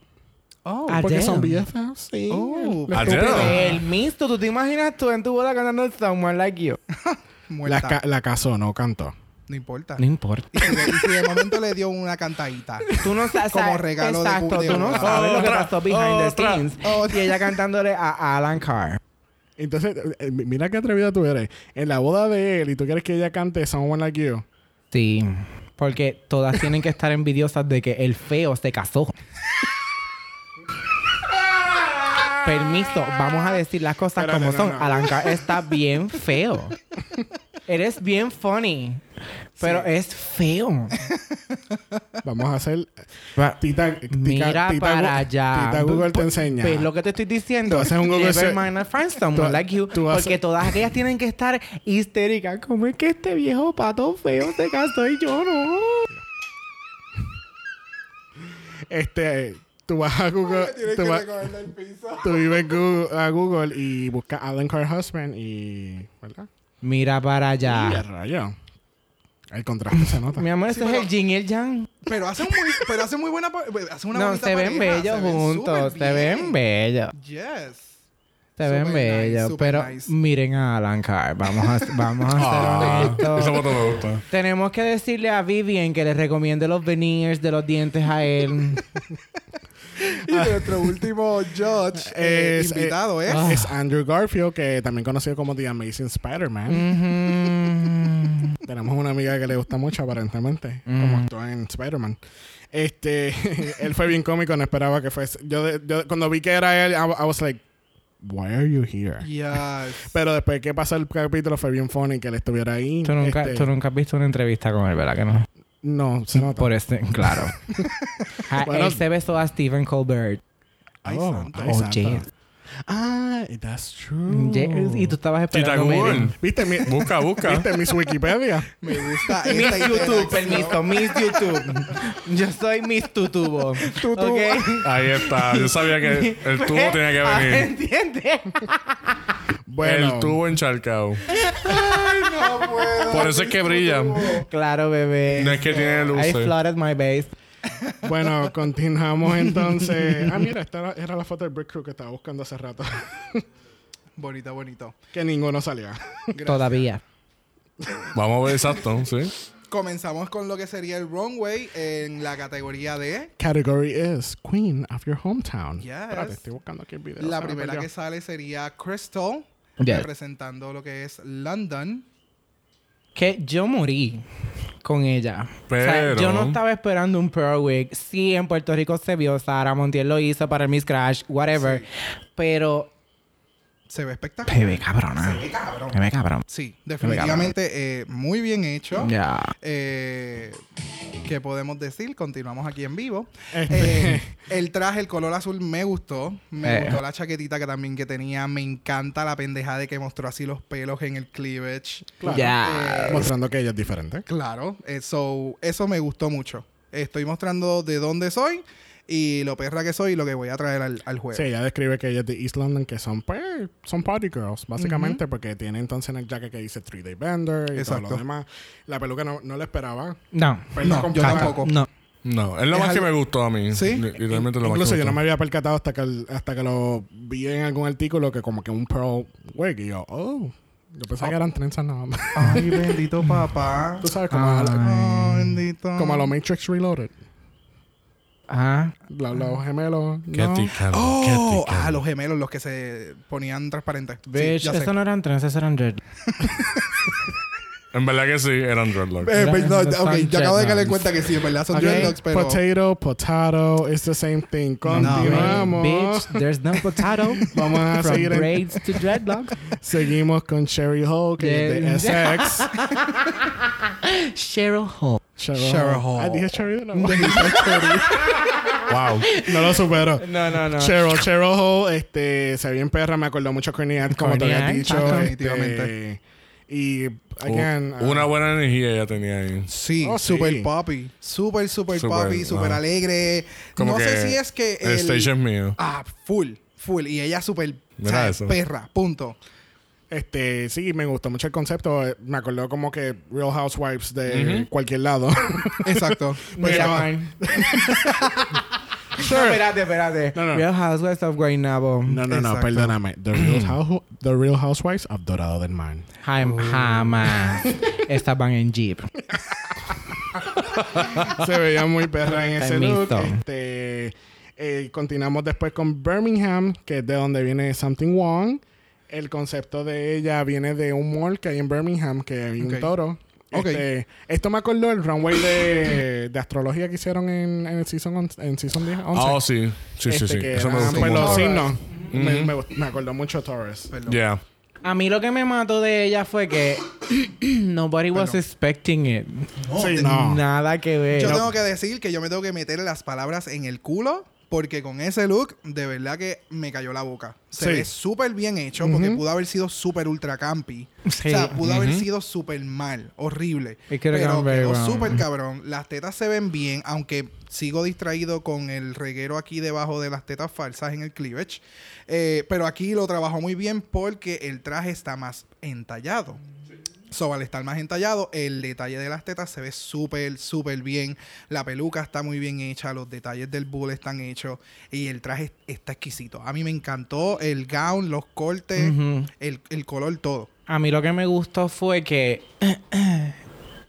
Speaker 2: Oh,
Speaker 1: Porque
Speaker 4: Adele.
Speaker 1: son BFFs, sí.
Speaker 2: Oh.
Speaker 1: La
Speaker 3: Adele.
Speaker 1: estúpida.
Speaker 4: El misto, ¿tú te imaginas tú en tu boda cantando Someone Like You?
Speaker 1: La,
Speaker 2: muerta.
Speaker 1: ca- la casó, no cantó.
Speaker 2: No importa.
Speaker 4: No importa.
Speaker 2: Y si, de, y si de momento le dio una cantadita.
Speaker 4: Tú no sabes.
Speaker 2: Como regalo de Oh.
Speaker 4: Exacto,
Speaker 2: bu- de
Speaker 4: tú no
Speaker 2: boda.
Speaker 4: sabes lo que
Speaker 3: Otra,
Speaker 4: pasó behind
Speaker 3: otra,
Speaker 4: the scenes. Y ella cantándole a Alan Carr.
Speaker 1: Entonces, eh, mi- mira qué atrevida tú eres. En la boda de él, y tú quieres que ella cante Someone Like You.
Speaker 4: Sí. Porque todas tienen que estar envidiosas de que el feo se casó. Permiso, vamos a decir las cosas
Speaker 1: Espérate,
Speaker 4: como
Speaker 1: no,
Speaker 4: son.
Speaker 1: no.
Speaker 4: Alan Carr está bien feo. Eres bien funny. Pero es feo.
Speaker 1: Vamos a hacer.
Speaker 4: Va-
Speaker 1: Tita, tica-
Speaker 4: Mira
Speaker 1: tita
Speaker 4: para
Speaker 1: Gu-
Speaker 4: allá.
Speaker 1: Tita Google te
Speaker 4: Pu-
Speaker 1: enseña.
Speaker 4: ¿Ves Pues lo que te estoy diciendo?
Speaker 1: Tú haces un Google
Speaker 4: Never
Speaker 1: search.
Speaker 4: mind a friend, someone
Speaker 1: Tú-
Speaker 4: like you.
Speaker 1: tú haces-
Speaker 4: Porque todas aquellas tienen que estar histéricas. ¿Cómo es que este viejo pato feo se casó y yo no?
Speaker 1: Este, tú vas a Google. tú, vas- tú vives Google- a Google y buscas Alan Carr Husband y. ¿Verdad?
Speaker 4: Mira para allá.
Speaker 1: Y a rayo. El contraste se nota.
Speaker 4: Ah. Mi amor, ese es el Jin y el Yang.
Speaker 2: Pero hace, un muy, pero hace muy buena. pa- hace una
Speaker 4: No,
Speaker 2: bonita
Speaker 4: se ven
Speaker 2: pareja,
Speaker 4: bellos
Speaker 2: se ven
Speaker 4: juntos.
Speaker 2: súper
Speaker 4: Se
Speaker 2: bien.
Speaker 4: ven bellos.
Speaker 2: Yes.
Speaker 4: Se
Speaker 2: Súper
Speaker 4: ven
Speaker 2: nice,
Speaker 4: bellos.
Speaker 2: súper
Speaker 4: pero
Speaker 2: nice.
Speaker 4: miren a Alan Carr. Vamos a, vamos a
Speaker 3: Ah,
Speaker 4: hacer
Speaker 3: esa
Speaker 4: esto.
Speaker 3: foto me gusta.
Speaker 4: Tenemos que decirle a Vivian que le recomiende los veneers de los dientes a él.
Speaker 2: Y nuestro último judge eh,
Speaker 1: Es, eh,
Speaker 2: invitado es.
Speaker 1: Es
Speaker 4: Ah.
Speaker 1: Andrew Garfield, que también conocido como The Amazing Spider-Man.
Speaker 4: Ujú.
Speaker 1: Tenemos una amiga que le gusta mucho, aparentemente, como
Speaker 4: Mm.
Speaker 1: actúa en Spider-Man. Este, él fue bien cómico, no esperaba que fuese. Yo, de- yo cuando vi que era él, I, wa- I was like, why are you here?
Speaker 2: Yes.
Speaker 1: Pero después que pasó el capítulo fue bien funny que él estuviera ahí.
Speaker 4: Tú nunca,
Speaker 1: Este,
Speaker 4: tú nunca has visto una entrevista con él, ¿verdad que no?
Speaker 1: No, se nota.
Speaker 4: Por este, claro. Ja,
Speaker 1: Bueno.
Speaker 4: él se besó a Stephen Colbert.
Speaker 2: Ay,
Speaker 1: Oh,
Speaker 2: santo.
Speaker 1: ay,
Speaker 4: Oh,
Speaker 1: santo.
Speaker 4: yes.
Speaker 1: Ah, that's true.
Speaker 4: Ye- Y tú estabas
Speaker 3: Tita
Speaker 4: esperando.
Speaker 3: Google.
Speaker 4: Mary.
Speaker 1: ¿Viste mi,
Speaker 3: Busca, busca.
Speaker 1: ¿Viste mis Wikipedia?
Speaker 2: Me gusta
Speaker 4: Miss
Speaker 2: esta
Speaker 4: YouTube,
Speaker 2: interacción.
Speaker 4: permiso, Miss YouTube. Yo soy Miss Tutubo.
Speaker 1: Tutubo.
Speaker 4: ¿ok?
Speaker 3: Ahí está. Yo sabía que el tubo tenía que
Speaker 4: Ah,
Speaker 3: venir.
Speaker 4: ¿Entiendes?
Speaker 1: Bueno,
Speaker 3: El tubo encharcado.
Speaker 2: No puedo.
Speaker 3: Por eso es que brilla.
Speaker 4: Claro, bebé.
Speaker 3: No es que tiene
Speaker 4: I
Speaker 3: luces.
Speaker 4: flooded my base.
Speaker 1: bueno, continuamos entonces. Ah, mira, esta era- era la foto del Brick Crew que estaba buscando hace rato.
Speaker 2: Bonito, bonito.
Speaker 1: que ninguno salía.
Speaker 4: Todavía.
Speaker 3: Vamos a ver exacto, sí.
Speaker 2: Comenzamos con lo que sería el runway en la categoría de.
Speaker 1: Category is Queen of Your Hometown.
Speaker 2: Yes.
Speaker 1: Espérate, estoy buscando aquí el video.
Speaker 2: La
Speaker 1: se me
Speaker 2: primera
Speaker 1: perdió.
Speaker 2: que sale sería Crystal,
Speaker 4: Yes.
Speaker 2: representando lo que es London.
Speaker 4: Que yo morí con ella. O sea,
Speaker 3: Pero-
Speaker 4: yo no estaba esperando un Pearl Week. Sí, en Puerto Rico se vio. Sara Montiel lo hizo para el Miss Crash, whatever. Pero,
Speaker 2: Se ve espectacular.
Speaker 4: bebé cabrona. Bebé cabrón.
Speaker 2: Sí, definitivamente eh, muy bien hecho.
Speaker 4: Ya.
Speaker 2: Eh, ¿Qué podemos decir? Continuamos aquí en vivo.
Speaker 1: Este-
Speaker 2: Eh, el traje, el color azul me gustó. Me
Speaker 4: Eh.
Speaker 2: gustó la chaquetita que también que tenía. Me encanta la pendejada de que mostró así los pelos en el cleavage.
Speaker 1: Claro. Eh,
Speaker 4: Ya.
Speaker 1: Mostrando que ella es diferente.
Speaker 2: Claro, eh, so, eso me gustó mucho. Estoy mostrando de dónde soy y lo perra que soy y lo que voy a traer al, al juego.
Speaker 1: Sí, ella describe que ella es de East London, que son, pues, son party girls, básicamente, porque tiene entonces en el jacket que dice Three Day Bender y todo
Speaker 2: Exacto.
Speaker 1: lo demás. La peluca no, no la esperaba.
Speaker 4: No.
Speaker 1: Pero
Speaker 2: No, yo
Speaker 1: completa.
Speaker 2: tampoco.
Speaker 4: No.
Speaker 3: No, es lo
Speaker 2: Es
Speaker 3: más que
Speaker 2: algo-
Speaker 3: me gustó a mí.
Speaker 2: Sí.
Speaker 3: Li- Literalmente lo más
Speaker 1: Incluso
Speaker 3: que
Speaker 1: yo
Speaker 3: me
Speaker 1: no me
Speaker 3: gustó.
Speaker 1: había percatado hasta que, el- hasta que lo vi en algún artículo que como que un Pearl Wig y yo, oh, yo pensaba
Speaker 2: Ah.
Speaker 1: que eran trenzas nada más.
Speaker 2: Ay, bendito papá.
Speaker 1: Tú sabes, como,
Speaker 2: Ah.
Speaker 1: a, la-
Speaker 2: Ay, bendito.
Speaker 1: como a los Matrix Reloaded,
Speaker 4: Ah.
Speaker 1: Lo- los gemelos.
Speaker 3: Qué
Speaker 1: ¿no?
Speaker 3: ticano, qué
Speaker 2: Oh,
Speaker 3: ticano.
Speaker 2: ah, los gemelos, los que se ponían transparentes. Sí,
Speaker 4: Bitch,
Speaker 2: ya sé.
Speaker 4: eso no eran trans, eso eran dread.
Speaker 3: En verdad que sí, eran dreadlocks.
Speaker 2: Eh, pues, no,
Speaker 4: Los
Speaker 2: ok, yo acabo de
Speaker 4: Sanchez
Speaker 2: darle
Speaker 4: Nuns.
Speaker 2: cuenta que sí, en verdad son
Speaker 1: Ok, pues,
Speaker 2: dreadlocks, pero.
Speaker 1: Potato, potato, it's the same thing. Continuamos.
Speaker 4: Bitch, there's no potato.
Speaker 1: Vamos a
Speaker 4: From
Speaker 1: seguir en-
Speaker 4: braids to dreadlocks.
Speaker 1: Seguimos con Sherry Hall, que es de SX.
Speaker 4: Cheryl Hall.
Speaker 2: Cheryl Hall.
Speaker 1: Ah, dije Sherry de nuevo.
Speaker 3: Wow.
Speaker 1: No lo supero.
Speaker 4: No, no, no.
Speaker 1: Cheryl, Cheryl Hall, este, se ve bien perra, me acordó mucho a Courtney Act, como te había
Speaker 4: Courtney Act,
Speaker 1: dicho.
Speaker 2: exacto.
Speaker 1: este,
Speaker 2: Definitivamente.
Speaker 1: y, again, ah,
Speaker 3: U- Una buena energía ella tenía ahí.
Speaker 2: Sí,
Speaker 1: Oh, sí.
Speaker 2: super papi. Super, super,
Speaker 3: Super,
Speaker 2: papi, super
Speaker 3: ah.
Speaker 2: alegre.
Speaker 3: Como
Speaker 2: no
Speaker 3: que
Speaker 2: sé si es que.
Speaker 3: El stage es mío.
Speaker 2: Ah, full, full. Y ella super. o
Speaker 3: Mira
Speaker 2: sea,
Speaker 3: eso.
Speaker 2: Perra, punto.
Speaker 1: Este, sí, me gustó mucho el concepto. eh, Me acordó como que Real Housewives de cualquier lado.
Speaker 2: Pues Exacto.
Speaker 4: Mira,
Speaker 1: Pero-
Speaker 4: Juan. No,
Speaker 1: sure.
Speaker 4: espérate, espérate.
Speaker 1: No, no.
Speaker 4: Real Housewives of Guaynabo.
Speaker 1: No, no, no,
Speaker 2: Exacto.
Speaker 1: perdóname. The Real, House- The Real Housewives of Dorado del Mar.
Speaker 4: Jam- Jamás. Estaban en Jeep.
Speaker 1: Se veía muy perra en ese
Speaker 4: Permiso.
Speaker 1: look. Este, eh, continuamos después con Birmingham, que es de donde viene Something Wrong. El concepto de ella viene de un mall que hay en Birmingham, que hay un
Speaker 2: Ok.
Speaker 1: toro.
Speaker 2: Ok.
Speaker 1: Este, esto me acordó el runway de, de astrología que hicieron en, en el season, on- en season 10, 11.
Speaker 3: Ah, sí. Sí,
Speaker 1: Este,
Speaker 3: sí, sí.
Speaker 1: que
Speaker 3: Eso me
Speaker 1: eran,
Speaker 3: gustó
Speaker 1: pues,
Speaker 3: mucho.
Speaker 1: los
Speaker 2: mucho.
Speaker 1: signos. me, me gust- me acordó mucho Taurus.
Speaker 2: Perdón.
Speaker 3: Yeah.
Speaker 4: A mí lo que me mató de ella fue que nobody was expecting it.
Speaker 3: Oh,
Speaker 1: sí, no.
Speaker 4: Nada que ver.
Speaker 2: Yo tengo que decir que yo me tengo que meter las palabras en el culo porque con ese look de verdad que me cayó la boca. Se
Speaker 1: Sí.
Speaker 2: ve súper bien hecho porque pudo haber sido súper ultra campi.
Speaker 4: Sí.
Speaker 2: O sea, pudo haber sido súper mal, horrible.
Speaker 4: It could have
Speaker 2: Pero
Speaker 4: gone very
Speaker 2: quedó
Speaker 4: wrong.
Speaker 2: súper cabrón. Las tetas se ven bien, aunque sigo distraído con el reguero aquí debajo de las tetas falsas en el cleavage. Eh, pero aquí lo trabajó muy bien porque el traje está más entallado. So, al estar más entallado, el detalle de las tetas se ve súper, súper bien. La peluca está muy bien hecha, los detalles del bull están hechos y el traje está exquisito. A mí me encantó el gown, los cortes,
Speaker 4: Ujú.
Speaker 2: el, el color, todo.
Speaker 4: A mí lo que me gustó fue que,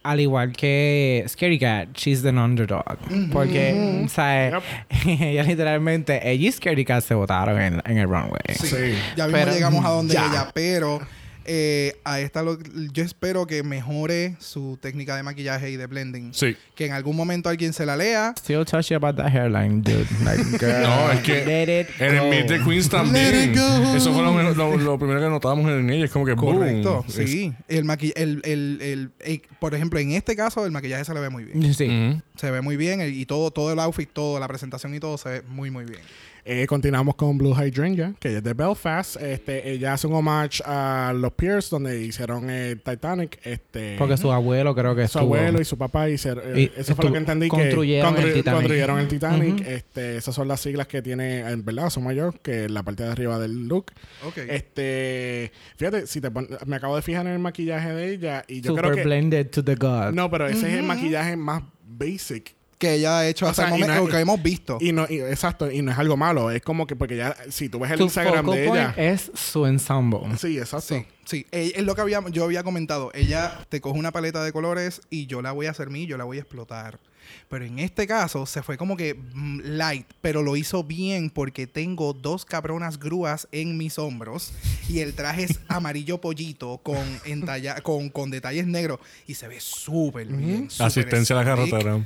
Speaker 4: al igual que Scary Cat, she's an underdog. Porque, o sea, ella literalmente, ella y Scary Cat se votaron en, en el runway.
Speaker 2: Sí.
Speaker 1: Sí.
Speaker 2: Ya mismo
Speaker 4: Pero-
Speaker 2: llegamos a donde
Speaker 4: Ya.
Speaker 2: ella, pero eh, a esta lo- yo espero que mejore su técnica de maquillaje y de blending.
Speaker 3: Sí.
Speaker 2: Que en algún momento alguien se la lea.
Speaker 4: Still touchy about that hairline, dude. Like, girl,
Speaker 3: No, es que
Speaker 4: let it
Speaker 3: En el
Speaker 4: go.
Speaker 3: Meet the Queens
Speaker 5: Let
Speaker 3: también.
Speaker 5: it go.
Speaker 3: Eso fue lo, lo- lo primero que notábamos en ella. Es como que boom.
Speaker 2: Correcto,
Speaker 3: Es-
Speaker 2: sí. El maqui- el, el, el- el- por ejemplo, en este caso, el maquillaje se le ve muy bien.
Speaker 4: Sí.
Speaker 3: Ujú.
Speaker 2: Se ve muy bien el- y todo, todo el outfit, todo, la presentación y todo se ve muy, muy bien.
Speaker 1: Eh, continuamos con Blue Hydrangea, que ella es de Belfast. Este, ella hace un homage a los Pierce, donde hicieron el Titanic. Este,
Speaker 4: Porque su abuelo creo que
Speaker 1: su
Speaker 4: estuvo.
Speaker 1: abuelo y su papá hicieron. eh,
Speaker 4: Y
Speaker 1: eso fue lo
Speaker 4: estuvo-
Speaker 1: que entendí.
Speaker 4: construyeron
Speaker 1: que
Speaker 4: el
Speaker 1: constru-
Speaker 4: Titanic.
Speaker 1: construyeron el Titanic.
Speaker 4: Ujú.
Speaker 1: este, esas son las siglas que tiene, en verdad, son mayor que la parte de arriba del look.
Speaker 2: Ok.
Speaker 1: Este, fíjate, si te pon- me acabo de fijar en el maquillaje de ella y yo
Speaker 4: Super
Speaker 1: creo que.
Speaker 4: blended to the god.
Speaker 1: No, pero ese es el maquillaje más basic
Speaker 2: que ella ha hecho
Speaker 1: O
Speaker 2: hasta
Speaker 1: sea,
Speaker 2: el
Speaker 1: y no
Speaker 2: momento,
Speaker 1: es-
Speaker 2: lo que hemos visto.
Speaker 1: y no y- exacto y no es algo malo es como que porque ya si tú ves el
Speaker 4: Su
Speaker 1: Instagram
Speaker 4: focal
Speaker 1: de ella
Speaker 4: point es su ensemble.
Speaker 1: sí exacto
Speaker 2: Sí, sí. Eh, Es lo que había, yo había comentado. Ella te coge una paleta de colores y yo la voy a hacer mí, yo la voy a explotar. Pero en este caso se fue como que mm, light, pero lo hizo bien porque tengo dos cabronas grúas en mis hombros y el traje es amarillo pollito con, entalla- con, con detalles negros y se ve súper bien. súper
Speaker 3: Asistencia a la
Speaker 2: sleek.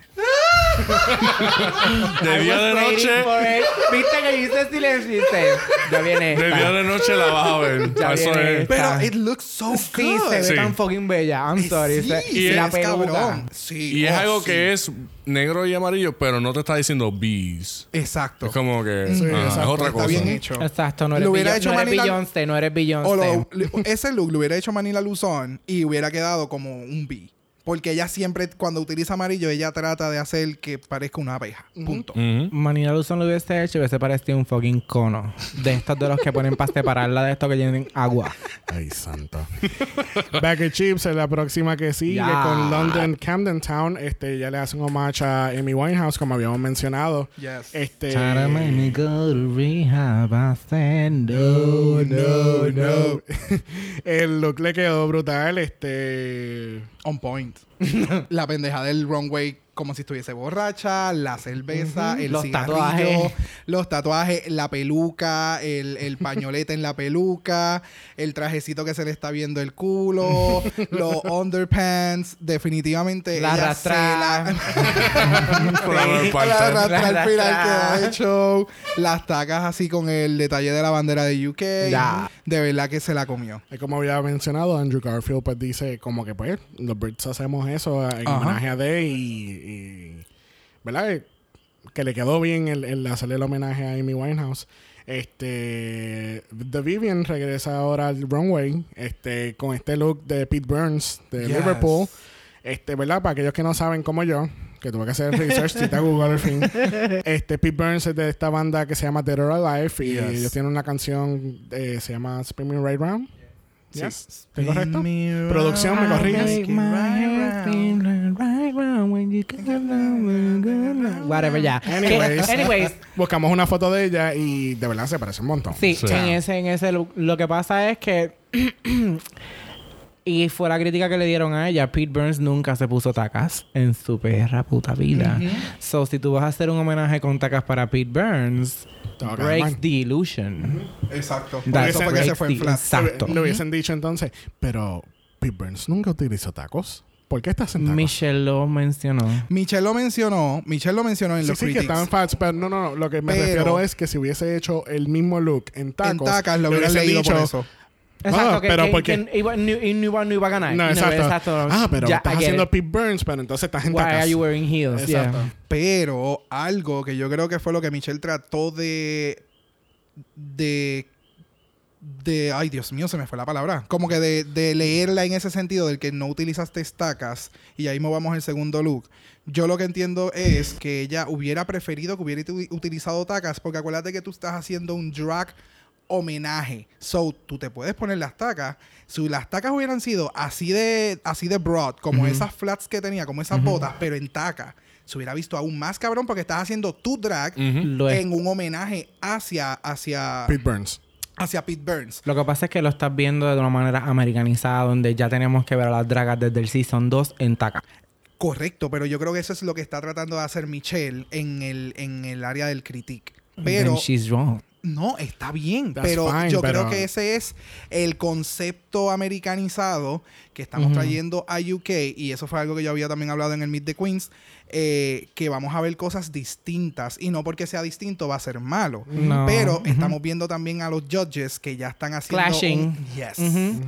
Speaker 3: carretera. de día de noche.
Speaker 4: Viste que hice silencio. Ya viene.
Speaker 3: De día de noche la vas a ver.
Speaker 4: Ya
Speaker 3: Eso
Speaker 4: viene.
Speaker 3: es.
Speaker 2: Pero
Speaker 4: Está-
Speaker 2: it looks so
Speaker 4: Sí, se ve
Speaker 2: good.
Speaker 3: Sí.
Speaker 4: tan fucking bella. I'm sorry.
Speaker 2: Sí,
Speaker 4: se-
Speaker 2: sí,
Speaker 4: y la
Speaker 2: es
Speaker 4: peluca.
Speaker 2: cabrón. Sí,
Speaker 3: Y es
Speaker 2: oh,
Speaker 3: algo
Speaker 2: sí.
Speaker 3: que es negro y amarillo, pero no te está diciendo bees.
Speaker 2: Exacto.
Speaker 3: Es como que.
Speaker 1: Sí,
Speaker 3: ajá, es
Speaker 1: exacto,
Speaker 3: otra
Speaker 2: Está
Speaker 3: cosa.
Speaker 2: bien hecho.
Speaker 4: Exacto, no eres,
Speaker 2: Lo hubiera
Speaker 4: Beyon-
Speaker 2: hecho
Speaker 4: no eres
Speaker 2: Manila-
Speaker 4: Beyoncé, no eres Beyoncé.
Speaker 2: O lo- le- ese look lo hubiera hecho Manila Luzón y hubiera quedado como un B. Porque ella siempre, cuando utiliza amarillo, ella trata de hacer que parezca una abeja. Punto.
Speaker 3: Ujú.
Speaker 4: Manila Luzon lo hubiese hecho y hubiese parecido un fucking cono. De estos de los que ponen para separarla de estos que llenen agua.
Speaker 1: Ay, santo. Back and Chips es la próxima que sigue
Speaker 4: Ya.
Speaker 1: con London Camden Town. Este, ya le hacen homage a Amy Winehouse, como habíamos mencionado.
Speaker 2: Yes.
Speaker 1: Este,
Speaker 4: Try to make me go to rehab, I said no, no, no.
Speaker 1: Oh, el look le quedó brutal. Este,
Speaker 2: On point. la pendeja del runway como si estuviese borracha, la cerveza, el
Speaker 4: Los
Speaker 2: cigarrillo,
Speaker 4: tatuajes.
Speaker 2: los tatuajes, la peluca, el, el pañolete en la peluca, el trajecito que se le está viendo el culo, los underpants, definitivamente
Speaker 4: La
Speaker 2: ella se la-
Speaker 4: arrastra.
Speaker 3: Por la mayor parte.
Speaker 2: La rata
Speaker 4: La
Speaker 2: al final que
Speaker 4: rata.
Speaker 2: ha hecho. Las tacas así con el detalle de la bandera de UK.
Speaker 4: Ya.
Speaker 2: De verdad que se la comió.
Speaker 1: eh, como había mencionado, Andrew Garfield pues dice como que pues los Brits hacemos eso eh, en
Speaker 2: Ajá.
Speaker 1: homenaje a Day y, y- ¿verdad? Eh, Que le quedó bien el, el hacerle el homenaje a Amy Winehouse. Este, The Vivian regresa ahora al runway, este, con este look de Pete Burns de
Speaker 2: Yes.
Speaker 1: Liverpool. Este, ¿verdad? Para aquellos que no saben como yo, que tuve que hacer el research, si te Google al fin. Este, Pete Burns es de esta banda que se llama Dead or Alive y
Speaker 2: Yes.
Speaker 1: ellos tienen una canción, eh, se llama Spin Me Right Round. Yes. ¿Estoy correcto?
Speaker 2: Spin me
Speaker 1: Producción, ¿me
Speaker 2: round,
Speaker 1: corriges?
Speaker 2: make it right round.
Speaker 4: right around when you come around, when you go around. Whatever, ya. Que-
Speaker 1: Anyways.
Speaker 4: anyways
Speaker 1: Buscamos una foto de ella y de verdad se parece un montón.
Speaker 4: Sí,
Speaker 3: Sí.
Speaker 4: en ese, en ese look. Lo que pasa es que. y fue la crítica que le dieron a ella. Pete Burns nunca se puso tacas en su perra puta vida. So, si tú vas a hacer un homenaje con tacas para Pete Burns,
Speaker 1: Tengo que
Speaker 4: breaks
Speaker 1: llamar.
Speaker 4: the illusion.
Speaker 2: Exacto. Por
Speaker 4: That's
Speaker 2: eso fue que se
Speaker 4: breaks
Speaker 2: fue en
Speaker 4: the-
Speaker 2: flat.
Speaker 4: Exacto.
Speaker 1: Le hubiesen dicho entonces, pero Pete Burns nunca utilizó tacos. ¿Por qué estás en tacos?
Speaker 4: Michelle lo mencionó.
Speaker 2: Michelle lo mencionó, Michelle lo mencionó en
Speaker 1: Sí,
Speaker 2: los
Speaker 1: sí, que
Speaker 2: critics.
Speaker 1: estaban fats, pero no, no, no. Lo que me
Speaker 2: Pero-
Speaker 1: refiero es que si hubiese hecho el mismo look en tacos,
Speaker 2: en tacas lo
Speaker 1: le
Speaker 2: hubieran
Speaker 1: hubiesen
Speaker 2: leído por
Speaker 1: dicho,
Speaker 2: eso.
Speaker 1: No, Ah, pero
Speaker 4: que,
Speaker 1: porque-
Speaker 4: que iba- ni- y no iba, no iba a ganar.
Speaker 1: No,
Speaker 4: Y
Speaker 1: exacto.
Speaker 4: exacto.
Speaker 1: Ah, pero
Speaker 4: Ya,
Speaker 1: estás
Speaker 4: I get
Speaker 1: haciendo
Speaker 4: it.
Speaker 1: Pete Burns, pero entonces estás en
Speaker 4: Why
Speaker 1: tacas.
Speaker 4: are you wearing heels?
Speaker 1: Exacto.
Speaker 4: Yeah.
Speaker 2: Pero algo que yo creo que fue lo que Michelle trató de. de. de. ay, Dios mío, se me fue la palabra. Como que de, de leerla en ese sentido del que no utilizaste estacas y ahí movamos el segundo look. Yo lo que entiendo es que ella hubiera preferido que hubiera uti- utilizado tacas, porque acuérdate que tú estás haciendo un drag homenaje. So, tú te puedes poner las tacas. Si las tacas hubieran sido así de, así de broad, como esas flats que tenía, como esas botas, pero en tacas, se hubiera visto aún más cabrón porque estás haciendo tu drag
Speaker 4: Lo es.
Speaker 2: en un homenaje hacia, hacia,
Speaker 1: Pete Burns.
Speaker 2: hacia Pete Burns.
Speaker 4: Lo que pasa es que lo estás viendo de una manera americanizada, donde ya tenemos que ver a las dragas desde el season 2 en taca.
Speaker 2: Correcto, pero yo creo que eso es lo que está tratando de hacer Michelle en el, en el área del critique. Pero
Speaker 4: And she's wrong.
Speaker 2: No, está bien,
Speaker 1: That's
Speaker 2: pero
Speaker 1: fine,
Speaker 2: yo
Speaker 1: pero-
Speaker 2: creo que ese es el concepto americanizado que estamos trayendo a UK y eso fue algo que yo había también hablado en el Meet the Queens, eh, que vamos a ver cosas distintas y no porque sea distinto va a ser malo,
Speaker 4: No.
Speaker 2: pero
Speaker 4: Ujú.
Speaker 2: estamos viendo también a los judges que ya están haciendo
Speaker 4: Clashing.
Speaker 2: un- yes.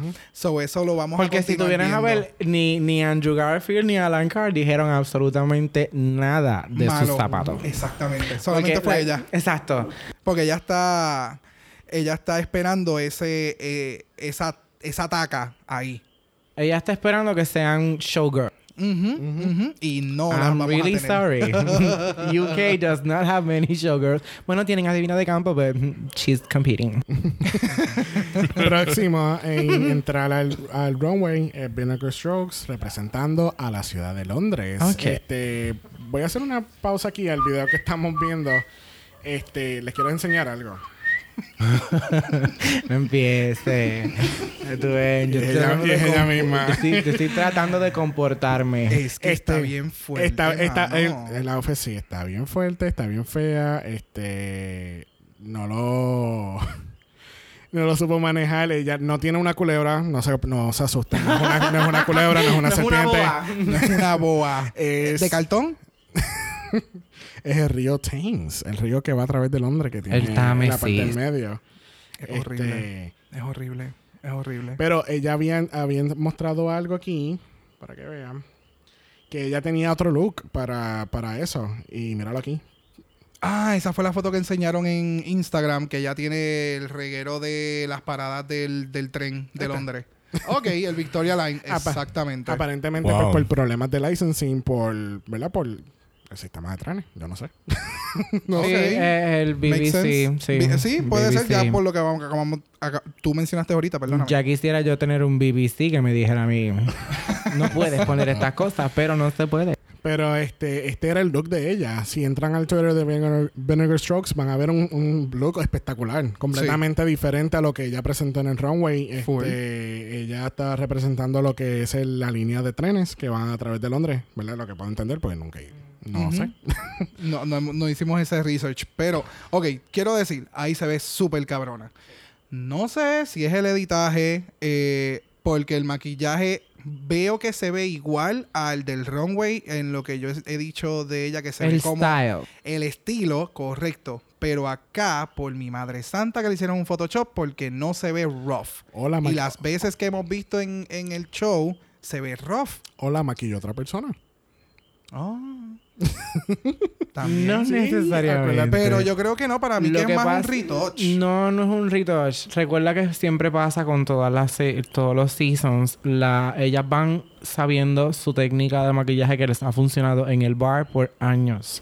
Speaker 4: Ujú.
Speaker 2: So eso lo vamos a
Speaker 4: Porque si
Speaker 2: continuar
Speaker 4: tuvieras a
Speaker 2: viendo.
Speaker 4: ver, ni, ni Andrew Garfield ni Alan Carr dijeron absolutamente nada de
Speaker 2: Malo.
Speaker 4: sus zapatos.
Speaker 2: Exactamente,
Speaker 4: Porque,
Speaker 2: solamente fue
Speaker 4: like,
Speaker 2: ella.
Speaker 4: Exacto.
Speaker 2: Porque ella está. Ella está esperando ese. eh, esa, esa taca ahí.
Speaker 4: Ella está esperando que sean showgirl.
Speaker 2: Ujú, ujú. Y no la
Speaker 4: I'm
Speaker 2: vamos
Speaker 4: really
Speaker 2: a tener.
Speaker 4: sorry. UK does not have many showgirls. Bueno, tienen a Divina de Campo, but she's competing.
Speaker 1: Próximo en entrar al, al runway es Binnacle Strokes representando a la ciudad de Londres.
Speaker 4: Ok.
Speaker 1: Este, voy a hacer una pausa aquí al video que estamos viendo. Este, les quiero enseñar algo.
Speaker 4: No empiece. Tú ves, yo
Speaker 1: Es
Speaker 4: estoy
Speaker 1: ella-
Speaker 4: tratando de
Speaker 1: es ella
Speaker 4: compo-
Speaker 1: misma.
Speaker 4: yo estoy, yo estoy tratando de comportarme.
Speaker 2: Es que está
Speaker 1: Este,
Speaker 2: bien fuerte.
Speaker 1: está, está,
Speaker 2: mano.
Speaker 1: eh, la outfit sí, está bien fuerte, está bien fea. Este, no lo. No lo supo manejar. Ella no tiene una culebra. No se, no se asusten. No es una, no es una culebra, no es una
Speaker 4: No es una
Speaker 1: serpiente.
Speaker 4: boa.
Speaker 2: una boa.
Speaker 1: Es-
Speaker 2: Eh, ¿De cartón?
Speaker 1: es el río Thames, el río que va a través de Londres, que tiene
Speaker 4: El Támesis.
Speaker 1: la parte del medio.
Speaker 2: Es
Speaker 1: Este,
Speaker 2: horrible. Es horrible. Es horrible.
Speaker 1: pero ella habían, habían mostrado algo aquí, para que vean, que ella tenía otro look para, para eso. Y míralo aquí.
Speaker 2: Ah, esa fue la foto que enseñaron en Instagram, que ya tiene el reguero de las paradas del, del tren de Londres. ok, el Victoria Line.
Speaker 1: Apa-
Speaker 2: Exactamente.
Speaker 1: Aparentemente
Speaker 3: Wow.
Speaker 1: pues, por problemas de licensing, por, ¿verdad? Por el sistema de trenes, yo no sé.
Speaker 2: Ok.
Speaker 4: Sí, eh, el
Speaker 2: Makes
Speaker 4: BBC.
Speaker 2: sense.
Speaker 4: Sí,
Speaker 2: Bi- sí, puede ser ya
Speaker 4: BBC.
Speaker 2: por lo que vamos, que acabamos- acá- tú mencionaste ahorita, perdóname.
Speaker 4: Ya quisiera yo tener un BBC que me dijera a mí, no puedes poner estas cosas, pero no se puede.
Speaker 1: Pero este, este era el look de ella. Si entran al Twitter de Vinegar, Vinegar Strokes, van a ver un, un look espectacular, completamente diferente a lo que ella presentó en el runway. Este,
Speaker 2: Full.
Speaker 1: ella está representando lo que es el- la línea de trenes que van a través de Londres, ¿verdad? Lo que puedo entender, pues nunca he ido. No
Speaker 2: Ujú.
Speaker 1: sé.
Speaker 2: No, no, no hicimos ese research, pero, ok, quiero decir, ahí se ve súper cabrona. No sé si es el editaje, eh, porque el maquillaje veo que se ve igual al del runway, en lo que yo he dicho de ella, que se ve
Speaker 4: el
Speaker 2: como
Speaker 4: style.
Speaker 2: el estilo, correcto. Pero acá, por mi madre santa, que le hicieron un Photoshop, porque no se ve rough.
Speaker 1: Hola,
Speaker 2: Y
Speaker 1: maqui-
Speaker 2: las veces que hemos visto en, en el show, se ve rough.
Speaker 1: hola, maquillo otra persona.
Speaker 2: También.
Speaker 4: Oh. no
Speaker 1: sí,
Speaker 4: necesariamente.
Speaker 1: acuérdate.
Speaker 2: Pero yo creo que no, para mí
Speaker 4: Lo
Speaker 2: que es más un
Speaker 4: pasa-
Speaker 2: retouch.
Speaker 4: No, no es un retouch. Recuerda que siempre pasa con todas las se- todos los seasons. La, ellas van sabiendo su técnica de maquillaje que les ha funcionado en el bar por años.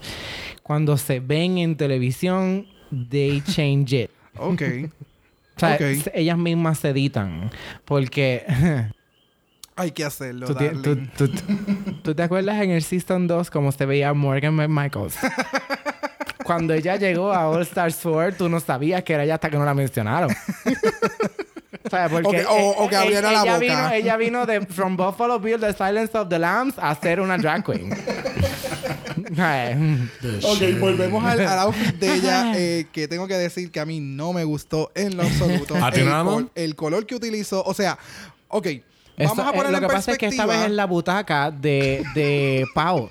Speaker 4: Cuando se ven en televisión, they change it.
Speaker 2: Ok.
Speaker 4: O sea,
Speaker 2: Ok.
Speaker 4: ellas mismas se editan. Porque
Speaker 2: Hay que hacerlo,
Speaker 4: ¿Tú, ti- tú-
Speaker 2: darling.
Speaker 4: tú- tú te acuerdas en el Season 2 cómo se veía Morgan McMichaels? Cuando ella llegó a All Star Sword, tú no sabías que era ella hasta que no la mencionaron. O sea, porque
Speaker 2: O que- o- o que
Speaker 4: e-
Speaker 2: abriera la
Speaker 4: ella
Speaker 2: boca.
Speaker 4: Vino, ella vino de From Buffalo Bill, The Silence of the Lambs, a ser una drag queen. Ay,
Speaker 2: Ok, volvemos al, al outfit de ella, eh, que tengo que decir que a mí no me gustó en lo absoluto.
Speaker 3: ¿A ti
Speaker 2: el,
Speaker 3: nada más?
Speaker 2: el color que utilizó, o sea, ok,
Speaker 4: Eso
Speaker 2: vamos a
Speaker 4: es-
Speaker 2: poner
Speaker 4: eh, lo
Speaker 2: en
Speaker 4: que pasa es que esta
Speaker 2: perspectiva.
Speaker 4: vez es la butaca de, de Pau.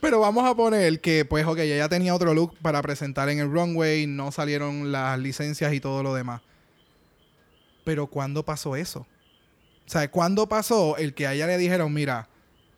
Speaker 2: Pero vamos a poner que, pues, ok, ella tenía otro look para presentar en el runway, no salieron las licencias y todo lo demás. Pero ¿cuándo pasó eso? O sea, ¿cuándo pasó el que a ella le dijeron, mira,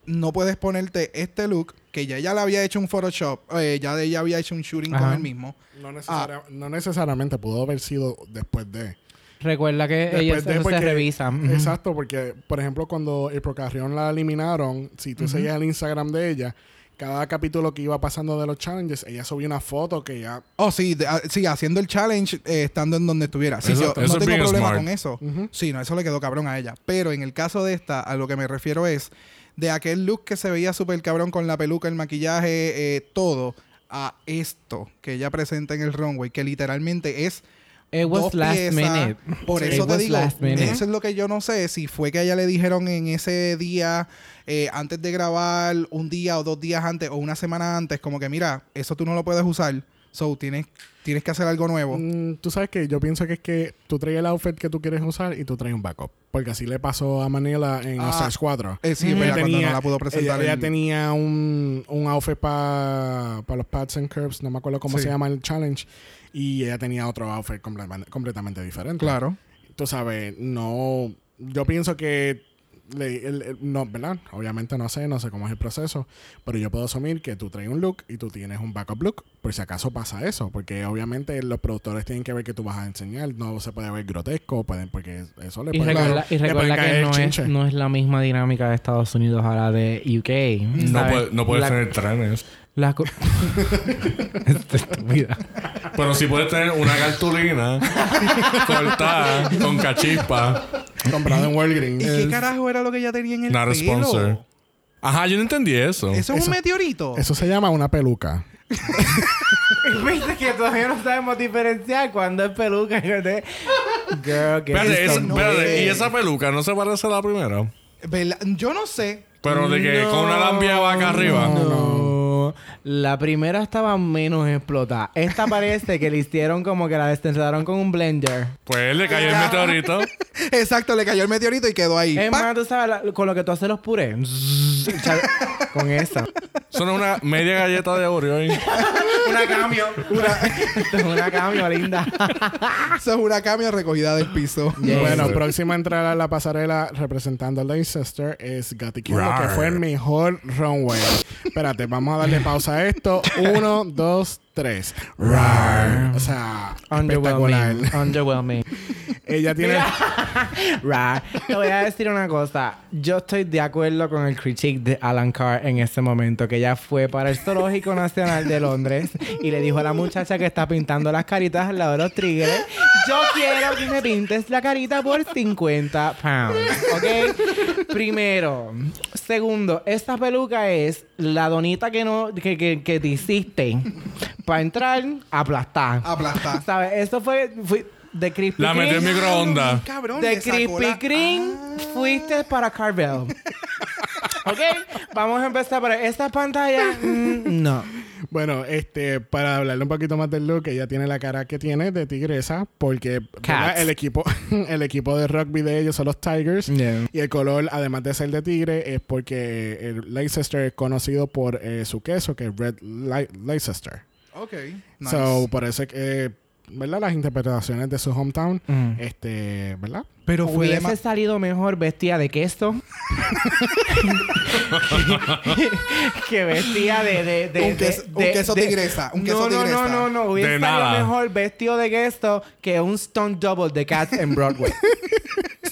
Speaker 2: no puedes ponerte este look, que ya ella le había hecho un Photoshop, eh, ya ella había hecho un shooting con
Speaker 4: Ajá.
Speaker 2: él mismo.
Speaker 1: No, necesari- no necesariamente pudo haber sido después de.
Speaker 4: Recuerda que ellos
Speaker 1: Después de,
Speaker 4: eso se
Speaker 1: porque-
Speaker 4: revisan.
Speaker 1: Exacto, porque, por ejemplo, cuando el Procarrión la eliminaron, si tú seguías el Instagram de ella, cada capítulo que iba pasando de los challenges, ella subía una foto que ya.
Speaker 2: Oh, sí, de- ah, sí, haciendo el challenge eh, estando en donde estuviera. Sí,
Speaker 3: Eso-
Speaker 2: yo
Speaker 3: eso
Speaker 2: no
Speaker 3: es
Speaker 2: tengo
Speaker 3: bien
Speaker 2: problema
Speaker 3: smart.
Speaker 2: con eso. Sí, no, eso le quedó cabrón a ella. Pero en el caso de esta, a lo que me refiero es de aquel look que se veía súper cabrón con la peluca, el maquillaje, eh, todo, a esto que ella presenta en el runway, que literalmente es
Speaker 4: It was
Speaker 2: dos
Speaker 4: last
Speaker 2: piezas.
Speaker 4: minute.
Speaker 2: Por
Speaker 4: It
Speaker 2: eso te
Speaker 4: was
Speaker 2: digo,
Speaker 4: last minute.
Speaker 2: eso es lo que yo no sé, si fue que a ella le dijeron en ese día, eh, antes de grabar, un día o dos días antes o una semana antes, como que mira, eso tú no lo puedes usar, so tienes, tienes que hacer algo nuevo.
Speaker 1: Mm, tú sabes que yo pienso que es que tú traes el outfit que tú quieres usar y tú traes un backup. Porque así le pasó a Manila en
Speaker 2: Ah,
Speaker 1: All Stars 4.
Speaker 2: Eh, sí,
Speaker 1: Ella
Speaker 2: ¿verdad? cuando
Speaker 1: tenía-
Speaker 2: no la pudo presentar.
Speaker 1: Ella, ella
Speaker 2: el-
Speaker 1: tenía un, un outfit para los pads and curves, no me acuerdo cómo
Speaker 2: Sí.
Speaker 1: se llama el challenge. Y ella tenía otro outfit completa- completamente diferente.
Speaker 2: Claro.
Speaker 1: tú sabes, no. Yo pienso que. le- el- el- no, ¿verdad? Obviamente no sé, no sé cómo es el proceso, pero yo puedo asumir que tú traes un look y tú tienes un backup look, por si acaso pasa eso, porque obviamente los productores tienen que ver que tú vas a enseñar, no se puede ver grotesco, pueden, porque eso le
Speaker 4: Y
Speaker 1: puede,
Speaker 4: recuerda, y
Speaker 1: le pueden
Speaker 4: recuerda
Speaker 1: caer
Speaker 4: que
Speaker 1: pues, el
Speaker 4: no es,
Speaker 1: chinche.
Speaker 4: no es la misma dinámica de Estados Unidos a la de UK.
Speaker 3: No,
Speaker 4: ¿sabes?
Speaker 3: puede, no puedes
Speaker 4: La-
Speaker 3: tener trenes.
Speaker 4: la co- Esta estúpida.
Speaker 3: Pero sí puedes tener una cartulina cortada con cachispa.
Speaker 1: comprado en
Speaker 2: ¿Y
Speaker 1: Walgreens.
Speaker 2: qué carajo era lo que ella tenía en el
Speaker 3: Not a
Speaker 2: pelo?
Speaker 3: sponsor. Ajá, yo no entendí eso.
Speaker 2: ¿Eso es un meteorito?
Speaker 1: Eso se llama una peluca.
Speaker 4: Viste que todavía no sabemos diferenciar cuando es peluca. Girl, que
Speaker 3: Espérate,
Speaker 2: eso
Speaker 3: esa-
Speaker 2: no
Speaker 3: espérate,
Speaker 2: es.
Speaker 3: y esa peluca no se parece a la primera.
Speaker 2: ¿Verdad? Yo no sé.
Speaker 3: Pero de que con una lambia va acá arriba.
Speaker 4: No. La primera estaba menos explotada. Esta parece que le hicieron como que la desenredaron con un blender.
Speaker 3: Pues le cayó el meteorito.
Speaker 2: Exacto, le cayó el meteorito y quedó ahí.
Speaker 4: Es
Speaker 2: ¡Pac!
Speaker 4: más, tú sabes, la- con lo que tú haces los purés. con esa.
Speaker 3: Son una media galleta de Oreo ahí.
Speaker 4: Una cambio. Una, cambio, linda.
Speaker 2: Eso es una cambio recogida del piso.
Speaker 4: Yes.
Speaker 1: Bueno, próxima a entrar a la pasarela representando a Leicester es Gatti King, lo que
Speaker 3: Rar.
Speaker 1: fue el mejor runway. Espérate, vamos a darle pausa a esto. Uno, dos, tres. Rar. O sea, espectacular.
Speaker 4: Underwhelming. Underwhelming.
Speaker 1: Ella tiene.
Speaker 4: Right. Te voy a decir una cosa. Yo estoy de acuerdo con el critique de Alan Carr en ese momento, que ella fue para el Zoológico Nacional de Londres y le dijo a la muchacha que está pintando las caritas al lado de los tigres, yo quiero que me pintes la carita por 50 pounds, ¿ok? Primero. Segundo, esta peluca es la donita que, no, que, que, que te hiciste para entrar, aplastar.
Speaker 2: Aplastar.
Speaker 4: ¿Sabes? Eso fue... fue de Crispy
Speaker 3: Ah. La metió en
Speaker 4: Kreme.
Speaker 3: microondas.
Speaker 2: Cabrón,
Speaker 4: De
Speaker 2: le sacó
Speaker 4: Krispy
Speaker 2: la- Ah.
Speaker 4: Kreme fuiste para Carvel. ok, vamos a empezar por ahí. esta pantalla. mm, no.
Speaker 1: Bueno, este, para hablarle un poquito más del look, ella tiene la cara que tiene de tigresa, porque ¿verdad?
Speaker 4: Cats.
Speaker 1: el equipo, el equipo de rugby de ellos son los Tigers. Y el color, además de ser de tigre, es porque el Leicester es conocido por eh, su queso, que es Red Lei- Leicester.
Speaker 2: Ok. nice.
Speaker 1: So, por eso es que, eh, ¿verdad? Las interpretaciones de su hometown,
Speaker 4: Mm.
Speaker 1: este, ¿verdad?
Speaker 2: pero fue de
Speaker 4: Hubiese
Speaker 2: más-
Speaker 4: salido mejor vestida de queso que vestida de, de, de-
Speaker 2: Un queso-
Speaker 4: de-
Speaker 2: un
Speaker 4: de-
Speaker 2: queso
Speaker 4: de-
Speaker 2: tigresa, un queso
Speaker 4: no, no,
Speaker 2: tigresa.
Speaker 4: No, no, no, Hubiese
Speaker 3: De
Speaker 4: salido
Speaker 3: nada.
Speaker 4: mejor vestido de queso que un stunt double de Cats en Broadway.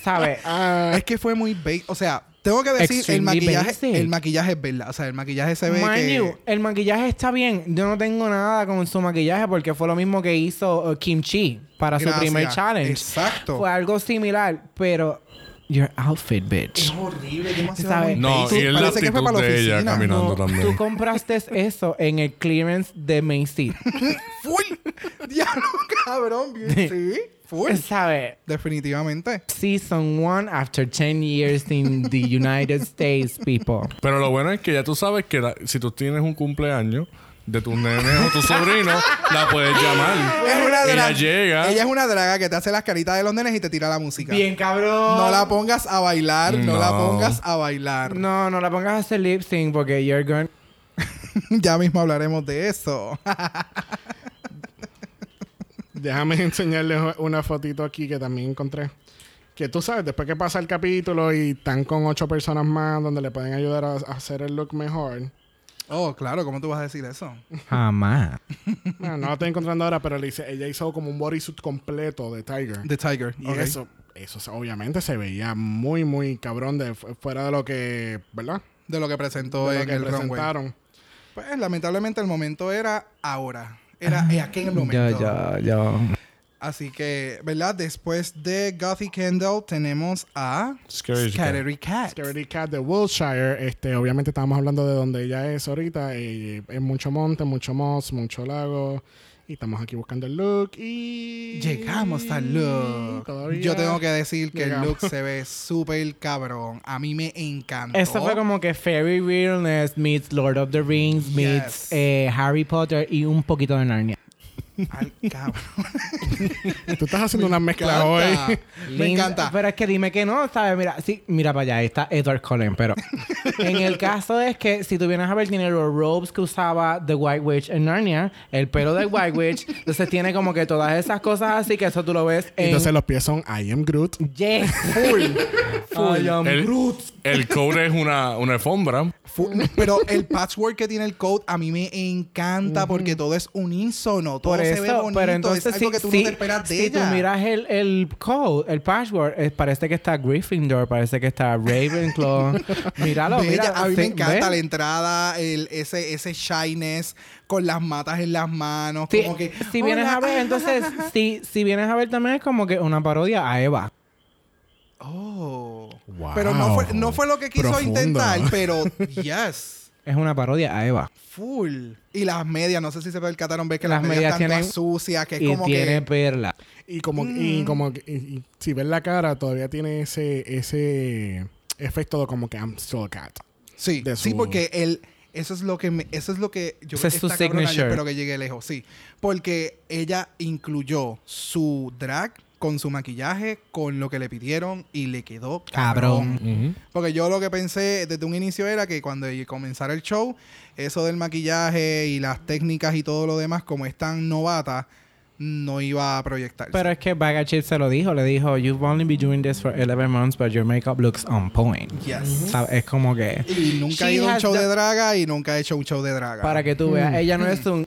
Speaker 4: ¿Sabes?
Speaker 1: Ah,
Speaker 2: Es que fue muy bait. O sea, Tengo que decir, el
Speaker 4: Extremely basic.
Speaker 2: maquillaje, el maquillaje es verdad. O sea, el maquillaje se ve
Speaker 4: Mind
Speaker 2: que...
Speaker 4: you, el maquillaje está bien. Yo no tengo nada con su maquillaje porque fue lo mismo que hizo uh, Kim Chi para
Speaker 2: Gracias.
Speaker 4: su primer challenge.
Speaker 2: Exacto.
Speaker 4: Fue algo similar, pero your outfit, bitch.
Speaker 2: Es horrible. es demasiado
Speaker 4: ¿Sabes?
Speaker 3: No,
Speaker 2: basic.
Speaker 3: y es la
Speaker 2: Parece que fue
Speaker 3: actitud
Speaker 2: para la
Speaker 3: de ella
Speaker 2: oficina.
Speaker 3: caminando
Speaker 4: No,
Speaker 3: también.
Speaker 4: Tú compraste eso en el clearance de Macy.
Speaker 2: Full. Diablo, cabrón. bien, Sí. Full.
Speaker 4: ¿Sabes?
Speaker 2: Definitivamente.
Speaker 4: Season 1 after 10 years in the United States, people.
Speaker 3: Pero lo bueno es que ya tú sabes que la- si tú tienes un cumpleaños de tus nenes o tus sobrinos, la puedes llamar.
Speaker 2: Es una
Speaker 3: Ella
Speaker 2: draga.
Speaker 3: llega.
Speaker 2: Ella es una draga que te hace las caritas de los nenes y te tira la música.
Speaker 4: Bien, cabrón.
Speaker 2: No la pongas a bailar, no, la
Speaker 3: No.
Speaker 2: pongas a bailar.
Speaker 4: No, no la pongas a hacer lip sync porque you're going.
Speaker 2: ya mismo hablaremos de eso.
Speaker 1: Déjame enseñarles una fotito aquí que también encontré. Que tú sabes, después que pasa el capítulo y están con ocho personas más donde le pueden ayudar a, a hacer el look mejor.
Speaker 2: Oh, claro, ¿cómo tú vas a decir eso?
Speaker 4: Jamás.
Speaker 1: Bueno, no lo estoy encontrando ahora, pero le hice, ella hizo como un bodysuit completo de Tiger.
Speaker 2: The Tiger.
Speaker 1: y
Speaker 2: ok.
Speaker 1: eso, eso se- obviamente se veía muy, muy cabrón de fu- fuera de lo que, ¿verdad?
Speaker 2: De lo que presentó
Speaker 1: De lo
Speaker 2: en
Speaker 1: que
Speaker 2: el runway.
Speaker 1: presentaron.
Speaker 2: Pues lamentablemente el momento era ahora.
Speaker 1: Ah,
Speaker 2: Era en aquel momento.
Speaker 4: Yo, yo, yo.
Speaker 2: Así que, ¿verdad? Después de Gothy Kendall tenemos a
Speaker 3: Scary
Speaker 2: Scattery Cat.
Speaker 1: Scary Cat de Wilshire, este, obviamente estábamos hablando de donde ella es ahorita, eh, es mucho monte, mucho moss, mucho lago, y estamos aquí buscando el look y...
Speaker 2: Llegamos al look.
Speaker 1: Todavía-
Speaker 2: Yo tengo que decir que
Speaker 1: llegamos.
Speaker 2: el look se ve súper cabrón. A mí me encantó.
Speaker 4: Eso fue como que Fairy Realness meets Lord of the Rings meets
Speaker 2: Yes.
Speaker 4: eh, Harry Potter y un poquito de Narnia.
Speaker 2: Al cabrón.
Speaker 1: Tú estás haciendo una
Speaker 2: Me
Speaker 1: mezcla
Speaker 2: encanta.
Speaker 1: hoy.
Speaker 2: Me
Speaker 4: Linda-
Speaker 2: encanta.
Speaker 4: Pero es que dime que no, ¿sabes? Mira, sí, mira para allá, está Edward Cullen, pero en el caso es que si tú vienes a ver, tiene los robes que usaba The White Witch en Narnia, el pelo de White Witch, entonces tiene como que todas esas cosas así que eso tú lo ves en...
Speaker 1: Entonces los pies son I am Groot.
Speaker 4: Yes, full. I am
Speaker 3: El,
Speaker 4: Groot.
Speaker 3: el coat es una, una alfombra.
Speaker 2: Fu-
Speaker 4: Mm.
Speaker 2: Pero el patchwork que tiene el coat a mí me encanta porque todo es unísono, todo
Speaker 4: Por
Speaker 2: se ve
Speaker 4: eso,
Speaker 2: bonito,
Speaker 4: pero entonces
Speaker 2: es algo
Speaker 4: si,
Speaker 2: que tú
Speaker 4: si-
Speaker 2: no te esperas de
Speaker 4: si
Speaker 2: ella.
Speaker 4: tú miras el, el code, el password, eh, parece que está Gryffindor, parece que está Ravenclaw. Míralo,
Speaker 2: Bella,
Speaker 4: mira.
Speaker 2: a mí me
Speaker 4: sí,
Speaker 2: encanta
Speaker 4: ¿ves?
Speaker 2: la entrada, el, ese, ese shyness con las matas en las manos,
Speaker 4: Sí,
Speaker 2: como que
Speaker 4: si vienes
Speaker 2: "Hola,
Speaker 4: a ver,
Speaker 2: ah".
Speaker 4: entonces, si, si vienes a ver también es como que una parodia a Eva.
Speaker 2: Oh.
Speaker 1: Wow.
Speaker 2: Pero no fue, no fue lo que quiso
Speaker 1: Profundo.
Speaker 2: intentar, pero yes.
Speaker 4: Es una parodia a Eva.
Speaker 2: Full. Y las medias, no sé si se percataron ver que
Speaker 4: Las
Speaker 2: las, medias,
Speaker 4: medias
Speaker 2: están todas
Speaker 4: tienen-
Speaker 2: sucias, que es
Speaker 4: Y
Speaker 2: como
Speaker 4: tiene
Speaker 2: que
Speaker 4: perla.
Speaker 1: Y como, y
Speaker 2: Mm.
Speaker 1: como que- y- y si ves la cara, todavía tiene ese, ese efecto de como que I'm still a cat.
Speaker 2: Sí,
Speaker 1: de
Speaker 2: sí,
Speaker 1: su-
Speaker 2: porque él eso es lo que me- eso es lo que yo
Speaker 4: Ese es su
Speaker 2: esta cabrona, yo
Speaker 4: signature.
Speaker 2: espero que llegue lejos, sí, porque ella incluyó su drag con su maquillaje, con lo que le pidieron y le quedó cabrón. Porque yo lo que pensé desde un inicio era que cuando comenzara el show, eso del maquillaje y las técnicas y todo lo demás como es tan novata no iba a proyectarse.
Speaker 4: Pero es que Baga Chip se lo dijo. Le dijo, you've only been doing this for 11 months, but your makeup looks on point.
Speaker 2: Yes.
Speaker 4: ¿Sabes? Es como que...
Speaker 2: y nunca ha
Speaker 4: She
Speaker 2: ido a un
Speaker 4: has
Speaker 2: show
Speaker 4: the-
Speaker 2: de draga y nunca ha hecho un show de draga.
Speaker 4: Para que tú
Speaker 2: Mm.
Speaker 4: veas, ella no es un...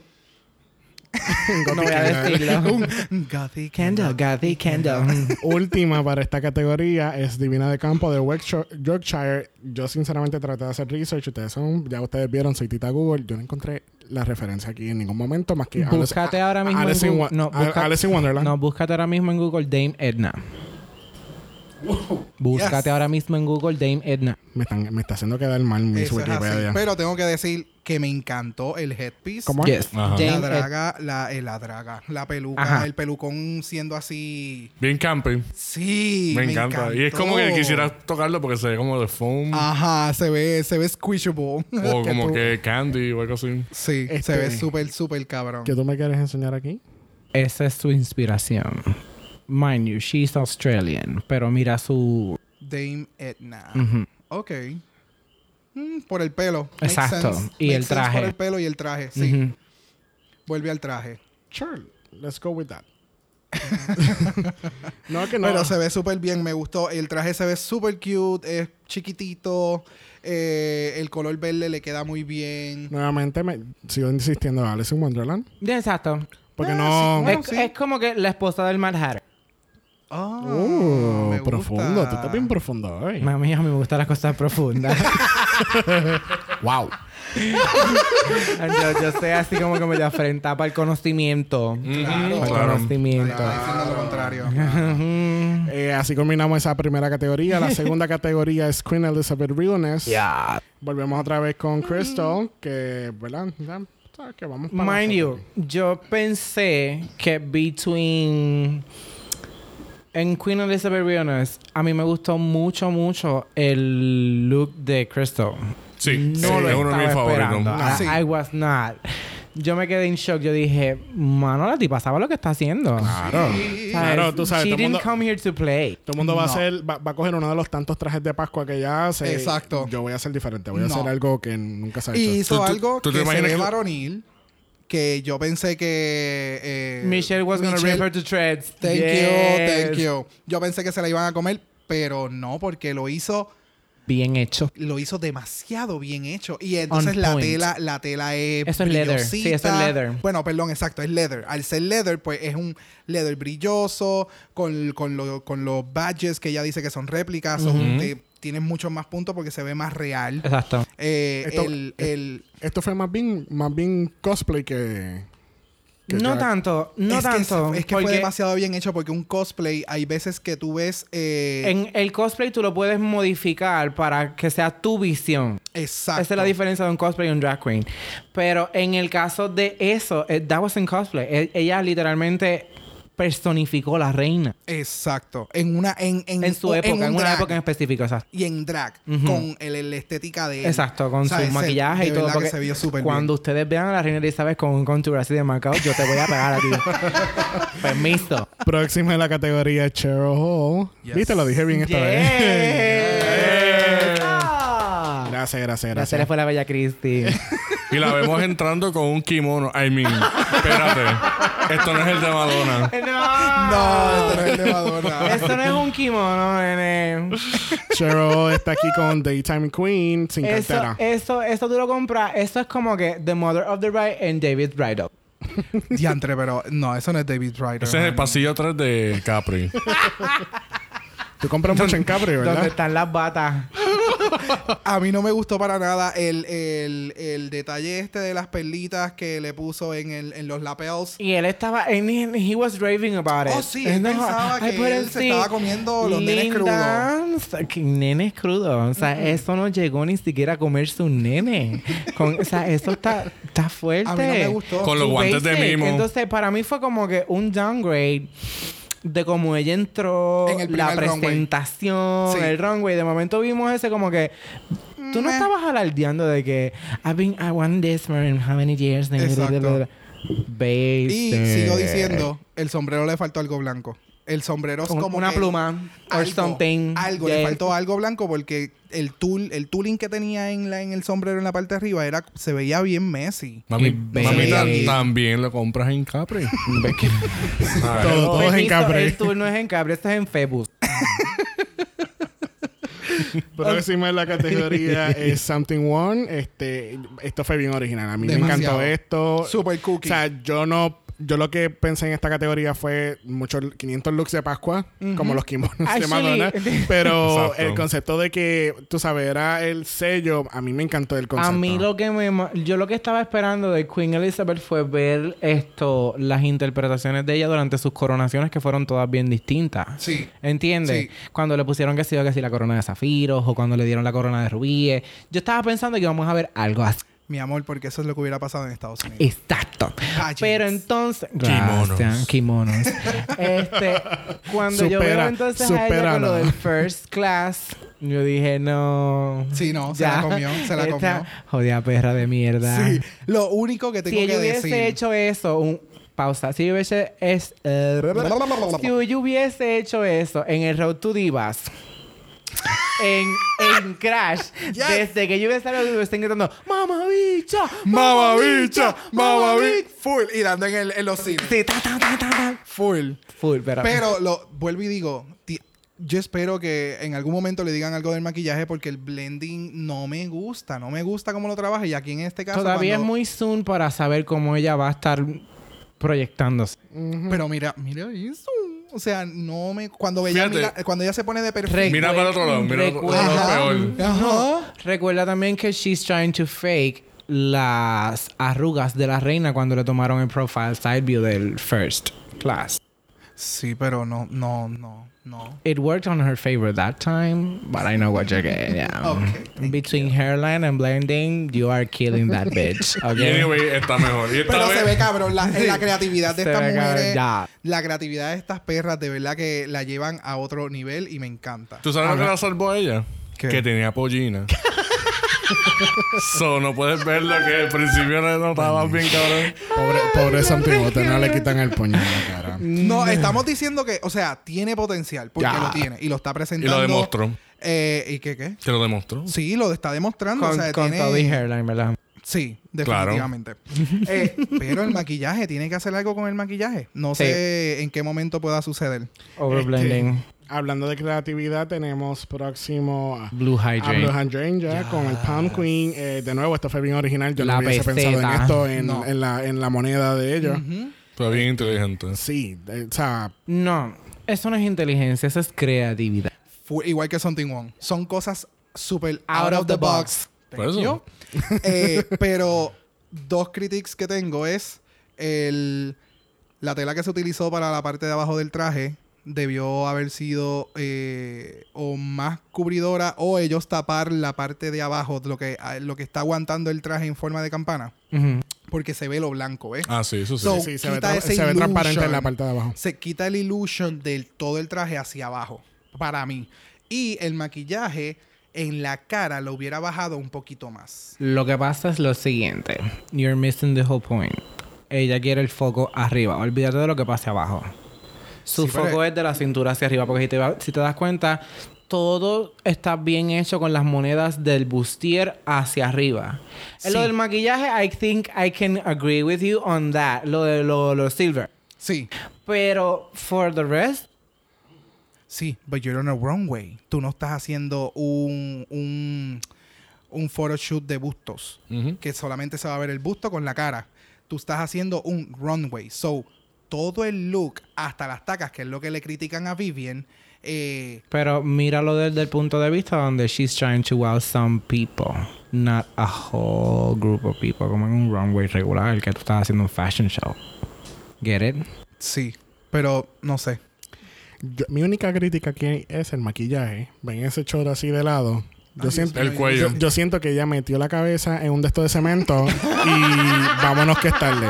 Speaker 4: no voy a decirlo.
Speaker 2: Gothic
Speaker 4: Kendall, Gaddy Kendall.
Speaker 1: Última para esta categoría es Divina de Campo de Yorkshire- Yorkshire. Yo sinceramente traté de hacer research. Ustedes son, ya ustedes vieron, soy Tita Google. Yo no encontré la referencia aquí en ningún momento más que Alice-
Speaker 4: Búscate ahora mismo
Speaker 1: Alice
Speaker 4: en
Speaker 1: in,
Speaker 4: Google.
Speaker 1: Wa- Al- Alice in Wonderland.
Speaker 4: No, búscate ahora mismo en Google Dame Edna. Búscate
Speaker 2: Yes.
Speaker 4: ahora mismo en Google Dame Edna.
Speaker 1: Me, están- me está haciendo quedar mal mi
Speaker 2: Eso es así.
Speaker 1: Wikipedia.
Speaker 2: Pero tengo que decir que me encantó el headpiece.
Speaker 1: ¿Cómo es?
Speaker 4: Yes.
Speaker 3: Ajá.
Speaker 4: Dame
Speaker 2: La
Speaker 4: Ed-
Speaker 2: draga, la, eh, la draga, la peluca,
Speaker 4: Ajá.
Speaker 2: el pelucón siendo así.
Speaker 3: Bien camping.
Speaker 2: Sí,
Speaker 3: Me,
Speaker 2: me,
Speaker 3: encanta. Y es
Speaker 2: encantó. Ah,
Speaker 3: como que quisieras tocarlo porque se ve como de foam
Speaker 2: Ajá, se ve, se ve squishable.
Speaker 3: o como
Speaker 2: tú-
Speaker 3: que candy o algo así.
Speaker 2: Sí,
Speaker 1: Este-
Speaker 2: se ve súper, súper cabrón.
Speaker 1: ¿Qué tú me quieres enseñar aquí?
Speaker 4: Esa es su inspiración. Mind you, she's Australian. Pero mira su.
Speaker 2: Dame Edna.
Speaker 4: Ujú.
Speaker 2: Ok. Mm, por el pelo. Makes
Speaker 4: Exacto.
Speaker 2: sense.
Speaker 4: Y
Speaker 2: Makes
Speaker 4: el
Speaker 2: sense
Speaker 4: traje.
Speaker 2: Por el pelo y el traje, sí.
Speaker 4: Ujú.
Speaker 2: Vuelve al traje.
Speaker 1: Sure, let's go with that. no, que no.
Speaker 2: Pero se ve súper bien, me gustó. El traje se ve súper cute, es chiquitito. eh, el color verde le queda muy bien.
Speaker 1: Nuevamente me sigo insistiendo Alice in Wonderland.
Speaker 4: Exacto.
Speaker 1: Porque
Speaker 2: Ah,
Speaker 1: no.
Speaker 2: sí, bueno.
Speaker 4: es,
Speaker 2: sí.
Speaker 4: es como que la esposa del Mad Hatter.
Speaker 2: Ah,
Speaker 1: Oh,
Speaker 2: me gusta.
Speaker 1: profundo. Tú estás bien profundo hoy.
Speaker 4: Mami, a mí me gustan las cosas profundas.
Speaker 1: Wow.
Speaker 4: yo, yo sé así como que me afrenta para el conocimiento.
Speaker 3: Ujú,
Speaker 4: Para el
Speaker 3: claro.
Speaker 4: conocimiento.
Speaker 2: Está diciendo lo contrario.
Speaker 1: Eh, así combinamos esa primera categoría. La segunda categoría es Queen Elizabeth Realness.
Speaker 4: Ya.
Speaker 1: Volvemos otra vez con Crystal, que, ¿verdad? Ya, sabes Que vamos para
Speaker 4: Mind
Speaker 1: nosotros.
Speaker 4: you, yo pensé que Between. En Queen Elizabeth Realness, a mí me gustó mucho, mucho el look de Crystal.
Speaker 3: Sí, sí,
Speaker 4: No lo
Speaker 3: es uno de mis
Speaker 4: estaba
Speaker 3: favoritos.
Speaker 4: esperando.
Speaker 2: Ah, sí.
Speaker 4: I, I was not. Yo me quedé en shock. Yo dije, mano, la tipa sabe lo que está haciendo.
Speaker 3: Ah,
Speaker 1: Claro.
Speaker 2: Sí.
Speaker 4: ¿Sabes?
Speaker 1: Claro, tú sabes,
Speaker 4: She
Speaker 1: todo el
Speaker 4: didn't
Speaker 1: mundo-
Speaker 4: come here to play.
Speaker 1: Todo el mundo va a
Speaker 2: No.
Speaker 1: hacer, va, va a coger uno de los tantos trajes de Pascua que ya hace.
Speaker 2: Exacto.
Speaker 1: Yo voy a hacer diferente, voy a
Speaker 2: No.
Speaker 1: hacer algo que nunca se ha
Speaker 2: Y
Speaker 1: hecho.
Speaker 2: hizo
Speaker 3: ¿Tú- tú-
Speaker 2: algo
Speaker 3: tú
Speaker 2: que
Speaker 3: te
Speaker 2: se
Speaker 3: imaginas
Speaker 2: ve
Speaker 3: que-
Speaker 2: varonil que yo pensé que eh,
Speaker 4: Michelle was gonna
Speaker 2: Michelle-
Speaker 4: rip her to shreds.
Speaker 2: Thank
Speaker 4: Yes.
Speaker 2: you, thank you. Yo pensé que se la iban a comer, pero no, porque lo hizo,
Speaker 4: Bien hecho.
Speaker 2: lo hizo demasiado bien hecho. Y entonces
Speaker 4: On
Speaker 2: la
Speaker 4: point.
Speaker 2: tela, la tela es
Speaker 4: Eso es leather. Sí, eso es
Speaker 2: brillosita.
Speaker 4: leather.
Speaker 2: Bueno, perdón, exacto, es leather. Al ser leather, pues es un leather brilloso, con, con, lo- con los badges que ella dice que son réplicas, son de- tienen muchos más puntos porque se ve más real.
Speaker 4: Exacto.
Speaker 2: Eh,
Speaker 1: Esto-
Speaker 2: el, el,
Speaker 1: Esto fue más bien, más bien cosplay que. que
Speaker 4: No
Speaker 1: drag.
Speaker 4: tanto, no
Speaker 2: es que-
Speaker 4: tanto.
Speaker 2: es que
Speaker 4: porque
Speaker 2: fue demasiado bien hecho porque un cosplay, hay veces que tú ves. eh,
Speaker 4: En el cosplay tú lo puedes modificar para que sea tu visión.
Speaker 2: exacto.
Speaker 4: Esa es la diferencia de un cosplay y un drag queen. Pero en el caso de eso, eh, that was in cosplay. E- ella literalmente personificó la reina
Speaker 2: Exacto. En una en, en,
Speaker 4: en su
Speaker 2: o-
Speaker 4: época, en,
Speaker 2: un
Speaker 4: una
Speaker 2: drag
Speaker 4: época en específico. exacto.
Speaker 2: y en drag
Speaker 4: Ujú.
Speaker 2: con el, el estética de él.
Speaker 4: Exacto, con
Speaker 2: ¿Sabes?
Speaker 4: su
Speaker 2: Se-
Speaker 4: maquillaje y
Speaker 2: de
Speaker 4: todo.
Speaker 2: verdad que
Speaker 4: Porque
Speaker 2: se vio súper
Speaker 4: cuando ustedes vean a la reina Elizabeth con un contour así de marcado, yo te voy a pegar a ti. Permiso.
Speaker 1: Próxima en la categoría Cheryl Hall.
Speaker 2: Yes.
Speaker 1: Viste, lo dije bien esta vez.
Speaker 4: Ah.
Speaker 1: gracias, gracias,
Speaker 4: Ya se le
Speaker 1: gracias.
Speaker 4: fue la bella Christie.
Speaker 3: Y la vemos entrando con un kimono. I mean, espérate. Esto no es el de Madonna.
Speaker 2: bien. No, este no es el de Madonna.
Speaker 4: Eso no es un kimono, nene.
Speaker 1: Cheryl Hall está aquí con Daytime Queen sin
Speaker 4: Eso,
Speaker 1: cartera.
Speaker 4: eso, eso tú lo compras. Eso es como que The Mother of the Bride and David Bridal.
Speaker 2: Diantre, pero no, eso no es David Ryder.
Speaker 3: Ese es el
Speaker 2: mano.
Speaker 3: pasillo 3 de Capri.
Speaker 1: Tú compras mucho en Capri,
Speaker 4: Donde
Speaker 1: ¿verdad?
Speaker 4: están las batas.
Speaker 2: A mí no me gustó para nada el, el, el detalle este de las perlitas que le puso en, el, en los lapels.
Speaker 4: Y él estaba. And he, he was raving about it.
Speaker 2: Oh, sí, él pensaba que él se estaba comiendo los nenes Mm-hmm.
Speaker 4: nenes crudos. Nenes crudos. O sea, eso no llegó ni siquiera a comerse un nene. Con, o sea, eso está, está fuerte.
Speaker 2: A mí no me gustó.
Speaker 3: Con los
Speaker 4: Too
Speaker 3: guantes de
Speaker 4: basic.
Speaker 3: mimo.
Speaker 4: Entonces, para mí fue como que un downgrade de cómo ella entró,
Speaker 2: En el
Speaker 4: la
Speaker 2: primer runway.
Speaker 4: presentación,
Speaker 2: Sí.
Speaker 4: el runway. De momento vimos ese como que. Tú no
Speaker 2: Meh.
Speaker 4: estabas alardeando de que I've been I want this for how many years.
Speaker 2: Exacto.
Speaker 4: Basic.
Speaker 2: Y
Speaker 4: eh, Este.
Speaker 2: sigo diciendo, el sombrero le faltó algo blanco. El sombrero es
Speaker 4: Un-
Speaker 2: como
Speaker 4: una
Speaker 2: que-
Speaker 4: pluma or
Speaker 2: algo,
Speaker 4: something.
Speaker 2: Algo, le
Speaker 4: Yes.
Speaker 2: faltó algo blanco porque el tul, el tooling que tenía en, la, en el sombrero en la parte de arriba era, se veía bien Messi.
Speaker 3: Mami,
Speaker 4: Qué
Speaker 3: mamita,
Speaker 2: bello.
Speaker 3: también lo compras en Capri. Ay,
Speaker 1: Todo, todo es en
Speaker 4: Permiso,
Speaker 1: Capri.
Speaker 4: El tour no es en Capri, este es en Febus.
Speaker 1: Próxima en la categoría es Something One. Este, esto fue bien original. A mí me
Speaker 2: Demasiado.
Speaker 1: encantó esto.
Speaker 2: Super
Speaker 1: O
Speaker 2: cookie.
Speaker 1: sea, yo no. Yo lo que pensé en esta categoría fue muchos 500 looks de Pascua, como los kimonos de
Speaker 4: Actually-
Speaker 1: Madonna. Pero
Speaker 3: Exacto.
Speaker 1: el concepto de que, tú sabes, era el sello, a mí me encantó el
Speaker 4: A
Speaker 1: concepto.
Speaker 4: mí lo que me ma- yo lo que estaba esperando de Queen Elizabeth fue ver esto las interpretaciones de ella durante sus coronaciones que fueron todas bien distintas.
Speaker 2: Sí.
Speaker 4: ¿Entiendes?
Speaker 2: Sí.
Speaker 4: Cuando le pusieron que sí o que sí la corona de zafiros o cuando le dieron la corona de rubíes. Yo estaba pensando que íbamos a ver algo así.
Speaker 2: Mi amor, porque eso es lo que hubiera pasado en Estados Unidos.
Speaker 4: Exacto.
Speaker 2: Gadgets.
Speaker 4: Pero entonces.
Speaker 3: Kimonos.
Speaker 4: Gracias, Kimonos. este, cuando yo veo
Speaker 1: Supera-
Speaker 4: entonces a ella
Speaker 1: supera,
Speaker 4: con lo
Speaker 1: no.
Speaker 4: del first class, yo dije, no.
Speaker 2: Sí, no, se la comió, se la
Speaker 4: Esta
Speaker 2: comió.
Speaker 4: Jodida perra de mierda.
Speaker 2: Sí. Lo único que tengo
Speaker 4: Si
Speaker 2: que
Speaker 4: ella hubiese
Speaker 2: decir.
Speaker 4: hecho eso, un. Pausa. Si yo hubiese. Es, eh, si yo hubiese hecho eso en el Road to Divas. En, en Crash, desde que yo hubiese salido, hubiese gritando: ¡Mamá bicha!
Speaker 3: Mamá bicha, mamá bicha.
Speaker 2: Full. Y dando en, el, en los cines.
Speaker 4: Sí, ta, ta, ta, ta, ta.
Speaker 2: Full.
Speaker 4: Full, pero.
Speaker 2: Pero lo vuelvo y digo, ti- yo espero que en algún momento le digan algo del maquillaje porque el blending no me gusta, no me gusta cómo lo trabaja y aquí en este caso
Speaker 4: Todavía
Speaker 2: cuando-
Speaker 4: es muy soon para saber cómo ella va a estar proyectándose.
Speaker 2: pero mira, mira eso. O sea, no me. Cuando ella,
Speaker 3: Fíjate.
Speaker 2: mira- cuando ella se pone de perfil.
Speaker 4: Recuer-
Speaker 3: Mira para otro lado, mira otro-
Speaker 4: recuerda-
Speaker 3: otro lado peor.
Speaker 2: Ajá.
Speaker 4: Recuerda también que she's trying to fake las arrugas de la reina cuando le tomaron el profile side view del first class.
Speaker 2: Sí, pero no, no, no, no.
Speaker 4: It worked on her favor that time, but I know what you're getting. Yeah.
Speaker 2: Okay,
Speaker 4: Between hairline and blending, you are killing that bitch.
Speaker 3: Y
Speaker 4: Okay.
Speaker 3: anyway, está mejor. Y esta
Speaker 2: Pero
Speaker 3: vez-
Speaker 2: se ve cabrón la, en la creatividad de
Speaker 4: Se
Speaker 2: estas
Speaker 4: ve cabrón,
Speaker 2: mujeres.
Speaker 4: ya.
Speaker 2: La creatividad de estas perras, de verdad que la llevan a otro nivel y me encanta.
Speaker 3: ¿Tú sabes lo que la salvó a ella?
Speaker 2: ¿Qué?
Speaker 3: Que tenía pollina. so, no puedes ver lo que al principio no notabas bien, cabrón.
Speaker 1: Pobre, pobre Santi Bota, no le quitan el puño en la cara.
Speaker 2: No,
Speaker 4: Mm.
Speaker 2: estamos diciendo que, o sea, tiene potencial, porque
Speaker 4: Ya.
Speaker 2: lo tiene y lo está
Speaker 3: Y
Speaker 2: presentando.
Speaker 3: lo demostró.
Speaker 2: Eh, ¿Y qué qué?
Speaker 3: Te lo demostró.
Speaker 2: Sí, lo está demostrando.
Speaker 4: Con,
Speaker 2: o sea,
Speaker 4: con
Speaker 2: tiene-
Speaker 4: todo y hairline, ¿verdad?
Speaker 2: Sí,
Speaker 3: Claro.
Speaker 2: definitivamente. Eh, pero el maquillaje, tiene que hacer algo con el maquillaje. No
Speaker 4: Sí.
Speaker 2: sé en qué momento pueda suceder. Este,
Speaker 4: Overblending.
Speaker 1: Hablando de creatividad, tenemos próximo a
Speaker 2: ah,
Speaker 4: Blue
Speaker 1: a Blue
Speaker 4: hydrate.
Speaker 1: Hydrangea con el Pound Queen. Eh, de nuevo, esto fue bien original. Yo
Speaker 4: La
Speaker 1: no hubiese pensado en
Speaker 4: peseta.
Speaker 1: esto en,
Speaker 2: No.
Speaker 1: en la, en la moneda de ellos.
Speaker 3: Fue bien inteligente.
Speaker 1: Sí, eh, o sea,
Speaker 4: No, eso no es inteligencia, eso es creatividad.
Speaker 2: Fu- igual que Something One. Son cosas súper out, of the, box.
Speaker 3: Por eso.
Speaker 2: Yo. Eh, pero dos critiques que tengo es el, la tela que se utilizó para la parte de abajo del traje debió haber sido eh, o más cubridora o ellos tapar la parte de abajo de lo que, a- lo que está aguantando el traje en forma de campana
Speaker 4: Ujú.
Speaker 2: porque se ve lo blanco, ¿eh?
Speaker 3: Ah, sí, eso sí.
Speaker 2: So,
Speaker 1: sí, se, ve,
Speaker 2: quita
Speaker 1: tra-
Speaker 2: ese
Speaker 1: se ve transparente en
Speaker 2: illusion.
Speaker 1: la parte de abajo.
Speaker 2: se quita el illusion del todo el traje hacia abajo, para mí. Y el maquillaje en la cara lo hubiera bajado un poquito más.
Speaker 4: Lo que pasa es lo siguiente. You're missing the whole point. Ella quiere el foco arriba. Olvídate de lo que pase abajo. Su
Speaker 2: Sí, pero-
Speaker 4: foco es de la cintura hacia arriba. Porque si te, va- si te das cuenta, todo está bien hecho con las monedas del bustier hacia arriba. En Lo
Speaker 2: Sí.
Speaker 4: del maquillaje, I think I can agree with you on that. Lo de lo, lo silver.
Speaker 2: Sí,
Speaker 4: Pero for the rest,
Speaker 2: sí, but you're on a wrong way. Tú no estás haciendo un, un, un photoshoot de bustos,
Speaker 3: Ujú.
Speaker 2: que solamente se va a ver el busto con la cara. Tú estás haciendo un runway. So, todo el look, hasta las tacas, que es lo que le critican a Vivian, eh,
Speaker 4: Pero míralo desde el punto de vista donde she's trying to wow some people, not a whole group of people, como en un runway regular que tú estás haciendo un fashion show. Get it?
Speaker 2: sí, pero no sé.
Speaker 1: Yo- mi única crítica aquí es el maquillaje. Ven ese choro así de lado. Yo siento,
Speaker 3: El cuello.
Speaker 1: yo, yo siento que ella metió la cabeza en un desto de cemento y vámonos que es tarde.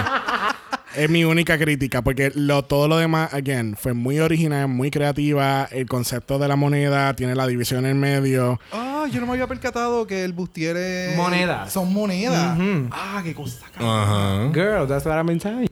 Speaker 1: Es mi única crítica, porque lo, todo lo demás, again, fue muy original, muy creativa. El concepto de la moneda tiene la división en medio.
Speaker 2: Ah, yo no me había percatado que el bustier es...
Speaker 4: Monedas.
Speaker 2: Son monedas.
Speaker 4: Ujú.
Speaker 2: Ah, qué cosa. cabrón.
Speaker 3: Ajá.
Speaker 4: Girl, that's what I've been telling you.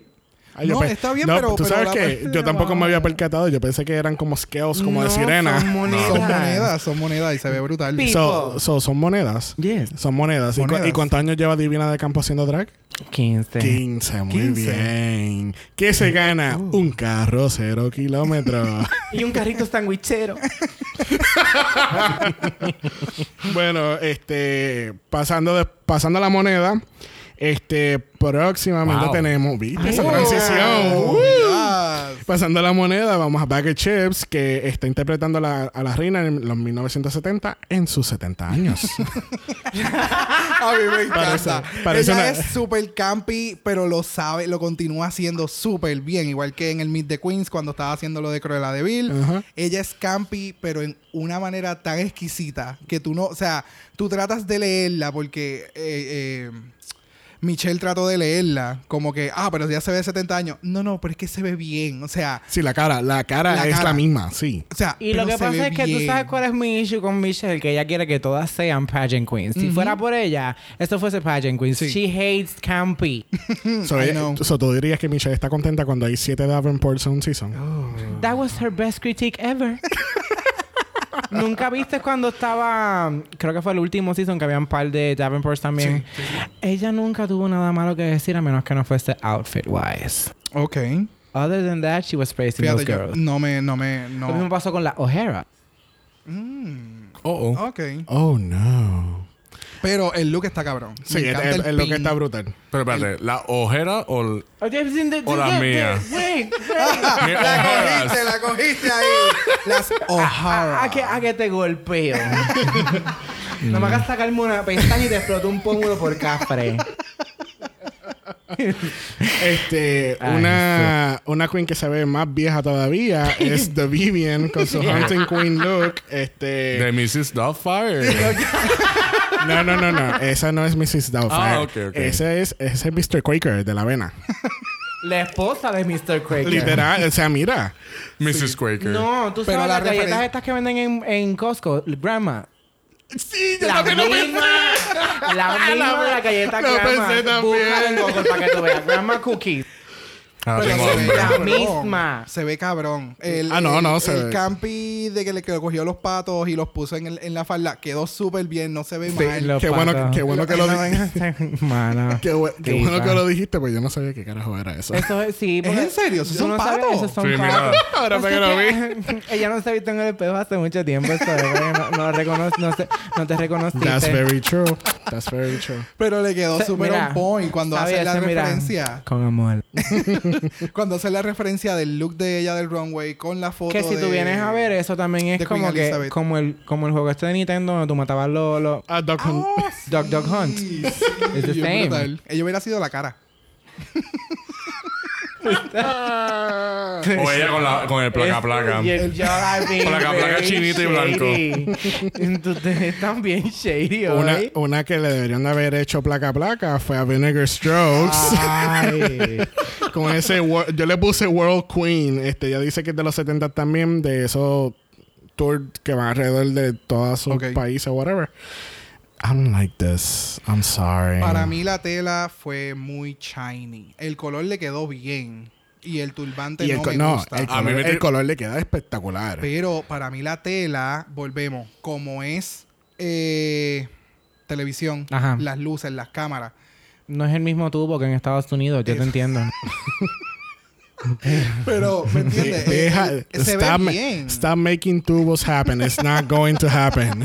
Speaker 1: Ay, yo
Speaker 2: No,
Speaker 1: pe-
Speaker 2: está bien,
Speaker 1: no,
Speaker 2: pero-
Speaker 1: Tú
Speaker 2: pero
Speaker 1: sabes
Speaker 2: la parte
Speaker 1: que
Speaker 2: de
Speaker 1: yo tampoco
Speaker 2: abajo-
Speaker 1: me había percatado. Yo pensé que eran como scales, como de
Speaker 4: No,
Speaker 1: sirena.
Speaker 4: son monedas.
Speaker 2: Son monedas, son monedas y se ve brutal.
Speaker 4: Pi-
Speaker 1: So- so, son monedas.
Speaker 4: Yes.
Speaker 1: Son monedas. ¿Y cu-
Speaker 2: Monedas.
Speaker 1: ¿Y, cuántos años lleva Divina de Campo haciendo drag?
Speaker 4: 15.
Speaker 1: 15, muy
Speaker 2: 15.
Speaker 1: bien. ¿Qué se gana?
Speaker 2: Uh.
Speaker 1: Un carro cero kilómetros.
Speaker 4: Y un carrito sandwichero.
Speaker 1: bueno, este, pasando, de- pasando a la moneda, este, próximamente
Speaker 3: Wow.
Speaker 1: tenemos, ¿viste? Esa
Speaker 2: Oh,
Speaker 1: transición.
Speaker 2: oh,
Speaker 1: Uh.
Speaker 2: yes.
Speaker 1: Pasando a la moneda, vamos a Bagger Chips, que está interpretando a la, a la reina en los 1970 en sus 70 años.
Speaker 2: A mí me encanta.
Speaker 1: Parece- parece
Speaker 2: Ella
Speaker 1: una-
Speaker 2: es súper campy, pero lo sabe, lo continúa haciendo súper bien. Igual que en el Meet the Queens cuando estaba haciendo lo de Cruella de Vil.
Speaker 1: Ajá.
Speaker 2: Ella es campy, pero en una manera tan exquisita que tú no... O sea, tú tratas de leerla porque... eh, eh, Michelle trató de leerla, como que, ah, pero ya se ve de 70 años. No, no, pero es que se ve bien. O sea,
Speaker 1: sí, la cara, la cara
Speaker 2: La
Speaker 1: es
Speaker 2: cara.
Speaker 1: la misma, sí.
Speaker 2: o sea,
Speaker 4: Y lo
Speaker 2: pero
Speaker 4: que
Speaker 2: se
Speaker 4: pasa
Speaker 2: ve
Speaker 4: es que tú
Speaker 2: bien.
Speaker 4: sabes cuál es mi issue con Michelle, que ella quiere que todas sean pageant queens. Si fuera por ella, esto fuese pageant queens.
Speaker 2: Sí.
Speaker 4: She hates campy.
Speaker 1: So,
Speaker 2: Mm, I
Speaker 1: eh,
Speaker 2: know.
Speaker 1: so tú dirías que Michelle está contenta cuando hay 7 Davenports en un season.
Speaker 2: Oh.
Speaker 4: That was her best critique ever. Nunca viste cuando estaba, creo que fue el último season que había un par de Davenports también. Ella nunca tuvo nada malo que decir a menos que no fuese outfit wise.
Speaker 2: Ok.
Speaker 4: Other than that, she was praising
Speaker 2: Fíjate,
Speaker 4: those
Speaker 2: yo
Speaker 4: girls.
Speaker 2: no me, no me,
Speaker 4: Lo mismo
Speaker 2: no.
Speaker 4: pasó con la O'Hara.
Speaker 2: Mm,
Speaker 3: Oh, oh.
Speaker 2: ok.
Speaker 1: Oh no.
Speaker 2: Pero el look está cabrón. Me
Speaker 1: Sí, es,
Speaker 2: encanta
Speaker 1: es-
Speaker 2: el
Speaker 1: es lo que
Speaker 2: pin.
Speaker 1: está brutal.
Speaker 3: Pero espérate, ¿la ojera o el- Hola,
Speaker 4: Hola,
Speaker 3: mía. mi
Speaker 2: La
Speaker 3: ojeras?
Speaker 2: cogiste, la cogiste ahí. Las
Speaker 4: A,
Speaker 2: O'Hara.
Speaker 4: Ah, que, ah, a que te golpeo. no me hagas sacarme una pestaña y te explotó un pómulo por cafre.
Speaker 1: Este,
Speaker 4: Ay,
Speaker 1: una, una queen que se ve más vieja todavía es The Vivian con su Hunting Queen look.
Speaker 3: De
Speaker 1: Este,
Speaker 3: Mrs. Doubtfire.
Speaker 1: no, no, no, no. Esa no es Mrs. Doubtfire.
Speaker 3: Ah, ok, ok.
Speaker 1: Ese es, ese es Mr. Quaker de la avena.
Speaker 4: La esposa de Mr. Quaker.
Speaker 1: Literal, o sea, mira.
Speaker 3: Mrs. Quaker.
Speaker 4: No, tú
Speaker 2: Pero
Speaker 4: sabes
Speaker 2: la
Speaker 4: las galletas
Speaker 2: referen-
Speaker 4: estas que venden en, en Costco, Grandma.
Speaker 1: Sí, yo
Speaker 4: La
Speaker 1: también lo
Speaker 4: misma,
Speaker 1: pensé.
Speaker 4: la misma de la galleta
Speaker 1: Lo
Speaker 4: Grandma.
Speaker 1: pensé también.
Speaker 4: Búscala en Google para que tú veas. Grandma Cookies.
Speaker 3: Ah,
Speaker 2: Pero
Speaker 3: tengo
Speaker 2: se ve
Speaker 3: hambre.
Speaker 4: La
Speaker 2: cabrón.
Speaker 4: misma.
Speaker 2: Se ve cabrón. El,
Speaker 1: Ah, no,
Speaker 2: el-
Speaker 1: no, se
Speaker 2: el
Speaker 1: ve.
Speaker 2: campi de que le que cogió los patos y los puso en, el- en la falda quedó súper bien, no se ve mal.
Speaker 1: Qué bueno, qué bueno que lo di-
Speaker 4: dijiste. Mano.
Speaker 1: qué bu- qué
Speaker 4: Sí,
Speaker 1: bueno que
Speaker 4: pa.
Speaker 1: lo dijiste, pues yo no sabía qué carajo era eso.
Speaker 4: Eso es, sí. porque
Speaker 2: en serio? ¿Esos
Speaker 4: tú
Speaker 2: son
Speaker 4: no sabes,
Speaker 2: patos?
Speaker 4: Esos son
Speaker 3: Sí, mira.
Speaker 4: patos. Pues
Speaker 1: Ahora
Speaker 4: Es
Speaker 1: fue que
Speaker 4: que Ella no se ha visto en el espejo hace mucho tiempo. eso es, no, no, recono- no, se- no te reconociste.
Speaker 1: That's very true. That's very true.
Speaker 2: Pero le quedó
Speaker 4: Se-
Speaker 2: súper
Speaker 4: mira,
Speaker 2: on point cuando
Speaker 4: ¿sabes?
Speaker 2: hace la
Speaker 4: Ese, mira,
Speaker 2: referencia.
Speaker 4: Con amor.
Speaker 2: Cuando hace la referencia del look de ella del runway con la foto
Speaker 4: Que si
Speaker 2: de-
Speaker 4: tú vienes a ver, eso también
Speaker 2: de
Speaker 4: es
Speaker 2: Queen
Speaker 4: como que...
Speaker 2: Elizabeth.
Speaker 4: Como el, como el juego este de Nintendo donde tú matabas los... los-
Speaker 1: Ah, Doc Hunt.
Speaker 2: Ah,
Speaker 4: Dog Dog Hunt.
Speaker 2: sí,
Speaker 4: It's the
Speaker 2: sí,
Speaker 4: same.
Speaker 2: brutal. Ella hubiera sido la cara.
Speaker 1: Oh,
Speaker 3: O ella con, la, con
Speaker 2: Este
Speaker 3: el placa placa.
Speaker 4: El
Speaker 3: Placa, placa chinita y blanco.
Speaker 4: Ustedes también shady
Speaker 1: Una,
Speaker 4: hoy.
Speaker 1: una que le deberían de haber hecho placa a placa fue a Vinegar Strokes
Speaker 4: Ay.
Speaker 1: con ese wor- yo le puse World Queen este ella dice que es de los 70 también de esos tours que van alrededor de todos sus
Speaker 2: Ok.
Speaker 1: países whatever I'm like this I'm sorry
Speaker 2: Para mí la tela fue muy shiny. El color le quedó bien. Y el turbante
Speaker 1: y el,
Speaker 2: no
Speaker 1: co-
Speaker 2: me
Speaker 1: no,
Speaker 2: gusta. Ah,
Speaker 1: el
Speaker 3: A mí
Speaker 1: color,
Speaker 3: me
Speaker 1: el
Speaker 3: tri-
Speaker 1: color le queda espectacular
Speaker 2: Pero para mí la tela, volvemos, como es eh, televisión,
Speaker 4: Ajá.
Speaker 2: las luces, las cámaras.
Speaker 4: No es el mismo tubo que en Estados Unidos, yo te
Speaker 2: Eso.
Speaker 4: entiendo.
Speaker 2: Pero, ¿me entiendes? Eh,
Speaker 1: Deja-
Speaker 2: eh, se ve
Speaker 1: stop, ma-
Speaker 2: bien.
Speaker 1: stop making tubos happen it's not going to happen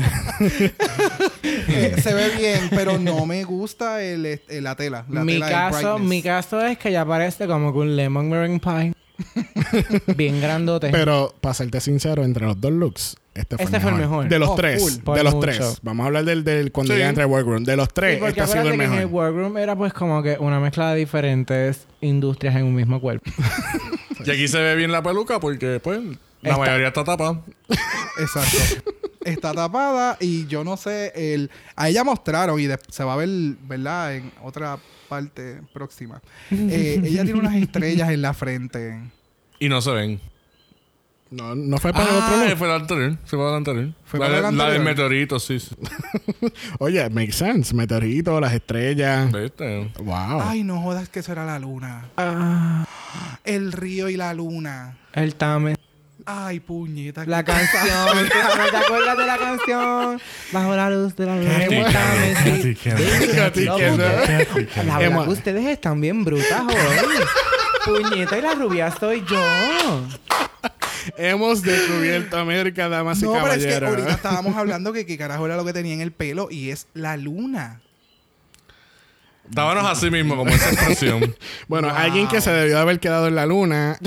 Speaker 2: Eh, se ve bien, pero no me gusta el, este, la tela. La
Speaker 4: mi
Speaker 2: tela del
Speaker 4: caso,
Speaker 2: brightness.
Speaker 4: mi caso es que ya parece como que un lemon meringue pie. Bien grandote.
Speaker 1: Pero, para serte sincero, entre los dos looks, este fue,
Speaker 4: Este
Speaker 1: el,
Speaker 4: fue
Speaker 1: mejor.
Speaker 4: el mejor.
Speaker 1: De los
Speaker 2: Oh,
Speaker 1: tres.
Speaker 2: full.
Speaker 4: Por
Speaker 1: De los
Speaker 4: mucho.
Speaker 1: tres. Vamos a hablar del, del cuando
Speaker 3: Sí.
Speaker 1: llega entre el workroom. De los tres,
Speaker 3: eh,
Speaker 4: Sí, porque
Speaker 1: este ha sido el
Speaker 4: acuérdate que en el
Speaker 1: mejor.
Speaker 4: workroom era pues como que una mezcla de diferentes industrias en un mismo cuerpo.
Speaker 3: Y aquí se ve bien la peluca porque, pues, la
Speaker 4: Está-
Speaker 3: mayoría está tapada.
Speaker 2: Exacto. Está tapada y yo no sé, el, a ella mostraron y de- se va a ver, ¿verdad? En otra parte próxima. Eh, ella tiene unas estrellas en la frente.
Speaker 3: Y no se ven.
Speaker 1: No, no fue para
Speaker 3: Ah,
Speaker 1: el otro
Speaker 3: eh,
Speaker 1: look.
Speaker 3: fue la anterior. Se fue la anterior.
Speaker 2: Fue
Speaker 3: la,
Speaker 2: para la
Speaker 3: de- la del
Speaker 2: anterior.
Speaker 3: meteorito, sí. sí.
Speaker 1: Oye, makes sense. Meteorito, las estrellas.
Speaker 3: Viste.
Speaker 1: Wow.
Speaker 2: Ay, no jodas que eso era la luna.
Speaker 4: Ah,
Speaker 2: El río y la luna.
Speaker 4: el tame.
Speaker 2: Ay, puñeta.
Speaker 4: La
Speaker 2: qué
Speaker 4: canción. ¿Te acuerdas- te acuerdas de la canción? Bajo la luz de la luna.
Speaker 1: Qué
Speaker 4: el
Speaker 1: buena.
Speaker 4: tame, sí.
Speaker 1: Katy,
Speaker 4: no,
Speaker 1: que no.
Speaker 4: La verdad
Speaker 1: Emma.
Speaker 4: que ustedes están bien brutas hoy. Puñeta y la rubia soy yo.
Speaker 1: Hemos descubierto América, damas y
Speaker 2: No, pero es que
Speaker 1: caballeros.
Speaker 2: ahorita estábamos hablando que qué carajo era lo que tenía en el pelo y es la luna.
Speaker 3: Estábamos así mismo, como esa expresión.
Speaker 1: Bueno, alguien que se debió haber quedado en la luna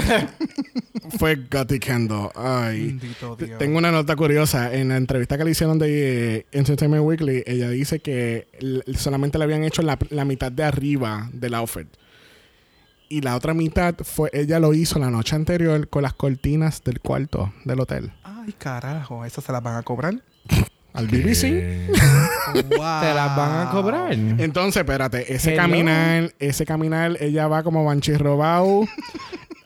Speaker 1: fue Gotti Kendall. Ay.
Speaker 2: Bendito
Speaker 1: T-
Speaker 2: Dios.
Speaker 1: Tengo una nota curiosa. En la entrevista que le hicieron de eh, Entertainment Weekly, ella dice que l- solamente le habían hecho la, la mitad de arriba del outfit. Y la otra mitad fue, ella lo hizo la noche anterior con las cortinas del cuarto del hotel.
Speaker 2: Ay, carajo, ¿esas se las van a cobrar?
Speaker 1: Al BBC.
Speaker 3: Eh,
Speaker 2: Wow.
Speaker 4: Te las
Speaker 1: Ah.
Speaker 4: van a cobrar.
Speaker 1: Entonces, espérate, ese
Speaker 4: Hello.
Speaker 1: caminar, ese caminar, ella va como Banshee Robau.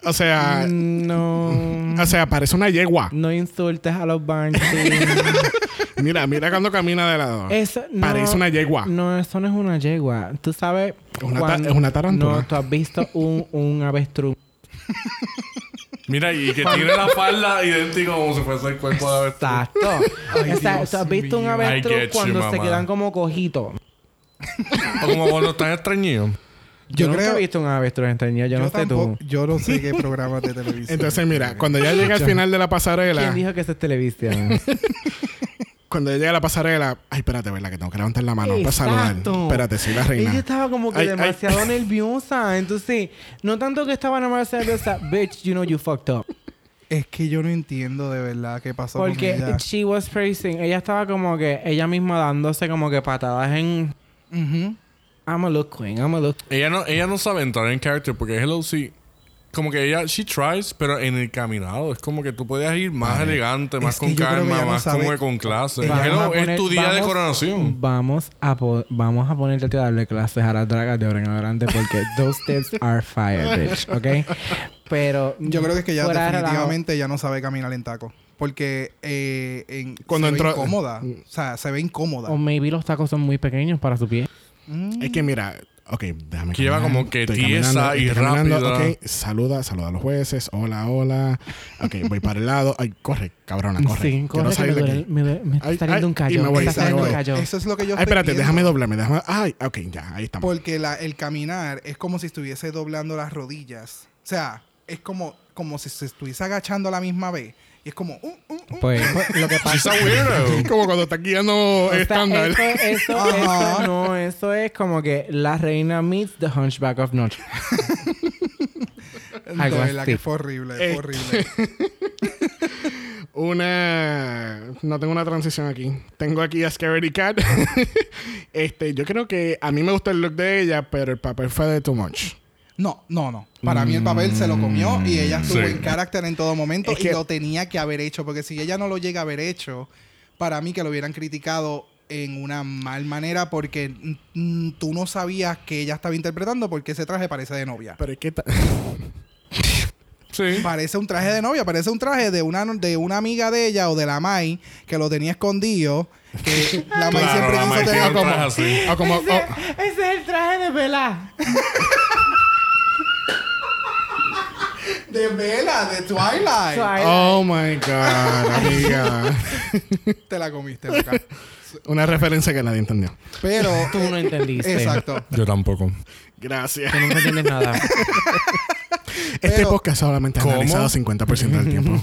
Speaker 1: o sea,
Speaker 4: Mm. No.
Speaker 1: o sea, parece una yegua.
Speaker 4: No insultes a los bancos.
Speaker 1: Mira, mira cuando camina de lado.
Speaker 4: Eso no.
Speaker 1: Parece una yegua.
Speaker 4: No, eso no es una yegua. Tú sabes.
Speaker 1: Es una ta-
Speaker 4: cuando-
Speaker 1: es una tarántula.
Speaker 4: No, tú has visto un, un avestruz.
Speaker 3: Mira, y que tiene la falda idéntica como si fuese el cuerpo de Abel.
Speaker 4: Exacto. o sea,
Speaker 2: Dios
Speaker 4: tú has visto un
Speaker 2: mío.
Speaker 3: I
Speaker 4: avestruz
Speaker 3: get you,
Speaker 4: cuando se
Speaker 3: mamá.
Speaker 4: quedan como cojitos.
Speaker 3: O como cuando están extrañidos.
Speaker 4: Yo,
Speaker 2: Yo
Speaker 4: nunca
Speaker 2: creo-
Speaker 4: he visto un avestruz extrañado. Yo,
Speaker 2: Yo,
Speaker 4: no sé
Speaker 2: tampoco,
Speaker 4: tú.
Speaker 2: yo no sé qué programa de televisión.
Speaker 1: Entonces, mira, cuando ya llega al final de la
Speaker 4: ¿Quién
Speaker 1: pasarela,
Speaker 4: dijo que eso es televisión?
Speaker 1: cuando ella llega a la pasarela, ay, espérate, ¿verdad? Que tengo que levantar la mano para saludar.
Speaker 4: Exacto.
Speaker 1: Espérate, sí, la reina.
Speaker 4: Ella estaba como que
Speaker 1: Ay, ay.
Speaker 4: demasiado nerviosa. Entonces, no tanto que estaba demasiado nerviosa. Bitch, you know you fucked up.
Speaker 2: Es que yo no entiendo de verdad qué pasó
Speaker 4: Porque
Speaker 2: con ella.
Speaker 4: she was praising. Ella estaba como que ella misma dándose como que patadas en.
Speaker 2: Ujú.
Speaker 4: I'm a look queen, I'm a look.
Speaker 3: Ella no, ella no sabe entrar en character porque Hello sí. Como que ella, she tries, pero en el caminado. Es como que tú podías ir más elegante, más
Speaker 2: es
Speaker 3: con
Speaker 2: que yo creo que
Speaker 3: calma,
Speaker 2: ella no
Speaker 3: más
Speaker 2: sabe.
Speaker 3: como que con clase.
Speaker 2: Vamos
Speaker 3: Hello,
Speaker 4: a poner-
Speaker 3: es tu día de
Speaker 4: vamos-
Speaker 3: coronación.
Speaker 4: Vamos a, po- vamos a ponerte a ti a darle clases a las dragas de ahora en adelante porque those tips are fire, bitch, ¿ok? Pero.
Speaker 2: Yo creo que es que ya
Speaker 4: fuera de relajo,
Speaker 2: definitivamente ya no sabe caminar en taco. Porque eh, en-
Speaker 1: Cuando
Speaker 2: se
Speaker 1: entró- Mm.
Speaker 2: ve incómoda. O sea, se ve incómoda. Mm.
Speaker 4: O maybe los tacos son muy pequeños para su pie.
Speaker 1: Es que mira, ok, déjame
Speaker 3: Que lleva
Speaker 1: caminar.
Speaker 3: como que
Speaker 1: Estoy
Speaker 3: tiesa
Speaker 1: caminando,
Speaker 3: y
Speaker 1: estoy caminando,
Speaker 3: rápida.
Speaker 1: Ok, saluda, saluda a los jueces. Hola, hola. Ok, voy para el lado. Ay, corre, cabrona, corre.
Speaker 4: Sí,
Speaker 1: Quiero
Speaker 4: corre, Ah, que me,
Speaker 1: salir de
Speaker 4: duele,
Speaker 1: aquí.
Speaker 4: me, duele- me está
Speaker 1: Ay, ay,
Speaker 4: saliendo un
Speaker 1: y
Speaker 4: callo.
Speaker 1: me
Speaker 4: Me,
Speaker 1: voy,
Speaker 4: está
Speaker 1: me
Speaker 4: saliendo
Speaker 1: voy.
Speaker 4: un callo.
Speaker 2: Eso es lo que yo
Speaker 1: Ay,
Speaker 2: estoy
Speaker 1: espérate,
Speaker 2: viendo.
Speaker 1: déjame doblarme. Déjame... Ay, ok, ya, ahí estamos.
Speaker 2: Porque la, el caminar es como si estuviese doblando las rodillas. O sea, es como, como si se estuviese agachando a la misma vez. Y es como... uh, uh, uh.
Speaker 4: Pues, pues, lo que
Speaker 3: She's
Speaker 4: pasa.
Speaker 3: a weirdo.
Speaker 1: Como cuando estás guiando
Speaker 4: o sea,
Speaker 1: estándar.
Speaker 4: eso, eso,
Speaker 2: Ajá.
Speaker 4: eso no, eso es como que la reina meets the hunchback of Notre.
Speaker 2: De
Speaker 4: Algo
Speaker 2: verdad
Speaker 4: así.
Speaker 2: que fue horrible, fue
Speaker 1: Eh.
Speaker 2: horrible.
Speaker 1: Una. No tengo una transición aquí. Tengo aquí a Scaredy Cat. este, yo creo que a mí me gustó el look de ella, pero el papel fue de too much.
Speaker 2: No, no, no. Para mí el papel se lo comió y ella estuvo
Speaker 3: Mm, Sí.
Speaker 2: en carácter en todo momento
Speaker 1: Es
Speaker 2: y
Speaker 1: que-
Speaker 2: lo tenía que haber hecho. Porque si ella no lo llega a haber hecho, para mí que lo hubieran criticado en una mal manera porque mm, mm, tú no sabías que ella estaba interpretando porque ese traje parece de novia.
Speaker 1: Pero es que. ta-
Speaker 3: Sí.
Speaker 2: Parece un traje de novia, parece un traje de una, de una amiga de ella o de la Mai que lo tenía escondido. Que la Mai
Speaker 3: Claro,
Speaker 2: siempre
Speaker 3: la
Speaker 2: quiso
Speaker 3: Mai
Speaker 2: tener
Speaker 3: tiene un
Speaker 2: como-
Speaker 3: traje así.
Speaker 1: o
Speaker 2: Pues,
Speaker 1: como. o-
Speaker 2: oh.
Speaker 4: Ese es el traje de vela.
Speaker 2: De Bella, de Twilight.
Speaker 1: Oh my God, amiga.
Speaker 2: Te la comiste, Boca.
Speaker 1: Una referencia que nadie entendió.
Speaker 2: Pero.
Speaker 4: Tú no entendiste.
Speaker 2: Exacto.
Speaker 3: Yo tampoco.
Speaker 1: Gracias.
Speaker 4: Tú nunca entiendes nada.
Speaker 1: Este
Speaker 2: Pero-
Speaker 1: podcast solamente ha
Speaker 3: ¿Cómo?
Speaker 1: analizado 50% del tiempo.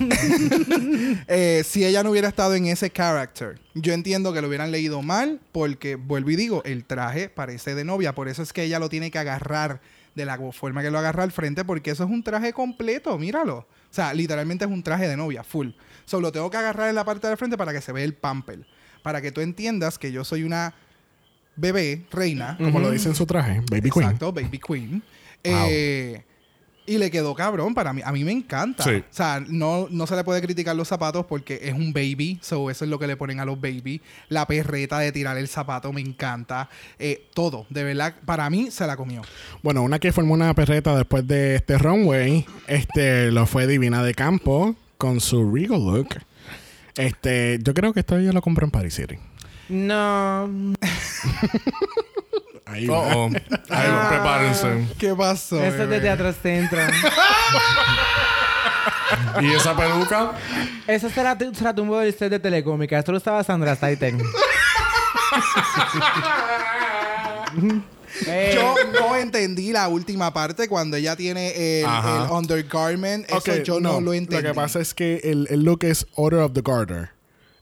Speaker 2: Eh, si ella no hubiera estado en ese character, yo entiendo que lo hubieran leído mal, porque vuelvo y digo, el traje parece de novia, por eso es que ella lo tiene que agarrar de la forma que lo agarra al frente, porque eso es un traje completo, míralo. O sea, literalmente es un traje de novia, full. Solo tengo que agarrar en la parte del frente para que se vea el pamper, para que tú entiendas que yo soy una bebé, reina,
Speaker 1: Como lo dice en su traje, Baby Queen.
Speaker 2: Exacto, Baby Queen. Eh, y le quedó cabrón para mí. A mí me encanta.
Speaker 3: Sí.
Speaker 2: O sea, no, no se le puede criticar los zapatos porque es un baby. So, eso es lo que le ponen a los baby. La perreta de tirar el zapato me encanta. Eh, todo. De verdad, para mí se la comió.
Speaker 1: Bueno, una que formó una perreta después de este runway, este, lo fue Divina de Campo con su Regal look. Este, yo creo que esto ella lo compró en Paris City.
Speaker 4: No.
Speaker 1: Ahí va.
Speaker 3: Oh, oh. Ay,
Speaker 4: Ah.
Speaker 3: prepárense.
Speaker 2: ¿Qué pasó?
Speaker 4: Eso es de Teatro Centro.
Speaker 3: ¿Y esa peluca?
Speaker 4: Eso será tu- será tumbo del set de Telecómica. Esto lo estaba Sandra Saiten. Eh,
Speaker 2: Yo no entendí la última parte cuando ella tiene el,
Speaker 3: Ajá.
Speaker 2: el undergarment. Eso
Speaker 1: Ok,
Speaker 2: yo no, lo entendí.
Speaker 1: Lo que pasa es que el, el look es Order of the Garter.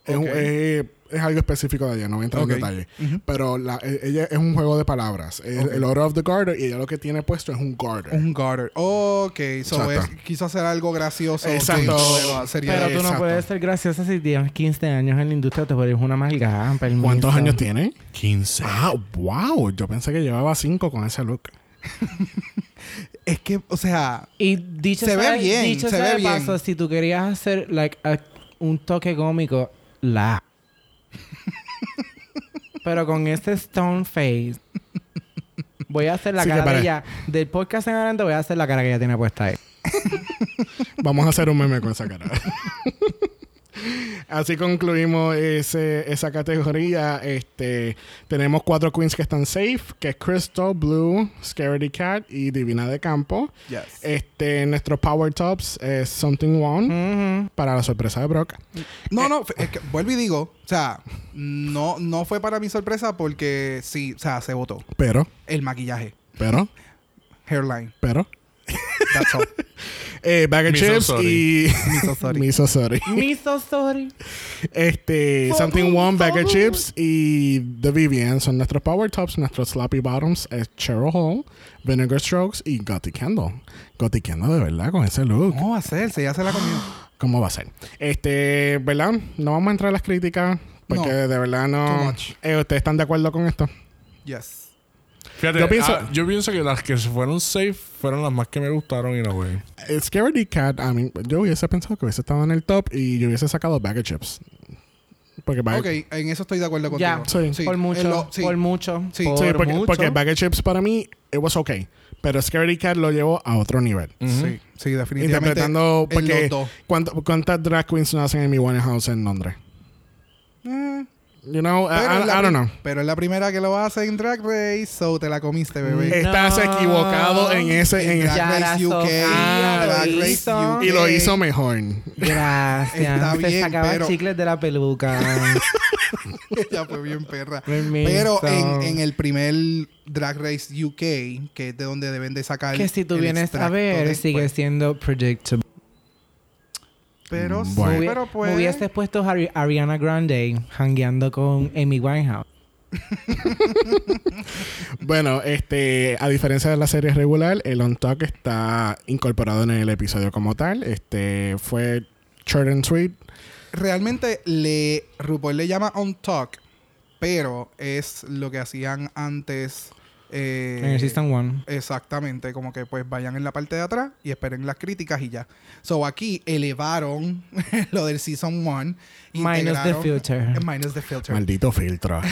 Speaker 1: Es, un-
Speaker 2: Ok.
Speaker 1: es- es algo específico de ella, no voy a entrar
Speaker 2: Ok.
Speaker 1: en detalle. Pero la- e- ella es un juego de palabras. El, el Order of the Garter y ella lo que tiene puesto es un Garter.
Speaker 2: Un garter. Ok, so es-
Speaker 1: Exacto.
Speaker 2: quiso hacer algo gracioso.
Speaker 1: Exacto.
Speaker 2: dentro de la seriedad.
Speaker 4: Pero tú no
Speaker 1: Exacto.
Speaker 4: puedes ser graciosa si tienes 15 años en la industria. Te vuelves una malgada. permiso.
Speaker 1: ¿Cuántos años tiene?
Speaker 3: 15.
Speaker 1: Ah, wow. Yo pensé que llevaba cinco con ese look.
Speaker 2: Es que, o sea,
Speaker 4: Y dicho
Speaker 2: Se ve
Speaker 4: sea,
Speaker 2: bien,
Speaker 4: dicho
Speaker 2: se
Speaker 4: sea
Speaker 2: ve
Speaker 4: de
Speaker 2: bien.
Speaker 4: paso, si tú querías hacer like a- un toque cómico, la. Pero con este stone face, voy a hacer la
Speaker 1: Sí, que
Speaker 4: cara de
Speaker 1: pare-
Speaker 4: ella. Del podcast en adelante voy a hacer la cara que ella tiene puesta ahí.
Speaker 1: Vamos a hacer un meme con esa cara. Así concluimos ese, esa categoría. Este, tenemos cuatro queens que están safe, que es Crystal, Blue, Scaredy Cat y Divina de Campo.
Speaker 2: yes.
Speaker 1: Este, nuestros power tops es Something One
Speaker 4: Ujú.
Speaker 1: para la sorpresa de Brock.
Speaker 2: No, no, es que vuelvo y digo, o sea, no, no fue para mi sorpresa porque sí, o sea, se votó
Speaker 1: Pero,
Speaker 2: el maquillaje,
Speaker 1: pero,
Speaker 2: hairline,
Speaker 1: pero,
Speaker 2: That's all.
Speaker 1: Eh, bag of
Speaker 3: Miso
Speaker 1: chips
Speaker 3: sorry.
Speaker 1: y.
Speaker 2: Miso sorry.
Speaker 1: Miso sorry.
Speaker 4: Miso sorry.
Speaker 1: Este,
Speaker 4: Fogo,
Speaker 1: Something One, Bag of
Speaker 4: fogo.
Speaker 1: Chips y The Vivian son nuestros Power Tops, nuestros Sloppy Bottoms, es Cheryl Hall, Vinegar Strokes y Gotti Candle. Gotti Candle, de verdad, con ese look.
Speaker 2: ¿Cómo va a ser? Si ya se la comió.
Speaker 1: ¿Cómo va a ser? Este, ¿verdad? No vamos a entrar a las críticas porque
Speaker 2: No.
Speaker 1: de verdad
Speaker 2: Too
Speaker 1: no.
Speaker 2: much.
Speaker 1: Eh, ¿Ustedes están de acuerdo con esto?
Speaker 2: Yes.
Speaker 3: Fíjate,
Speaker 1: Yo pienso-
Speaker 3: ah, yo pienso que las que se fueron safe fueron las más que me gustaron y no, güey.
Speaker 1: Eh, Scaredy Cat, I mean, yo hubiese pensado que hubiese estado en el top y yo hubiese sacado Bag of Chips. Porque Bag
Speaker 2: Ok, en eso estoy de acuerdo contigo.
Speaker 4: Ya.
Speaker 1: Sí.
Speaker 4: Por mucho.
Speaker 2: en lo- sí.
Speaker 4: Por mucho.
Speaker 2: Sí.
Speaker 4: por
Speaker 1: Sí, porque,
Speaker 4: mucho.
Speaker 1: porque Bag of Chips para mí, it was okay. Pero Scaredy Cat lo llevó a otro nivel.
Speaker 2: sí, sí, definitivamente.
Speaker 1: Interpretando,
Speaker 2: en
Speaker 1: porque
Speaker 2: los dos.
Speaker 1: ¿cuánto- ¿cuántas drag queens no hacen en mi House en Londres? You know, Mm, I-
Speaker 2: Pero
Speaker 1: I,
Speaker 2: es la
Speaker 1: I don't
Speaker 2: pri-
Speaker 1: know.
Speaker 2: Pero es la primera que lo hace en Drag Race, so te la comiste, bebé.
Speaker 1: Estás equivocado en ese. Este En
Speaker 2: En
Speaker 1: ese-
Speaker 2: Drag
Speaker 4: Ya
Speaker 2: Race
Speaker 4: la
Speaker 2: UK.
Speaker 4: Sofía
Speaker 2: Drag
Speaker 4: lo
Speaker 2: Race
Speaker 4: hizo.
Speaker 2: UK.
Speaker 1: y lo Ah, hizo mejor.
Speaker 4: Gracias.
Speaker 2: Está
Speaker 4: Se
Speaker 2: bien,
Speaker 4: sacaba
Speaker 2: pero-
Speaker 4: chicles de la peluca.
Speaker 2: ya fue bien perra.
Speaker 4: Permiso.
Speaker 2: Pero en, en el primer Drag Race UK, que es de donde deben de sacar.
Speaker 4: que si tú
Speaker 2: el
Speaker 4: vienes a
Speaker 2: extracto
Speaker 4: ver,
Speaker 2: después.
Speaker 4: sigue siendo predictable.
Speaker 2: Pero sí,
Speaker 1: Bueno.
Speaker 4: Hubie-
Speaker 2: pero pues.
Speaker 4: Me hubiese puesto a Ari- Ariana Grande hangueando con Amy Winehouse.
Speaker 1: Bueno, este, a diferencia de la serie regular, el On Talk está incorporado en el episodio como tal. Este fue short and sweet.
Speaker 2: Realmente le RuPaul le llama on talk, pero es lo que hacían antes. eh,
Speaker 4: en el Season 1.
Speaker 2: Exactamente, como que pues vayan en la parte de atrás y esperen las críticas y ya. So aquí elevaron lo del Season 1.
Speaker 4: Minus the Future.
Speaker 2: Minus the filter.
Speaker 1: Maldito filtro.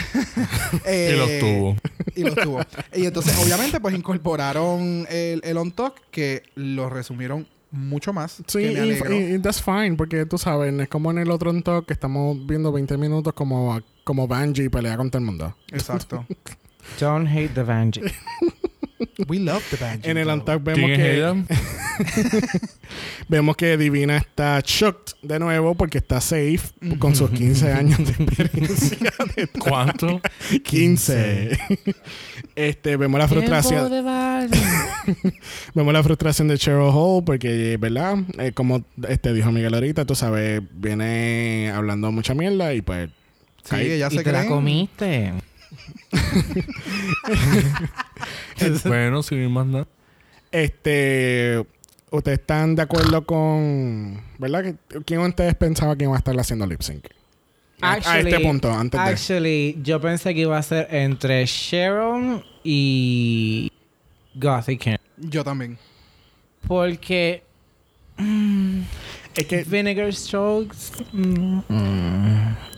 Speaker 2: Eh,
Speaker 3: Y los tuvo.
Speaker 2: Y los tuvo. Y entonces, obviamente, pues incorporaron el, el on talk que lo resumieron mucho más.
Speaker 1: Sí,
Speaker 2: que me
Speaker 1: y,
Speaker 2: alegro.
Speaker 1: y- y that's fine, porque tú sabes, es como en el otro On Talk que estamos viendo 20 minutos como, como Bungie pelea con todo el mundo.
Speaker 2: Exacto.
Speaker 4: Don't hate the Vanjie.
Speaker 2: We love the band.
Speaker 1: En el On Talk vemos
Speaker 3: ¿Quién es
Speaker 1: que
Speaker 3: ella?
Speaker 1: Vemos que Divina está shocked de nuevo porque está safe con sus 15 años de experiencia. De
Speaker 3: ¿Cuánto?
Speaker 1: 15. este, vemos la frustración. Vemos la frustración de Cheryl Hall porque, ¿verdad? Eh, como este dijo Miguel ahorita, tú sabes, viene hablando mucha mierda y pues
Speaker 2: Sí, ella
Speaker 4: y
Speaker 2: se
Speaker 4: te la
Speaker 2: creen.
Speaker 4: comiste.
Speaker 3: bueno, sin ir más nada.
Speaker 1: este ustedes están de acuerdo con, ¿verdad? Que- ¿Quién de ustedes pensaba que iba a estar haciendo lip sync? A- a
Speaker 4: Actually-
Speaker 1: este punto,
Speaker 2: Pues
Speaker 1: antes de
Speaker 4: Actually, yo pensé que iba a ser entre Sharon y Gothic Ken.
Speaker 2: Yo también.
Speaker 4: Porque mm,
Speaker 1: es que
Speaker 4: Vinegar Strokes mm,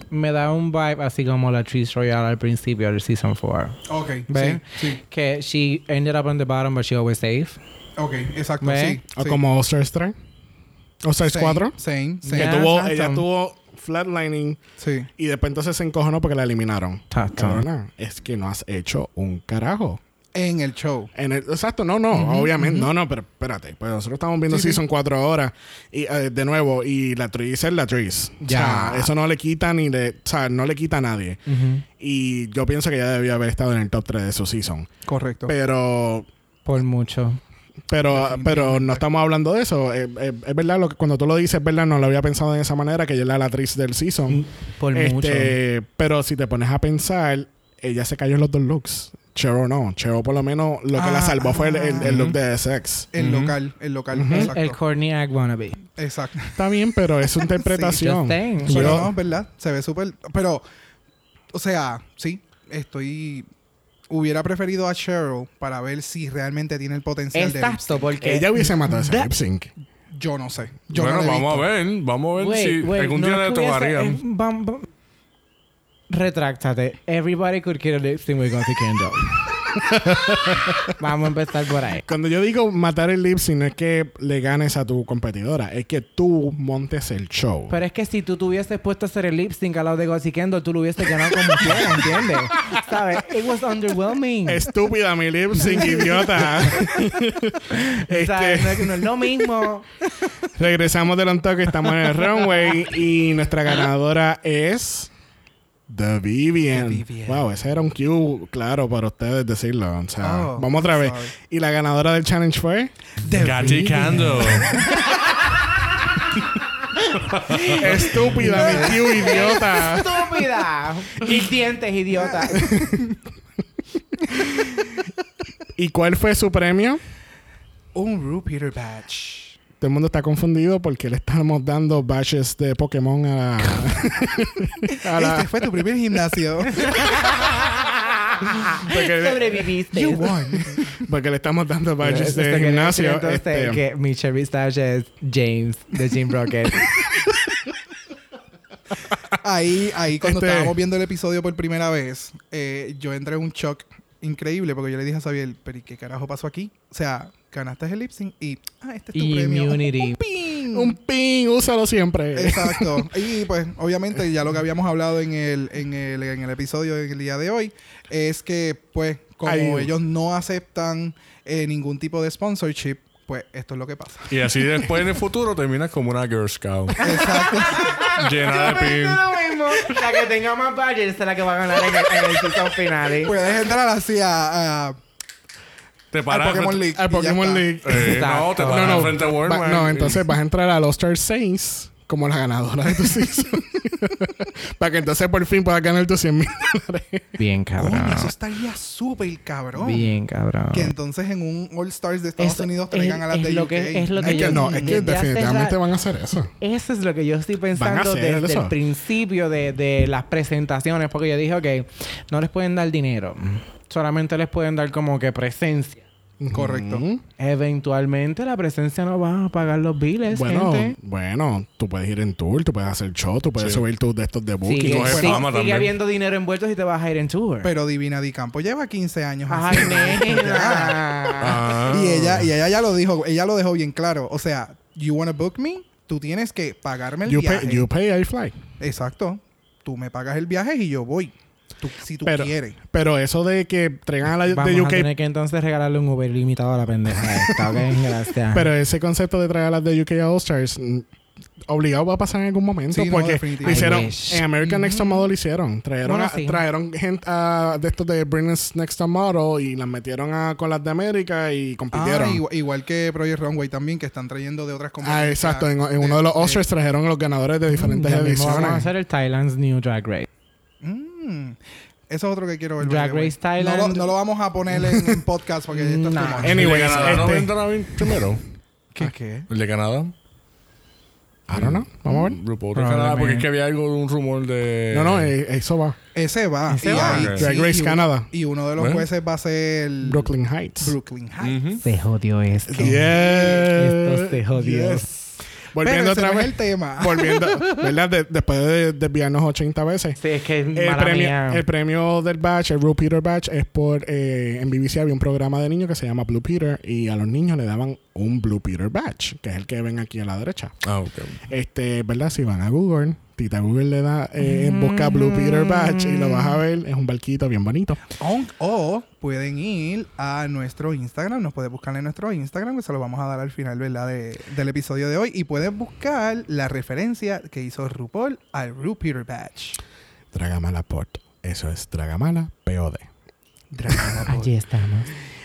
Speaker 4: me da un vibe así como la Trish Royale al principio del Season 4.
Speaker 2: Ok.
Speaker 4: Ve.
Speaker 2: Sí, sí.
Speaker 4: Que she ended up on the bottom, but she always safe.
Speaker 2: Ok, exacto.
Speaker 4: Ve.
Speaker 2: Sí.
Speaker 1: O
Speaker 2: sí.
Speaker 1: Ah, como All-Stars 3. All-Stars
Speaker 2: Same,
Speaker 1: 4.
Speaker 2: Same, same.
Speaker 1: Que
Speaker 4: Ya.
Speaker 1: tuvo,
Speaker 4: exacto.
Speaker 1: ella tuvo flatlining
Speaker 2: Sí.
Speaker 1: y después entonces se encojonó porque la eliminaron.
Speaker 4: Ta- ta.
Speaker 1: Cabrona, es que no has hecho un carajo.
Speaker 2: En el show.
Speaker 1: En el- exacto, no, no, obviamente, no, no, pero espérate. Pues nosotros estamos viendo
Speaker 2: Sí,
Speaker 1: si
Speaker 2: sí.
Speaker 1: son cuatro horas y eh, de nuevo, y la actriz es la actriz.
Speaker 4: Ya.
Speaker 1: O sea, eso no le quita ni le, o sea, no le quita a nadie.
Speaker 4: Ujú.
Speaker 1: Y yo pienso que ya debió haber estado en el top 3 de su season.
Speaker 2: Correcto.
Speaker 1: Pero
Speaker 4: Por mucho.
Speaker 1: Pero, pero no estamos hablando de eso. Eh, eh, es verdad, lo que, cuando tú lo dices, es verdad, no lo había pensado de esa manera, que ella es la actriz del season.
Speaker 4: Por mucho.
Speaker 1: Este, pero si te pones a pensar, ella se cayó en los dos looks. Chero no. Chero por lo menos lo que la
Speaker 2: Ah,
Speaker 1: salvó fue el, el- el look
Speaker 3: ujú.
Speaker 1: de sex.
Speaker 2: el
Speaker 3: Ujú.
Speaker 2: local, el local.
Speaker 1: Ujú.
Speaker 2: Exacto.
Speaker 4: El corniac wannabe.
Speaker 2: exacto.
Speaker 1: Está bien, pero es su interpretación.
Speaker 4: Just saying.
Speaker 1: Yo-
Speaker 2: Pero no, es verdad. Se ve súper. Pero, o sea, sí, estoy. Hubiera preferido a Cheryl para ver si realmente tiene el potencial de lip sync.
Speaker 4: Exacto, porque...
Speaker 1: ella hubiese matado ese
Speaker 4: Da-
Speaker 1: lip sync.
Speaker 2: Yo no sé. Yo
Speaker 3: bueno,
Speaker 2: no la he
Speaker 3: vamos
Speaker 2: visto.
Speaker 3: a ver. Vamos a ver si
Speaker 4: Wait, wait,
Speaker 3: algún
Speaker 4: no
Speaker 3: día
Speaker 4: es
Speaker 3: le
Speaker 4: que hubiese-
Speaker 3: tocaría.
Speaker 4: eh, vam- vam- Retráctate. Everybody could get a lip sync with Gonzi Kendall. Vamos a empezar por ahí.
Speaker 1: Cuando yo digo matar el lip sync, no es que le ganes a tu competidora, es que tú montes el show.
Speaker 4: Pero es que si tú te hubieses puesto a hacer el lip sync al lado de Gonzi Kendall, tú lo hubieses ganado como quiera, ¿entiendes? ¿Sabes? It was underwhelming.
Speaker 1: Estúpida mi lip sync, idiota.
Speaker 4: O sea,
Speaker 1: Este-
Speaker 4: no, es, no es lo mismo.
Speaker 1: Regresamos del on que estamos en el runway y nuestra ganadora es The Vivian.
Speaker 2: The Vivian.
Speaker 1: Wow, ese era un cue claro para ustedes decirlo. O sea,
Speaker 2: Oh,
Speaker 1: vamos otra vez.
Speaker 2: sorry.
Speaker 1: Y la ganadora del challenge fue
Speaker 3: Gatti Cando.
Speaker 1: estúpida, mi cue idiota.
Speaker 4: ¡Estúpida! y dientes, idiota.
Speaker 1: ¿Y cuál fue su premio?
Speaker 2: Un Repeater Batch.
Speaker 1: Todo el mundo está confundido porque le estamos dando batches de Pokémon a la. a la-
Speaker 2: Este fue tu primer gimnasio.
Speaker 4: Sobreviviste.
Speaker 2: you won.
Speaker 1: porque le estamos dando batches
Speaker 4: Esto
Speaker 1: de
Speaker 4: quiere
Speaker 1: este
Speaker 4: decir
Speaker 1: gimnasio.
Speaker 4: entonces
Speaker 1: este,
Speaker 4: que Michelle Vistage es James de Jim Rocket.
Speaker 2: Ahí, ahí cuando
Speaker 1: Este-
Speaker 2: estábamos viendo el episodio por primera vez, eh, yo entré en un shock increíble porque yo le dije a Xavier, pero ¿y qué carajo pasó aquí? O sea, ganaste el lip sync y, ah, este es tu
Speaker 4: Y
Speaker 2: premio.
Speaker 4: Immunity.
Speaker 2: Un pin.
Speaker 1: Un pin, úsalo siempre.
Speaker 2: Exacto. Y pues, obviamente, ya lo que habíamos hablado en el, en el, en el episodio del día de hoy, es que, pues, como
Speaker 1: Ay.
Speaker 2: ellos no aceptan eh, ningún tipo de sponsorship, pues esto es lo que pasa.
Speaker 3: y así después en el futuro terminas como una Girl Scout.
Speaker 4: Ah,
Speaker 3: Llena de pin.
Speaker 4: mismo. La que tenga más budget es la que va a ganar en el, en el season final. ¿eh?
Speaker 2: Puedes entrar así a, a-
Speaker 3: Te
Speaker 2: al
Speaker 3: paras.
Speaker 2: Pokémon League.
Speaker 1: Al
Speaker 2: y ya
Speaker 1: Pokémon
Speaker 2: está.
Speaker 1: League.
Speaker 3: Eh, no, te
Speaker 4: Exacto.
Speaker 3: paras
Speaker 1: No, no,
Speaker 3: frente a Walmart.
Speaker 1: Va- no, entonces vas a entrar a Lost Star Saints como la ganadora de tu season. Para que entonces por fin puedas ganar tus 100 mil dólares.
Speaker 4: Bien cabrón.
Speaker 2: Coño, eso estaría súper cabrón.
Speaker 4: Bien cabrón.
Speaker 2: Que entonces en un All Stars de Estados
Speaker 4: Eso
Speaker 2: Unidos
Speaker 4: es-
Speaker 2: traigan a las
Speaker 4: es
Speaker 2: de
Speaker 4: lo
Speaker 2: UK.
Speaker 4: que- es lo
Speaker 1: Es que
Speaker 4: yo-
Speaker 1: no, es que
Speaker 4: desde hace
Speaker 1: definitivamente
Speaker 4: ra-
Speaker 1: van a hacer eso.
Speaker 4: Eso es lo que yo estoy pensando
Speaker 1: hacer
Speaker 4: desde
Speaker 1: eso.
Speaker 4: el principio de, de las presentaciones, porque yo dije, ok, no les pueden dar dinero, solamente les pueden dar como que presencia.
Speaker 2: Correcto.
Speaker 1: Ujú.
Speaker 4: Eventualmente la presencia no va a pagar los biles,
Speaker 1: Bueno,
Speaker 4: gente.
Speaker 1: bueno, tú puedes ir en tour, tú puedes hacer show, tú puedes
Speaker 3: Sí.
Speaker 1: subir tus de estos de booking.
Speaker 4: Sigue,
Speaker 3: coge
Speaker 4: sí-
Speaker 3: fama
Speaker 4: sigue
Speaker 3: también.
Speaker 4: habiendo dinero envuelto si te vas a ir en tour.
Speaker 2: Pero Divina Di Campo lleva 15 años.
Speaker 4: Ay,
Speaker 2: así.
Speaker 4: nena.
Speaker 3: Ah.
Speaker 2: Y ella, y ella ya lo dijo, ella lo dejó bien claro. O sea, you wanna book me, tú tienes que pagarme el
Speaker 1: You
Speaker 2: viaje.
Speaker 1: pay, you pay, I fly.
Speaker 2: Exacto. Tú me pagas el viaje y yo voy. Tú- si tú
Speaker 1: Pero,
Speaker 2: quieres.
Speaker 1: pero eso de que traigan a la
Speaker 4: Vamos
Speaker 1: de
Speaker 4: a
Speaker 1: UK
Speaker 4: tener que entonces regalarle un Uber limitado a la pendeja esta, ¿ok? Gracias.
Speaker 1: Pero ese concepto de traer a las de UK All Stars mm, obligado va a pasar en algún momento
Speaker 2: Sí, no,
Speaker 1: porque
Speaker 2: definitivo.
Speaker 1: lo hicieron
Speaker 4: I wish.
Speaker 1: en American Next Top Model lo hicieron trajeron
Speaker 4: Bueno,
Speaker 1: a-
Speaker 4: sí.
Speaker 1: trajeron gente a- de estos de Britain's Next Top Model y las metieron a, con las de América y
Speaker 2: Ah,
Speaker 1: compitieron
Speaker 2: igual, igual que Project Runway también, que están trayendo de otras
Speaker 1: ah,
Speaker 2: compañías.
Speaker 1: exacto en, en uno de los
Speaker 2: este
Speaker 1: Oscars trajeron a los ganadores de diferentes
Speaker 4: Ya mismo vamos a
Speaker 1: ediciones
Speaker 4: hacer el Thailand's New Drag Race.
Speaker 2: Mm. eso es otro que quiero ver. by
Speaker 4: Drag
Speaker 2: the way.
Speaker 4: Race Thailand.
Speaker 2: No lo, no lo vamos a poner en, en podcast porque esto es
Speaker 4: Nah.
Speaker 2: too much.
Speaker 3: ¿El de
Speaker 1: anyways
Speaker 3: Canadá no
Speaker 1: este,
Speaker 3: vendrá bien primero?
Speaker 1: Ah,
Speaker 2: ¿Qué qué?
Speaker 3: ¿El de Canadá?
Speaker 1: I don't know vamos a ver
Speaker 3: RuPaul de Canadá, porque es que había algo de un rumor de...
Speaker 1: no no eh, eso va
Speaker 2: Ese va.
Speaker 4: Ese
Speaker 2: Y
Speaker 4: va.
Speaker 2: ahí-
Speaker 3: Ok.
Speaker 1: Drag
Speaker 2: sí,
Speaker 1: Race
Speaker 2: y un-
Speaker 1: Canadá
Speaker 2: Y uno de los
Speaker 3: Bueno.
Speaker 2: jueces va a ser
Speaker 1: Brooklyn Heights
Speaker 2: Brooklyn Heights.
Speaker 3: Ujú.
Speaker 4: Se jodió esto.
Speaker 1: Yeah.
Speaker 4: Esto se jodió.
Speaker 1: Yes.
Speaker 2: Pero
Speaker 1: volviendo
Speaker 2: ese
Speaker 1: otra
Speaker 2: no es
Speaker 1: vez
Speaker 2: el tema.
Speaker 1: volviendo, ¿verdad? De- después de desviarnos 80 veces.
Speaker 4: Sí, Este, es que es
Speaker 1: El
Speaker 4: mala
Speaker 1: premio,
Speaker 4: mía.
Speaker 1: el premio del batch, el Blue Peter batch, es por. eh, en BBC había un programa de niños que se llama Blue Peter y a los niños le daban un Blue Peter batch, que es el que ven aquí a la derecha.
Speaker 3: Ah, ok.
Speaker 1: Este, ¿verdad? Si van a Google, Tita Google le da. Eh, Busca Blue Peter batch y lo vas a ver. Es un barquito bien bonito.
Speaker 2: O, o pueden ir a nuestro Instagram, nos pueden buscar en nuestro Instagram, que se lo vamos a dar al final, ¿verdad? de- del episodio de hoy. Y pueden buscar la referencia que hizo RuPaul al Ru Peter Batch.
Speaker 1: Dragamala Port. Eso es Dragamala POD.
Speaker 4: Allí estamos.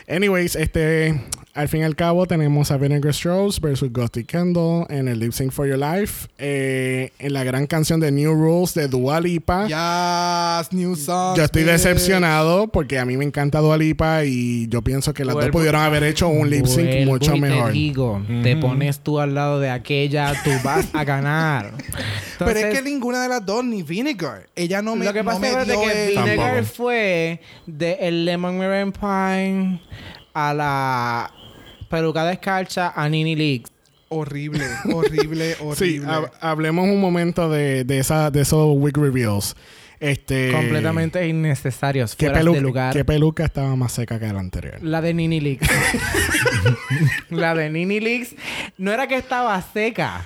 Speaker 1: Anyways, este, al fin y al cabo tenemos a Vinegar Strokes versus Gothic Candle en el Lip Sync for Your Life, eh, en la gran canción de New Rules de Dua Lipa.
Speaker 4: Ah.
Speaker 2: Yes, new song.
Speaker 1: Yo estoy
Speaker 2: bitch.
Speaker 1: decepcionado porque a mí me encanta Dua Lipa y yo pienso que las dos pudieron haber hecho un lip sync
Speaker 4: Vuelvo
Speaker 1: mucho
Speaker 4: y
Speaker 1: mejor.
Speaker 4: Te digo, te pones tú al lado de aquella, tú vas a ganar.
Speaker 2: Pero es
Speaker 4: Entonces,
Speaker 2: que ninguna de las dos, ni Vinegar. Ella no me
Speaker 4: lo que
Speaker 2: no
Speaker 4: pasa
Speaker 2: me
Speaker 4: es
Speaker 2: dio
Speaker 4: que
Speaker 2: el-
Speaker 4: Vinegar
Speaker 3: Tampoco.
Speaker 4: fue de el Lemon Meringue Pine a la peluca de escarcha a Nini Leaks.
Speaker 2: Horrible, horrible,
Speaker 1: Sí, ah,
Speaker 2: horrible.
Speaker 1: hab- hablemos un momento de, de esa, de esos week reveals. Este,
Speaker 2: Eh,
Speaker 4: completamente innecesarios,
Speaker 1: ¿qué
Speaker 4: fuera
Speaker 1: pelu-
Speaker 4: de lugar.
Speaker 1: ¿Qué peluca estaba más seca que la anterior?
Speaker 4: La de Nini Leaks. la de Nini Leaks no era que estaba seca.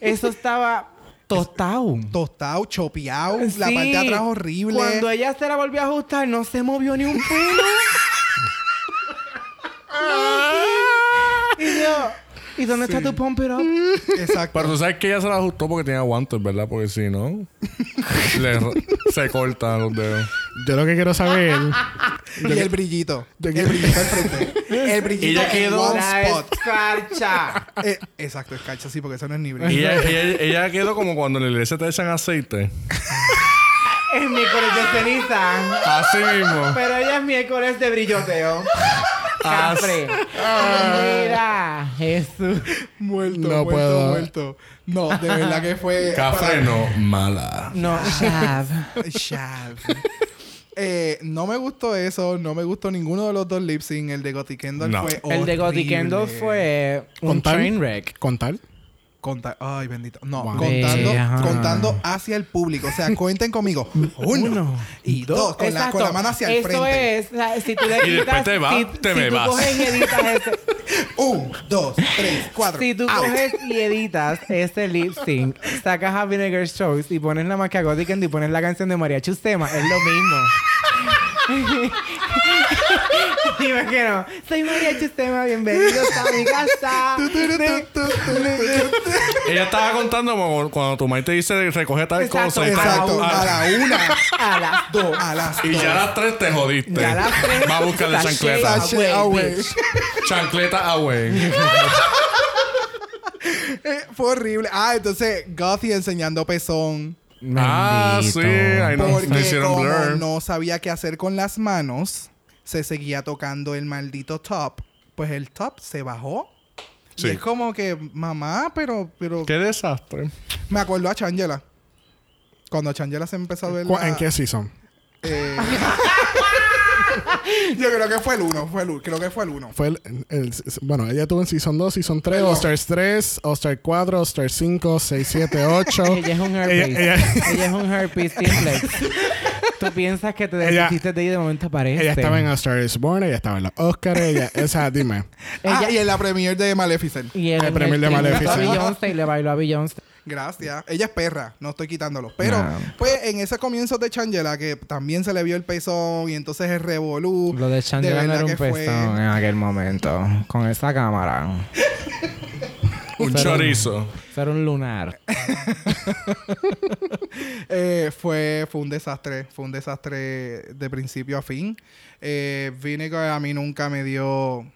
Speaker 4: Eso estaba tostado.
Speaker 2: Tostado, chopeado, la
Speaker 4: Ah, Sí.
Speaker 2: parte de atrás horrible.
Speaker 4: Cuando ella se la volvió a ajustar, no se movió ni un
Speaker 2: Ah.
Speaker 4: pelo. y yo, ¿Y dónde está tu pump it up?
Speaker 2: Exacto.
Speaker 3: Pero tú sabes que ella se la ajustó porque tenía guantes, ¿verdad? Porque si no, le- se cortan los dedos.
Speaker 1: Yo lo que quiero saber. yo
Speaker 2: y
Speaker 1: que-
Speaker 2: el brillito.
Speaker 1: yo
Speaker 2: El
Speaker 1: que-
Speaker 2: brillito al frente. El brillito
Speaker 3: Ella
Speaker 2: en
Speaker 3: quedó-
Speaker 2: one
Speaker 4: La
Speaker 2: spot.
Speaker 4: escarcha.
Speaker 2: Eh, exacto, escarcha, sí, porque eso no es ni
Speaker 3: Y
Speaker 2: brillo.
Speaker 3: ella, ella- ella quedó como cuando en la iglesia te echan aceite.
Speaker 4: es miércoles de ceniza.
Speaker 3: Así mismo.
Speaker 4: Pero ella es miércoles de brilloteo.
Speaker 3: As-
Speaker 4: Capre. Mira, Jesús.
Speaker 2: Muerto,
Speaker 1: No
Speaker 2: muerto,
Speaker 1: puedo.
Speaker 2: muerto. No, de verdad que fue.
Speaker 3: Café no, mala.
Speaker 4: No, Shab.
Speaker 2: Shab. Eh, no me gustó eso, no me gustó ninguno de los dos lip sync. El de Gothic Kendall
Speaker 3: No.
Speaker 2: fue
Speaker 4: El de Gothic Kendall
Speaker 2: horrible.
Speaker 4: fue un
Speaker 1: ¿Con tal?
Speaker 4: train wreck.
Speaker 1: Con tal.
Speaker 2: Conta- Ay, bendito. No,
Speaker 1: Wow.
Speaker 2: contando,
Speaker 4: Sí, ajá.
Speaker 2: contando hacia el público. O sea, cuenten conmigo. Uno, y dos. Con la,
Speaker 4: Exacto.
Speaker 2: con la mano hacia el
Speaker 4: Eso
Speaker 2: frente.
Speaker 4: es. o sea, si tú le
Speaker 3: Y después
Speaker 4: quitas-
Speaker 3: te vas,
Speaker 4: si,
Speaker 3: te
Speaker 4: si
Speaker 3: me
Speaker 4: tú
Speaker 3: vas.
Speaker 4: Coges y editas ese-
Speaker 2: Un, dos, tres, cuatro.
Speaker 4: Si tú
Speaker 2: Out.
Speaker 4: coges y editas este lip sync, sacas a Vinegar Shows y pones la marca Gothic Candy y pones la canción de María Chustema, es lo mismo. Dime que no. Soy María Chustema, bienvenidos a mi casa.
Speaker 3: Ella estaba contando como cuando tu madre te dice recoge tal
Speaker 4: Exacto,
Speaker 3: cosa. y tal-
Speaker 2: Exacto.
Speaker 3: Ah,
Speaker 2: A la una,
Speaker 4: A las dos.
Speaker 2: a las
Speaker 3: y
Speaker 2: dos.
Speaker 3: ya a las tres te jodiste.
Speaker 4: Ya a las tres.
Speaker 3: Va a buscarle
Speaker 4: Sashay.
Speaker 3: chancleta.
Speaker 2: Sashay away.
Speaker 4: bitch.
Speaker 3: Chancleta away.
Speaker 2: Eh, Fue horrible. Ah, entonces Gothy enseñando pezón.
Speaker 3: Ah,
Speaker 4: Bendito.
Speaker 3: sí. Ahí no,
Speaker 2: Porque
Speaker 3: no hicieron
Speaker 2: como
Speaker 3: blur.
Speaker 2: no sabía qué hacer con las manos, se seguía tocando el maldito top. Pues el top se bajó.
Speaker 3: Sí.
Speaker 2: Y es como que, mamá, pero, pero.
Speaker 3: Qué desastre.
Speaker 2: Me acuerdo a Changela. Cuando Changela se empezó a ver.
Speaker 1: ¿Cu-
Speaker 2: la-
Speaker 1: ¿En qué season?
Speaker 2: eh, Yo creo que fue el uno, fue el uno, creo que fue el uno.
Speaker 1: Fue el, el- bueno, ella tuvo en Season 2, Season 3,
Speaker 2: No.
Speaker 1: All-Stars 3, All-Star 4, All-Star 5, 6, 7, 8.
Speaker 4: Ella es un herpes.
Speaker 1: Ella-
Speaker 4: Ella,
Speaker 1: ella-
Speaker 4: es un herpes simplex. Tú piensas que te
Speaker 1: Ella-
Speaker 4: deshiciste de ella y de momento aparece.
Speaker 1: Ella estaba en All-Star is Born, ella estaba en los Oscars, ella, o sea, dime.
Speaker 2: Ah,
Speaker 4: Ella-
Speaker 2: y en la premier de Maleficent.
Speaker 4: Y él
Speaker 1: El
Speaker 4: en
Speaker 1: premio de
Speaker 4: tributo A
Speaker 1: Maleficent.
Speaker 4: Beyoncé y le bailó a Beyoncé.
Speaker 2: Gracias. Ella es perra, no estoy quitándolo. Pero,
Speaker 4: No.
Speaker 2: pues, en ese comienzo de Changela, que también se le vio el pezón y entonces el revolú.
Speaker 4: Lo de Chandela no
Speaker 2: verdad
Speaker 4: era un
Speaker 2: que fue-
Speaker 4: pezón en aquel momento. Con esa cámara.
Speaker 3: Un
Speaker 4: Pero-
Speaker 3: chorizo.
Speaker 4: Eso era un lunar.
Speaker 2: Eh, fue, fue un desastre, fue un desastre de principio a fin. Eh, Vinegar a mí nunca me dio...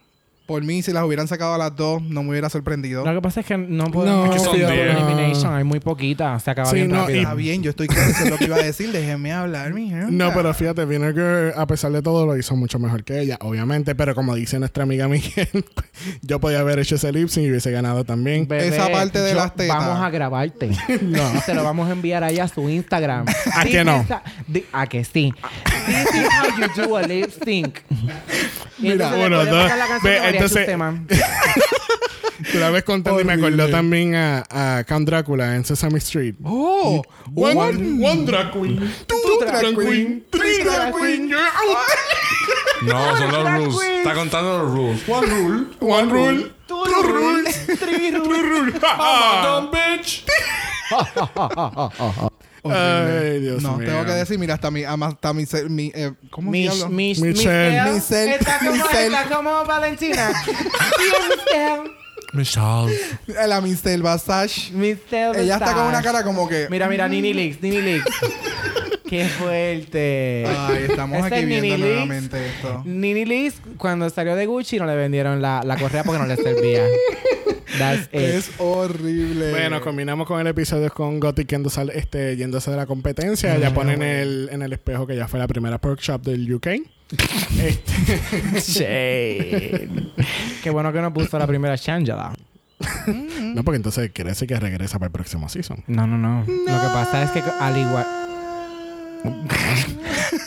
Speaker 2: Por mí, si las hubieran sacado a las dos, no me hubiera sorprendido.
Speaker 4: Lo que pasa es que no podemos
Speaker 1: No,
Speaker 4: no,
Speaker 3: Es que son diez.
Speaker 4: elimination. Hay muy poquitas. Se acaba
Speaker 1: Sí,
Speaker 4: bien
Speaker 1: no,
Speaker 4: rápido.
Speaker 2: Está bien, yo estoy claro, eso es lo que iba a decir. Déjenme hablar, mi gente.
Speaker 1: No, pues, pero fíjate, Vinegar, a pesar de todo, lo hizo mucho mejor que ella, obviamente, pero como dice nuestra amiga Miguel, yo podía haber hecho ese lip sync y hubiese ganado también.
Speaker 4: Bebé,
Speaker 2: Esa parte de
Speaker 4: yo-
Speaker 2: las tetas.
Speaker 4: Vamos a grabarte.
Speaker 1: No.
Speaker 4: Se lo vamos a enviar ahí a su Instagram.
Speaker 1: ¿A
Speaker 4: This
Speaker 1: que no?
Speaker 4: is a- di- a que sí. This is how you do a lip sync. Y
Speaker 1: Mira,
Speaker 4: entonces le
Speaker 1: uno,
Speaker 4: podemos
Speaker 1: dos,
Speaker 4: dar la canción
Speaker 1: ve,
Speaker 4: de María
Speaker 1: entonces-
Speaker 4: Chustema.
Speaker 1: Tú la ves contando y me
Speaker 2: Horrible.
Speaker 1: acordó también a, a Count Drácula en Sesame Street.
Speaker 2: ¡Oh!
Speaker 1: One,
Speaker 2: One-
Speaker 1: one drag queen, two drag queen, three drag queen, you're out.
Speaker 3: No, son los rules. Está contando los rules. One rule.
Speaker 1: One rule,
Speaker 4: Two
Speaker 1: two rule,
Speaker 4: rules, three rules.
Speaker 1: three rule. Ja, ja.
Speaker 3: Don bitch.
Speaker 1: Ay, Dios
Speaker 2: no,
Speaker 1: mío.
Speaker 2: tengo que decir, mira, hasta mi... Hasta mi, se- mi eh, ¿Cómo
Speaker 4: Mich,
Speaker 2: diablo?
Speaker 4: Mich,
Speaker 1: Michelle.
Speaker 4: Michelle.
Speaker 2: Michelle,
Speaker 4: Está como,
Speaker 2: Michelle.
Speaker 4: está como Valentina. Michelle.
Speaker 3: Michelle.
Speaker 2: La Michelle Basage.
Speaker 4: Michelle.
Speaker 2: Ella está con una
Speaker 4: Visage.
Speaker 2: cara como que...
Speaker 4: Mira, mira, Nini Leaks, Nini Leaks. Qué fuerte.
Speaker 2: Ay, estamos
Speaker 4: Ese
Speaker 2: aquí viendo
Speaker 4: mini leaks.
Speaker 2: nuevamente esto.
Speaker 4: Nini Leaks, cuando salió de Gucci, no le vendieron la, la correa porque no le servía. That's it.
Speaker 2: Es horrible.
Speaker 1: Bueno, combinamos con el episodio con Gothic Kendo sal- este, yéndose de la competencia. ya ponen el, en el espejo que ya fue la primera perk shop del UK. Este,
Speaker 4: Shade. Qué bueno que no puso la primera Shangela.
Speaker 2: Mm.
Speaker 1: no, porque entonces quiere decir que regresa para el próximo season.
Speaker 4: No, no, no, Lo que pasa es que al igual.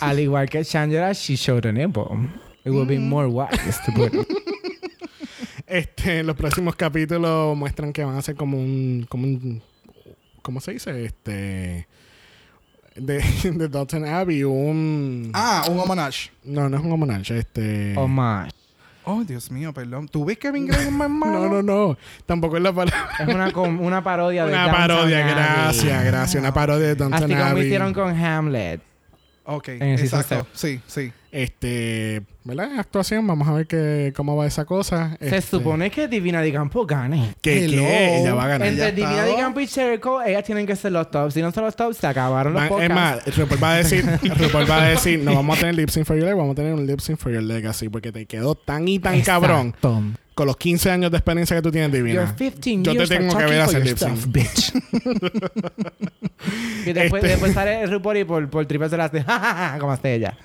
Speaker 4: al igual que Shangela, she showed an nipple. It would be more wise to put it.
Speaker 1: Este, los próximos capítulos muestran que van a ser como un. Como un ¿Cómo se dice? Este. De, de Downton Abbey, un.
Speaker 2: Ah, un homenaje.
Speaker 1: No, no es un homenaje, este.
Speaker 4: Oh my.
Speaker 2: Oh, Dios mío, perdón. ¿Tú ves Kevin Gray en
Speaker 1: no, no, no. Tampoco es la palabra.
Speaker 4: Es una, com- una parodia de
Speaker 1: Una
Speaker 4: Downton
Speaker 1: parodia,
Speaker 4: Abbey.
Speaker 1: gracias, gracias. Una parodia de Downton
Speaker 4: Así como
Speaker 1: Abbey.
Speaker 4: hicieron con Hamlet.
Speaker 2: Ok,
Speaker 4: En el season
Speaker 2: exacto. Sí, sí.
Speaker 1: Este, ¿verdad? Actuación, vamos a ver que, cómo va esa cosa.
Speaker 4: Se
Speaker 1: Este,
Speaker 4: supone que Divina de Campo gane.
Speaker 1: que,
Speaker 2: Hello.
Speaker 1: que ella va a ganar.
Speaker 2: Ella
Speaker 4: Entre
Speaker 2: está-
Speaker 4: Divina de Campo y Jericho, ellas tienen que ser los tops. Si no son los tops, se acabaron los
Speaker 1: Va- es
Speaker 4: podcasts.
Speaker 1: más, RuPaul va a decir, RuPaul va a decir, no vamos a tener lip sync for your legacy, vamos a tener un lip sync for your legacy, porque te quedó tan y tan cabrón
Speaker 4: Exacto.
Speaker 1: con los 15 años de experiencia que tú tienes
Speaker 4: You're
Speaker 1: divina.
Speaker 4: 15
Speaker 1: Yo te
Speaker 4: years of
Speaker 1: tengo que
Speaker 4: talking
Speaker 1: ver
Speaker 4: for
Speaker 1: hacer
Speaker 4: your
Speaker 1: lip-sync.
Speaker 4: stuff, bitch. y después,
Speaker 1: Este-
Speaker 4: después sale el RuPaul y por, por triple se la hace. "Ja, ja, ja", Como hace ella.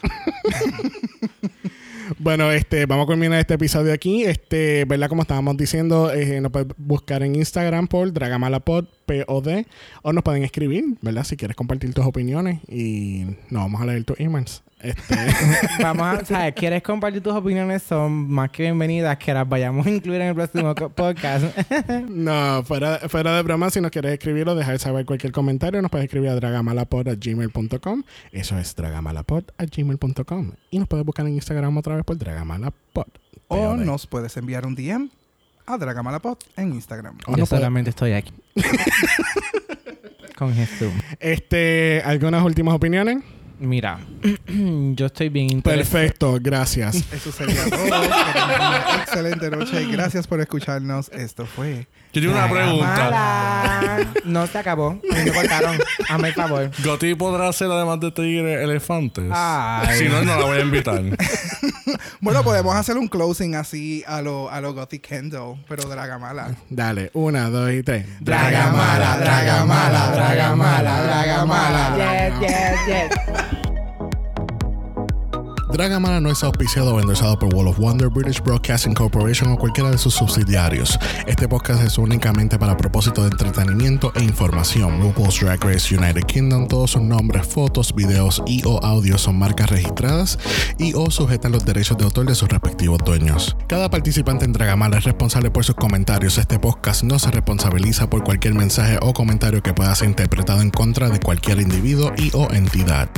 Speaker 1: Bueno, este, vamos a culminar este episodio aquí. Este, ¿verdad? Como estábamos diciendo, eh, nos puedes buscar en Instagram por Dragamalapod, POD, o nos pueden escribir, ¿verdad? Si quieres compartir tus opiniones y nos vamos a leer tus emails. Este,
Speaker 4: Vamos a, ¿sabes? ¿Quieres compartir tus opiniones? Son más que bienvenidas, que las vayamos a incluir en el próximo co- podcast.
Speaker 1: No, fuera, fuera de broma, si nos quieres escribir o dejar saber cualquier comentario, nos puedes escribir a dragamalapod.gmail.com. Eso es dragamalapod.gmail.com. Y nos puedes buscar en Instagram otra vez por dragamalapod.
Speaker 2: O
Speaker 1: POD.
Speaker 2: nos puedes enviar un DM a Dragamalapod en Instagram.
Speaker 1: O no
Speaker 3: pues,
Speaker 1: puede-
Speaker 4: estoy aquí. Con Jesús.
Speaker 1: Este, ¿algunas últimas opiniones?
Speaker 4: Mira, yo estoy bien interesado.
Speaker 1: Perfecto, gracias.
Speaker 2: Eso sería todo. Que tengan una excelente noche y gracias por escucharnos. Esto fue.
Speaker 3: Yo tengo una pregunta.
Speaker 4: Mala. No se acabó. Me cortaron. Hazme el favor.
Speaker 3: ¿Goti podrá ser además de tigre elefantes?
Speaker 4: Ay.
Speaker 3: Si no, no la voy a invitar.
Speaker 2: Bueno, podemos hacer un closing así a lo, a lo Gothic Kendall, pero Dragamala.
Speaker 1: Dale, una, dos y tres.
Speaker 2: Dragamala, Dragamala, Dragamala, Dragamala.
Speaker 4: Yes, yes, yes.
Speaker 1: Dragamala no es auspiciado o endosado por Wall of Wonder, British Broadcasting Corporation o cualquiera de sus subsidiarios. Este podcast es únicamente para propósito de entretenimiento e información. RuPaul's Drag Race United Kingdom, todos sus nombres, fotos, videos y o audios son marcas registradas y o sujetan los derechos de autor de sus respectivos dueños. Cada participante en Dragamala es responsable por sus comentarios. Este podcast no se responsabiliza por cualquier mensaje o comentario que pueda ser interpretado en contra de cualquier individuo y o entidad.